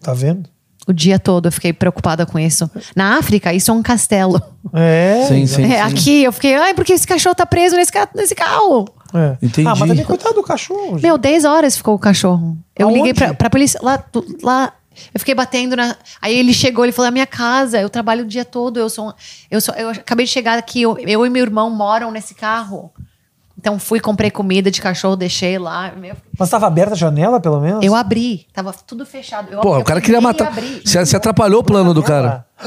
S3: Tá vendo?
S2: O dia todo eu fiquei preocupada com isso. Na África, isso é um castelo.
S3: É.
S1: Sim, sim.
S2: É, aqui eu fiquei, ai, por que esse cachorro tá preso nesse, ca- nesse carro?
S3: É.
S1: Entendi.
S3: Ah, mas também coitado do cachorro.
S2: Meu, 10 horas ficou o cachorro. Eu
S3: Aonde?
S2: liguei pra, pra polícia. Lá, tu- lá. Eu fiquei batendo na. Aí ele chegou, ele falou: "É a minha casa, eu trabalho o dia todo, eu sou. um- Eu, sou, eu acabei de chegar aqui, eu, eu e meu irmão moram nesse carro. Então fui, comprei comida de cachorro, deixei lá. Meu,
S3: Mas tava aberta a janela, pelo menos?
S2: eu abri, tava tudo fechado. Eu,
S1: Porra,
S2: eu
S1: o cara queria
S2: nem
S1: matar.
S2: abri.
S1: Se, se atrapalhou o plano do cara.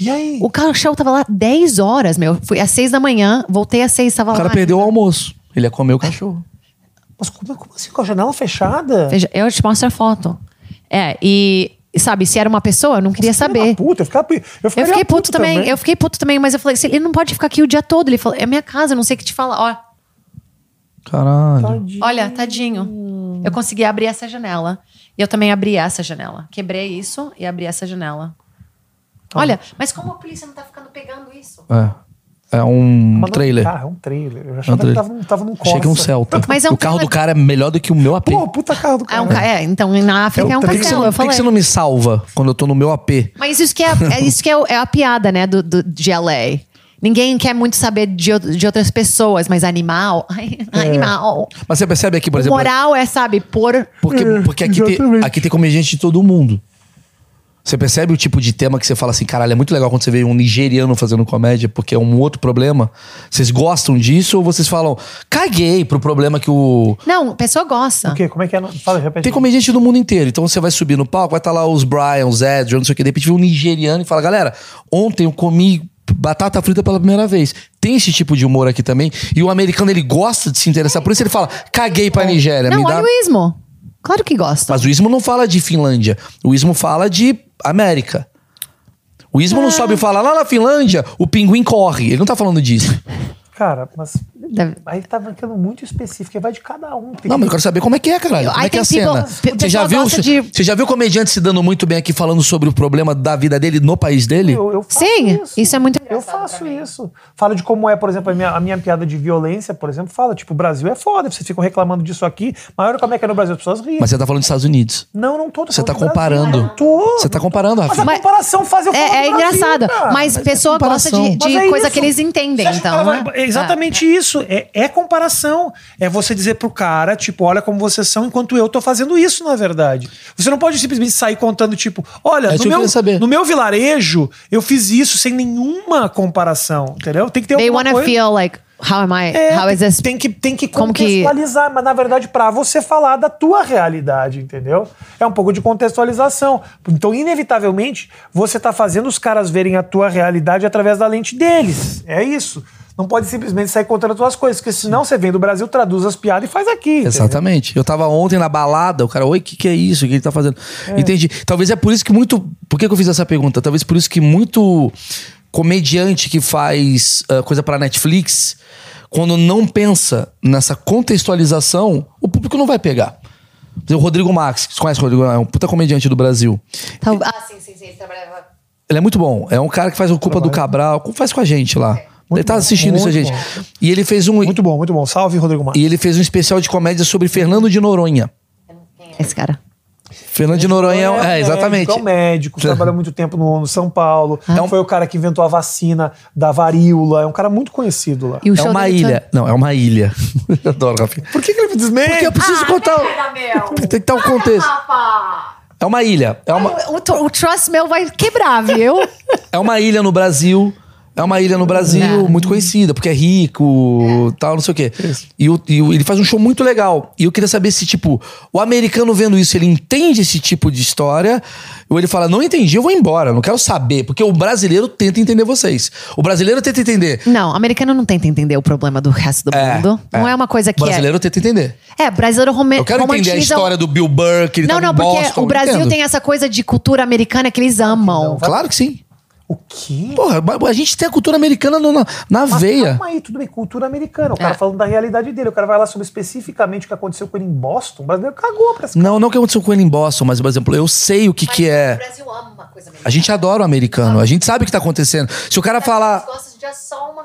S3: E aí?
S2: O cachorro tava lá 10 horas, meu. Fui às 6 da manhã, voltei às 6, tava
S1: O cara
S2: lá. né?"
S1: perdeu o almoço. Ele ia comer o cachorro.
S3: Mas como, como assim, com a janela fechada?
S2: Veja, eu te mostro a foto. É, e sabe, se era uma pessoa, eu não queria saber.
S3: Puta, eu ficava, eu
S2: Eu
S3: ficaria
S2: fiquei puto também.
S3: também.
S2: eu fiquei puto também, mas eu falei, "Se ele não pode ficar aqui o dia todo. Ele falou, é minha casa, eu não sei o que te falar.
S1: Caralho.
S2: Ó, olha, tadinho. Eu consegui abrir essa janela. E eu também abri essa janela. Quebrei isso e abri essa janela. Olha, mas como a polícia não tá ficando pegando isso?
S1: É. É um
S3: Mas não-
S1: trailer.
S3: Ah, é um trailer. Eu
S1: É um
S3: achava que
S1: trailer.
S3: tava, num- tava num
S1: Achei que é um
S3: Corsa.
S1: Celta.
S2: Mas é um
S1: o carro
S2: cara-
S1: do cara é melhor do que o meu AP.
S3: Pô, puta carro do
S2: É,
S3: cara.
S2: um ca- é, então na África é, um
S1: Por que que você
S2: castelo,
S1: não-
S2: eu
S1: Por que
S2: falei.
S1: que você não me salva quando eu tô no meu AP?
S2: Mas isso que é, é isso que é, o- é a piada, né, do, do, de LA. Ninguém quer muito saber de, out- de outras pessoas, mas animal. ai, Animal.
S1: Mas você percebe aqui, por exemplo.
S2: Moral é, sabe, por.
S1: Porque, porque aqui, tem,
S3: exatamente.
S1: aqui tem comediante de todo mundo. Você percebe o tipo de tema que você fala assim, caralho, é muito legal quando você vê um nigeriano fazendo comédia, porque é um outro problema. Vocês gostam disso ou vocês falam, caguei pro problema que o.
S2: Não, a pessoa gosta.
S3: O quê? Como é que é? Não- Fala, repete.
S1: Tem comediante do mundo inteiro. Então você vai subir no palco, vai estar lá os Brian, os Ed, não sei o que. De repente vem um nigeriano e fala: galera, ontem eu comi batata frita pela primeira vez. Tem esse tipo de humor aqui também. E o americano, ele gosta de se interessar por isso. Ele fala: caguei pra Nigéria. É
S2: não,
S1: me dá...
S2: olha o ismo. É um Claro que gosta.
S1: Mas o ismo não fala de Finlândia. O ismo fala de América. O ismo não sobe e fala: lá na Finlândia, o pinguim corre. Ele não tá falando disso.
S3: Cara, mas
S2: Deve-
S3: aí tá ficando muito específico. Aí vai de cada um. Tem
S1: Não,
S3: que-
S1: mas eu quero saber como é que é, caralho.
S2: Eu-
S1: Como
S2: I
S1: é que é a
S2: think
S1: cena?
S2: people- pe-
S1: Você já,
S2: pessoal
S1: viu,
S2: gosta de-
S1: você já viu comediante se dando muito bem aqui falando sobre o problema da vida dele no país dele?
S3: Eu, eu faço
S2: Sim, isso é muito
S3: Eu
S2: engraçado
S3: faço isso. Falo de como é, por exemplo, a minha, a minha piada de violência, por exemplo, fala, tipo, o Brasil é foda, vocês ficam reclamando disso aqui, mas olha como é que é no Brasil, as pessoas riem.
S1: Mas você tá falando dos Estados Unidos.
S3: não, não tô. tô
S1: Você tá
S3: falando do Brasil.
S1: comparando.
S3: Não tô.
S1: Você tá comparando,
S3: Mas a
S1: Rafa.
S2: Mas-
S3: comparação faz eu falar
S2: É, é
S3: do Brasil,
S2: engraçado.
S3: cara.
S2: Mas a pessoa gosta de,
S1: comparação.
S2: de
S3: Mas é
S2: coisa
S3: isso.
S2: que eles entendem,
S3: Você acha que o
S2: então.
S3: cara
S2: né?
S3: vai- é exatamente isso. É, é comparação. É você dizer pro cara, tipo, olha como vocês são, enquanto eu tô fazendo isso, na verdade. Você não pode simplesmente sair contando, tipo, olha,
S1: É isso que
S3: no
S1: eu
S3: meu,
S1: queria saber.
S3: no meu vilarejo, eu fiz isso sem nenhuma comparação, entendeu? Tem que ter
S2: Ah. They
S3: alguma
S2: wanna
S3: coisa...
S2: feel like, how am I?
S3: É,
S2: how is
S3: tem-
S2: this?
S3: Tem que, tem que
S2: como que-
S3: contextualizar, mas na verdade pra você falar da tua realidade, entendeu? É um pouco de contextualização. Então, inevitavelmente, você tá fazendo os caras verem a tua realidade através da lente deles. É isso. Não pode simplesmente sair contando as tuas coisas, porque senão você vem do Brasil, traduz as piadas e faz aqui. entendeu?
S1: Exatamente. Eu tava ontem na balada, o cara, oi, o que, que é isso? O que ele tá fazendo? Entendi. Talvez é por isso que muito. Por que, que eu fiz essa pergunta? Talvez por isso que muito comediante que faz ah, coisa pra Netflix, quando não pensa nessa contextualização, o público não vai pegar. Por exemplo, O Rodrigo Max, você conhece o Rodrigo? É um puta comediante do Brasil.
S2: Tal- Ah, sim, sim, sim. Ele trabalhava.
S1: Ele é muito bom. É um cara que faz o Culpa do Cabral, faz com a gente lá. ele tá
S3: bom,
S1: assistindo isso a
S3: É. muito
S1: gente. E ele fez um.
S3: Muito bom, muito bom. Salve, Rodrigo Marques.
S1: E ele fez um especial de comédia sobre Fernando de Noronha.
S2: é Esse cara.
S1: Fernando de Noronha é, um- é, exatamente.
S3: É um médico, trabalhou muito tempo no, no São Paulo.
S1: É um-
S3: Foi o cara que inventou a vacina da varíola. É um cara muito conhecido lá.
S2: E o
S1: É
S2: show
S1: uma
S2: dele
S1: ilha. Não, é uma ilha. Eu adoro, Rafinha.
S3: Por que, que ele me desmente?
S1: Porque É eu preciso contar. o- Tem que dar um contexto. É uma ilha. É uma,
S2: O, o- o trust meu vai quebrar, viu?
S1: é uma ilha no Brasil. É uma ilha no Brasil
S2: Não.
S1: muito conhecida, porque é rico, tal, não sei o quê. E, o- e o- ele faz um show muito legal. E eu queria saber se, tipo, o americano vendo isso, ele entende esse tipo de história, ou ele fala, não entendi, eu vou embora, não quero saber. Porque o brasileiro tenta entender vocês. O brasileiro tenta entender.
S2: não, americano não tenta entender o problema do resto do mundo. Não é uma coisa que
S1: O brasileiro tenta entender.
S2: é. É, brasileiro rome-
S1: Eu quero entender a
S2: romantiza-
S1: história do Bill Burr, que ele
S2: Não,
S1: tava
S2: não,
S1: em
S2: porque
S1: Boston,
S2: o Brasil
S1: entendo.
S2: tem essa coisa de cultura americana que eles amam.
S1: Claro que sim.
S3: O quê?
S1: Porra, mas a gente tem a cultura americana no- na, na
S3: Mas
S1: veia.
S3: Calma aí, tudo bem, cultura americana. O cara
S2: É.
S3: falando da realidade dele. O cara vai lá sobre especificamente o que aconteceu com ele em Boston. O brasileiro cagou pra esse
S1: Não, não o que aconteceu com ele em Boston, mas, por exemplo, eu sei o que, que é.
S2: Brasil ama uma coisa americana.
S1: A gente adora o americano, a gente sabe o que tá acontecendo. Se o cara falar.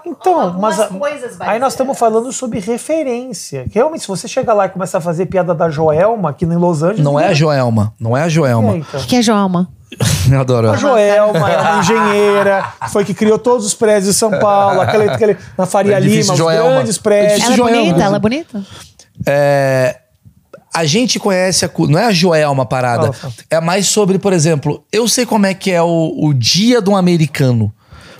S3: Então, mas a- aí nós estamos falando sobre referência. Realmente, se você chega lá e começa a fazer piada da Joelma aqui em Los Angeles...
S1: Não é a Joelma. Não é a Joelma.
S3: então.
S2: O que é Joelma?
S1: Eu adoro
S3: A
S1: ela.
S3: Joelma é uma engenheira, foi que criou todos os prédios de São Paulo, aquele, aquele- na Faria
S1: É difícil,
S3: Lima, os
S1: Joelma.
S3: grandes
S1: É
S3: prédios.
S1: difícil,
S2: Ela é
S1: Joelma,
S2: bonita,
S1: mas-
S2: ela é bonita.
S1: É, a gente conhece a. cu- Não é a Joelma a parada.
S3: Fala, fala.
S1: É mais sobre, por exemplo, eu sei como é que é o, o dia de um americano,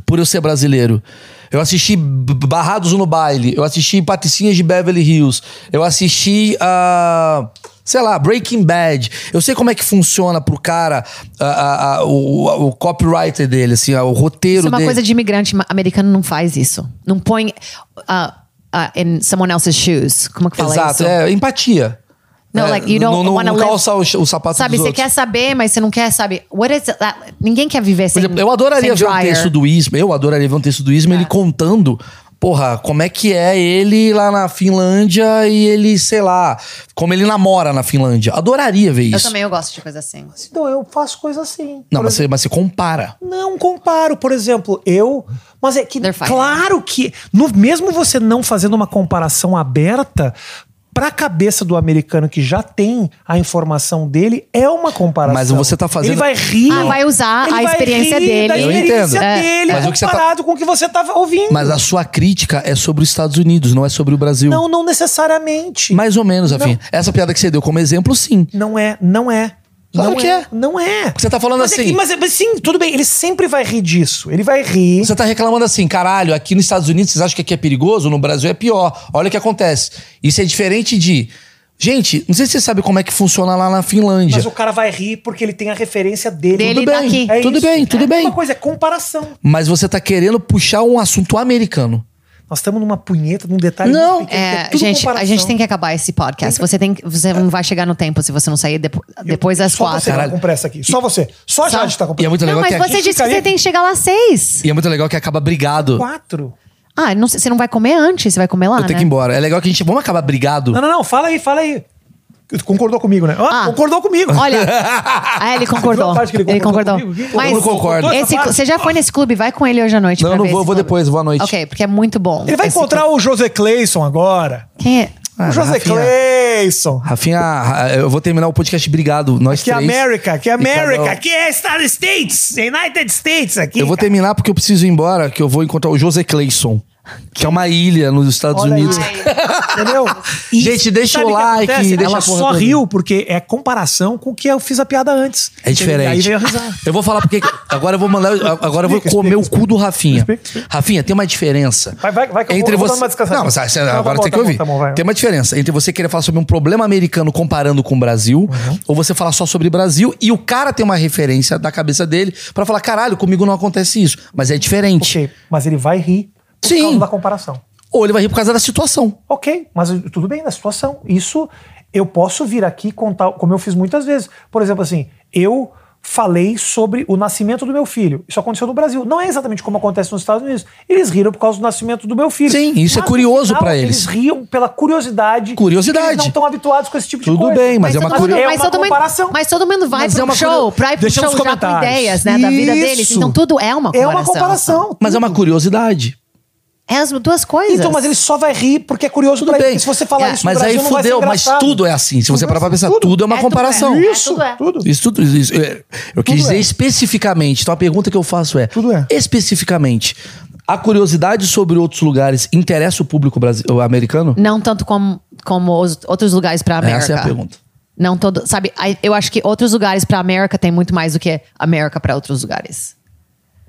S1: por eu ser brasileiro. Eu assisti B- B- Barrados no Baile, eu assisti Patricinhas de Beverly Hills, eu assisti a. Sei lá, Breaking Bad. Eu sei como é que funciona pro cara a- a- a- o, o- o copywriter dele, assim, a- o roteiro
S2: Isso é uma
S1: dele.
S2: coisa de imigrante ma- americano não faz isso. Não põe ah, ah, in someone else's shoes. Como é que fala
S1: Exato,
S2: isso?
S1: é empatia.
S2: No,
S1: É,
S2: like, you don't
S1: não, não,
S2: wanna
S1: não
S2: live-
S1: calça o, ch- o sapato dos
S2: Sabe, você
S1: outros.
S2: quer saber, mas você não quer, sabe? What is that? Ninguém quer viver
S1: Por
S2: sem
S1: exemplo, eu adoraria ver
S2: sem
S1: um
S2: dryer.
S1: texto do Isma, eu adoraria ver um texto do Isma,
S3: É.
S1: ele contando, porra, como é que é ele lá na Finlândia e ele, sei lá, como ele namora na Finlândia. Adoraria ver
S2: Eu
S1: isso.
S2: também eu gosto de coisa assim.
S3: Então, eu faço coisa assim.
S1: Não,
S3: Por
S1: mas você, mas você compara.
S3: Não comparo, por exemplo, eu. Mas é que,
S2: They're fine.
S3: claro que, no, mesmo você não fazendo uma comparação aberta, pra cabeça do americano que já tem a informação dele, é uma comparação.
S1: Mas você tá fazendo-
S3: Ele vai rir.
S2: Ah, vai usar
S3: ele
S2: a
S3: vai
S2: experiência
S3: rir
S2: dele.
S3: Da
S1: Eu
S3: experiência
S1: entendo.
S3: dele,
S1: É. Mas o que você tá-
S3: comparado com o que você tava ouvindo.
S1: Mas a sua crítica é sobre os Estados Unidos, não é sobre o Brasil.
S3: Não, não necessariamente.
S1: Mais ou menos, afim. Essa piada que você deu como exemplo, sim.
S3: Não é, não é.
S1: Claro
S3: não
S1: que é.
S3: Não é.
S1: Porque você tá falando
S3: Mas é
S1: assim-
S3: que- mas, é- mas sim, tudo bem. Ele sempre vai rir disso. Ele vai rir.
S1: Você tá reclamando assim, caralho, aqui nos Estados Unidos vocês acham que aqui é perigoso, no Brasil é pior. Olha o que acontece. Isso é diferente de. Gente, não sei se você sabe como é que funciona lá na Finlândia.
S3: Mas o cara vai rir porque ele tem a referência dele.
S2: Dele
S1: tudo bem,
S2: daqui.
S3: É
S1: tudo
S3: isso.
S1: bem, tudo
S3: É.
S1: bem.
S3: Uma coisa é comparação.
S1: Mas você tá querendo puxar um assunto americano.
S3: Nós estamos numa punheta, num detalhe.
S1: Não.
S3: muito pequeno, que
S2: É,
S3: tudo
S2: gente, a
S3: comparação.
S2: gente tem que acabar esse podcast. Você, tem, que- você não vai chegar no tempo se você não sair depo- depois das
S3: Só você
S2: quatro.
S3: tá com pressa aqui. Só você. Só a
S2: Só-
S3: Jade tá com
S1: E é
S3: pressa.
S1: muito
S2: Não,
S1: legal
S2: mas
S1: que
S2: você
S1: aqui-
S2: disse que
S3: ficaria-
S2: você tem que chegar lá às seis.
S1: E é muito legal que acaba brigado.
S3: Quatro.
S2: Ah, não sei, você não vai comer antes, você vai comer lá,
S1: Eu tenho
S2: né?
S1: que ir embora. É legal que a gente. Vamos acabar brigado.
S3: Não, não, não. Fala aí, fala aí. Concordou comigo, né? Ah,
S2: Ah.
S3: concordou comigo.
S2: Olha, ah, ele concordou.
S3: Você viu a parte que ele
S2: Ele
S3: concordou
S2: concordou.
S3: comigo?
S2: Mas
S1: Eu não concordo.
S2: esse- você já foi nesse clube? Vai com ele hoje à noite.
S1: Não,
S2: pra
S1: eu não
S2: ver
S1: vou,
S2: esse
S1: vou
S2: clube.
S1: depois, boa noite.
S2: Ok, porque é muito bom.
S3: Ele vai
S2: esse
S3: encontrar
S2: clube.
S3: o José Cleison agora.
S2: Quem é?
S1: Ah,
S3: o José
S1: Rafinha.
S3: Cleison.
S1: Rafinha, ah, eu vou terminar o podcast brigado. Nós
S3: Que é
S1: três.
S3: América, que é
S1: E cada um.
S3: América, que é Estados States, United States aqui.
S1: Eu vou
S3: cara.
S1: terminar porque eu preciso ir embora, que eu vou encontrar o José Clayson, que é uma ilha nos Estados
S3: Olha aí.
S1: Unidos.
S3: Entendeu?
S1: Gente, deixa
S3: sabe
S1: o
S3: que
S1: like,
S3: acontece?
S1: deixa
S3: Ela
S1: a porra
S3: só
S1: toda.
S3: riu porque é comparação com o que eu fiz a piada antes.
S1: É diferente.
S3: Aí veio a risada.
S1: Eu vou falar porque. Agora eu vou mandar. Agora eu vou
S3: Explica,
S1: comer o
S3: explica,
S1: cu do Rafinha.
S3: Explica, explica.
S1: Rafinha, tem uma diferença.
S3: Vai, vai, vai, que eu
S1: entre
S3: vou- eu vou
S1: você.
S3: dar uma descansada.
S1: Não, mas ah, você-
S3: Não, tá
S1: agora
S3: bom,
S1: tem
S3: tá
S1: que
S3: bom,
S1: ouvir.
S3: tá bom, vai.
S1: tem uma diferença entre você querer falar sobre um problema americano comparando com o Brasil,
S3: Uhum.
S1: ou você falar só sobre Brasil e o cara tem uma referência da cabeça dele pra falar: caralho, comigo não acontece isso. Mas é diferente.
S3: Ok, mas ele vai rir por
S1: Sim.
S3: causa da comparação.
S1: Ou ele vai rir por causa da situação.
S3: Ok, mas tudo bem na situação. Isso eu posso vir aqui contar, como eu fiz muitas vezes. Por exemplo, assim, eu falei sobre o nascimento do meu filho. Isso aconteceu no Brasil. Não é exatamente como acontece nos Estados Unidos. Eles riram por causa do nascimento do meu filho.
S1: Sim, isso é
S3: no
S1: curioso
S3: final,
S1: pra
S3: Eles
S1: eles.
S3: riam pela curiosidade.
S1: Curiosidade.
S3: porque Eles não estão habituados com esse tipo
S1: Tudo
S3: de coisa.
S1: bem, mas é uma
S2: todo mundo-
S1: curio-
S2: mas
S3: É uma
S2: todo mundo-
S3: comparação.
S2: Mas todo mundo vai
S1: Mas
S2: pro
S1: é uma
S2: show,
S1: curio-
S2: pra ir pro
S3: Deixa nos
S2: show já com
S3: comentários.
S2: ideias, né? Da vida deles.
S1: Isso.
S2: Então tudo é uma
S3: É
S2: comparação.
S3: uma comparação.
S1: Mas é uma curiosidade.
S2: É as duas coisas.
S3: Então, mas ele só vai rir porque é curioso
S1: Tudo
S3: pra ele.
S1: bem.
S3: Se você falar
S2: É,
S3: isso no
S1: Mas
S3: Brasil,
S1: aí
S3: não vai ser
S1: fudeu, mas
S3: engraçado.
S1: tudo é assim. Se você
S3: Tudo
S1: parar pra
S3: é assim,
S1: pensar, tudo, é uma
S2: É, tudo
S1: comparação.
S2: é.
S3: Isso,
S2: tudo é.
S3: tudo.
S1: Isso tudo. Isso, é, eu quis
S3: Tudo
S1: dizer
S3: é.
S1: especificamente. Então a pergunta que eu faço é:
S3: Tudo é.
S1: especificamente, a curiosidade sobre outros lugares interessa o público brasi- o americano?
S2: Não tanto como, como os outros lugares pra América.
S1: Essa é a pergunta.
S2: Não todo. Sabe, aí eu acho que outros lugares pra América tem muito mais do que América pra outros lugares.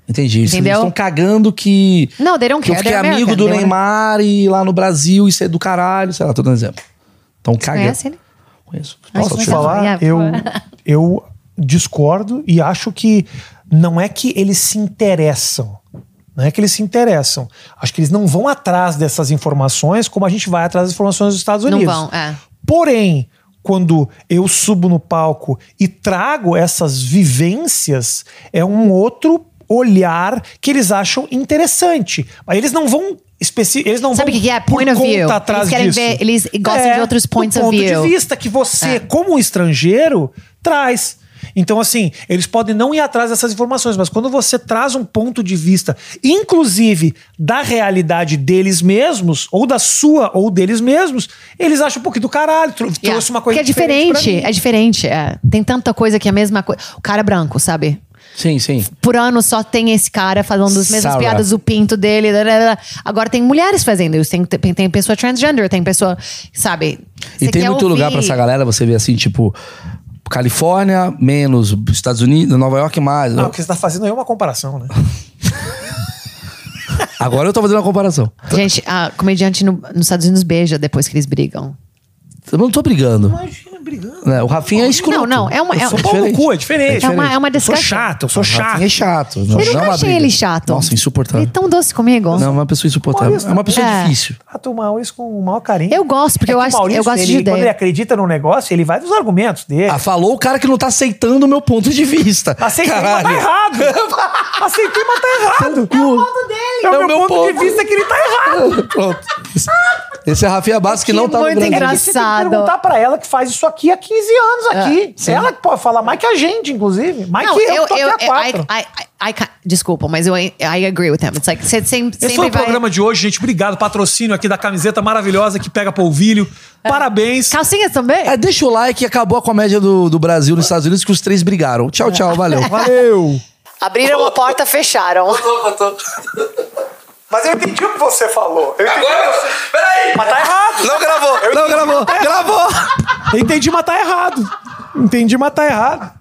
S1: Entendi. Isso, Eles
S2: Entendeu?
S1: estão cagando que.
S2: Não, they don't
S1: que eu
S2: care,
S1: fiquei
S2: they're
S1: amigo
S2: American,
S1: do
S2: they wanna-
S1: Neymar e lá no Brasil, isso é do caralho, sei lá, tô dando exemplo. Então cagando.
S2: Conhece ele?
S1: Conheço.
S2: Nossa,
S3: Posso
S2: Mas
S3: te
S2: ela-
S3: falar?
S2: é,
S3: Eu,
S2: pô.
S3: eu discordo e acho que não é que eles se interessam. Não é que eles se interessam. Acho que eles não vão atrás dessas informações como a gente vai atrás das informações dos Estados
S2: Não
S3: Unidos.
S2: vão, é.
S3: Porém, quando eu subo no palco e trago essas vivências, é um outro olhar que eles acham interessante. Aí eles não vão especi eles não
S2: Sabe
S3: vão
S2: o que que é?
S3: por
S2: Point of
S3: conta
S2: view.
S3: atrás
S2: Eles querem
S3: disso.
S2: ver- eles gostam de outros
S3: do
S2: points of
S3: ponto
S2: view.
S3: De vista que você,
S2: É.
S3: como um estrangeiro, traz. Então, assim, eles podem não ir atrás dessas informações, mas quando você traz um ponto de vista, inclusive da realidade deles mesmos, ou da sua, ou deles mesmos, eles acham um pouquinho do caralho, tro- trouxe uma coisa
S2: Porque é diferente,
S3: diferente pra
S2: é
S3: mim.
S2: diferente. é. Tem tanta coisa que é a mesma coisa. O cara branco, sabe?
S1: Sim, sim.
S2: Por ano só tem esse cara falando as mesmas
S1: Sarah.
S2: piadas, o pinto dele. lá, lá, lá. Agora tem mulheres fazendo isso. Tem, tem, tem pessoa transgender, tem pessoa, sabe?
S1: E
S2: Você
S1: tem
S2: quer
S1: muito lugar pra
S2: ouvir.
S1: essa galera, você vê assim, tipo, Califórnia menos, Estados Unidos, Nova York mais.
S3: Não, o que você tá fazendo aí é uma comparação, né?
S1: Agora eu tô fazendo uma comparação.
S2: Gente, a comediante no- nos Estados Unidos beija depois que eles brigam.
S1: Eu não tô brigando.
S3: Imagina, brigando.
S1: né? O Rafinha é escroto.
S2: Não, não, é uma. É,
S1: Eu sou
S3: Pau no cu, é diferente.
S2: É uma- é uma
S3: Eu sou
S2: discussion.
S3: chato, Então, eu sou
S1: O
S3: chato.
S1: Rafinha é chato. Não,
S2: eu
S1: não é
S2: nunca
S1: uma
S2: achei
S1: briga.
S2: ele chato.
S1: Nossa, insuportável.
S2: Ele é tão doce comigo.
S1: Tá. Não, é uma pessoa insuportável.
S3: Olha,
S1: É uma pessoa
S2: é.
S1: difícil.
S3: Trato o Maurício com o maior carinho.
S2: Eu gosto, porque
S3: É
S2: eu
S3: que o
S2: acho- eu
S3: Maurício,
S2: gosto de
S3: ele-
S2: ideia.
S3: Quando ele acredita num negócio, ele vai nos argumentos dele.
S1: Ah, falou o cara que não tá aceitando o meu ponto de vista.
S3: Aceitei, mas tá
S1: Caralho.
S3: errado. Aceitei, mas tá errado.
S1: É o
S3: ponto dele. É o
S1: É o
S3: meu,
S1: meu
S3: ponto,
S1: ponto.
S3: de vista que ele tá errado.
S1: Pronto. Esse é Rafinha Bastos que não tá no
S2: muito
S1: Brasil.
S2: engraçado. É,
S3: É que você tem que perguntar pra ela que faz isso aqui há 15 anos aqui.
S1: sim.
S3: ela que pode falar mais que a gente, inclusive. Mais
S2: Não, é,
S3: que eu, que tô aqui há
S2: I,
S3: quatro.
S2: I, I, I ca- desculpa, mas eu I, I agree with him. It's like, você sempre,
S3: Esse
S2: sempre
S3: foi o
S2: vai-
S3: programa de hoje, gente. Obrigado. Patrocínio aqui da camiseta maravilhosa que pega polvilho.
S2: É.
S3: Parabéns.
S2: Calcinhas também?
S1: É, deixa o like acabou a comédia do, do Brasil nos Estados Unidos que os três brigaram. Tchau, tchau, valeu.
S3: Valeu.
S2: Abriram a porta, fecharam.
S3: Mas eu entendi o que você falou. Eu entendi,
S1: Peraí!
S3: mas tá errado.
S1: Não gravou! Não gravou! Gravou!
S3: Eu entendi, mas tá errado. Entendi, mas tá errado.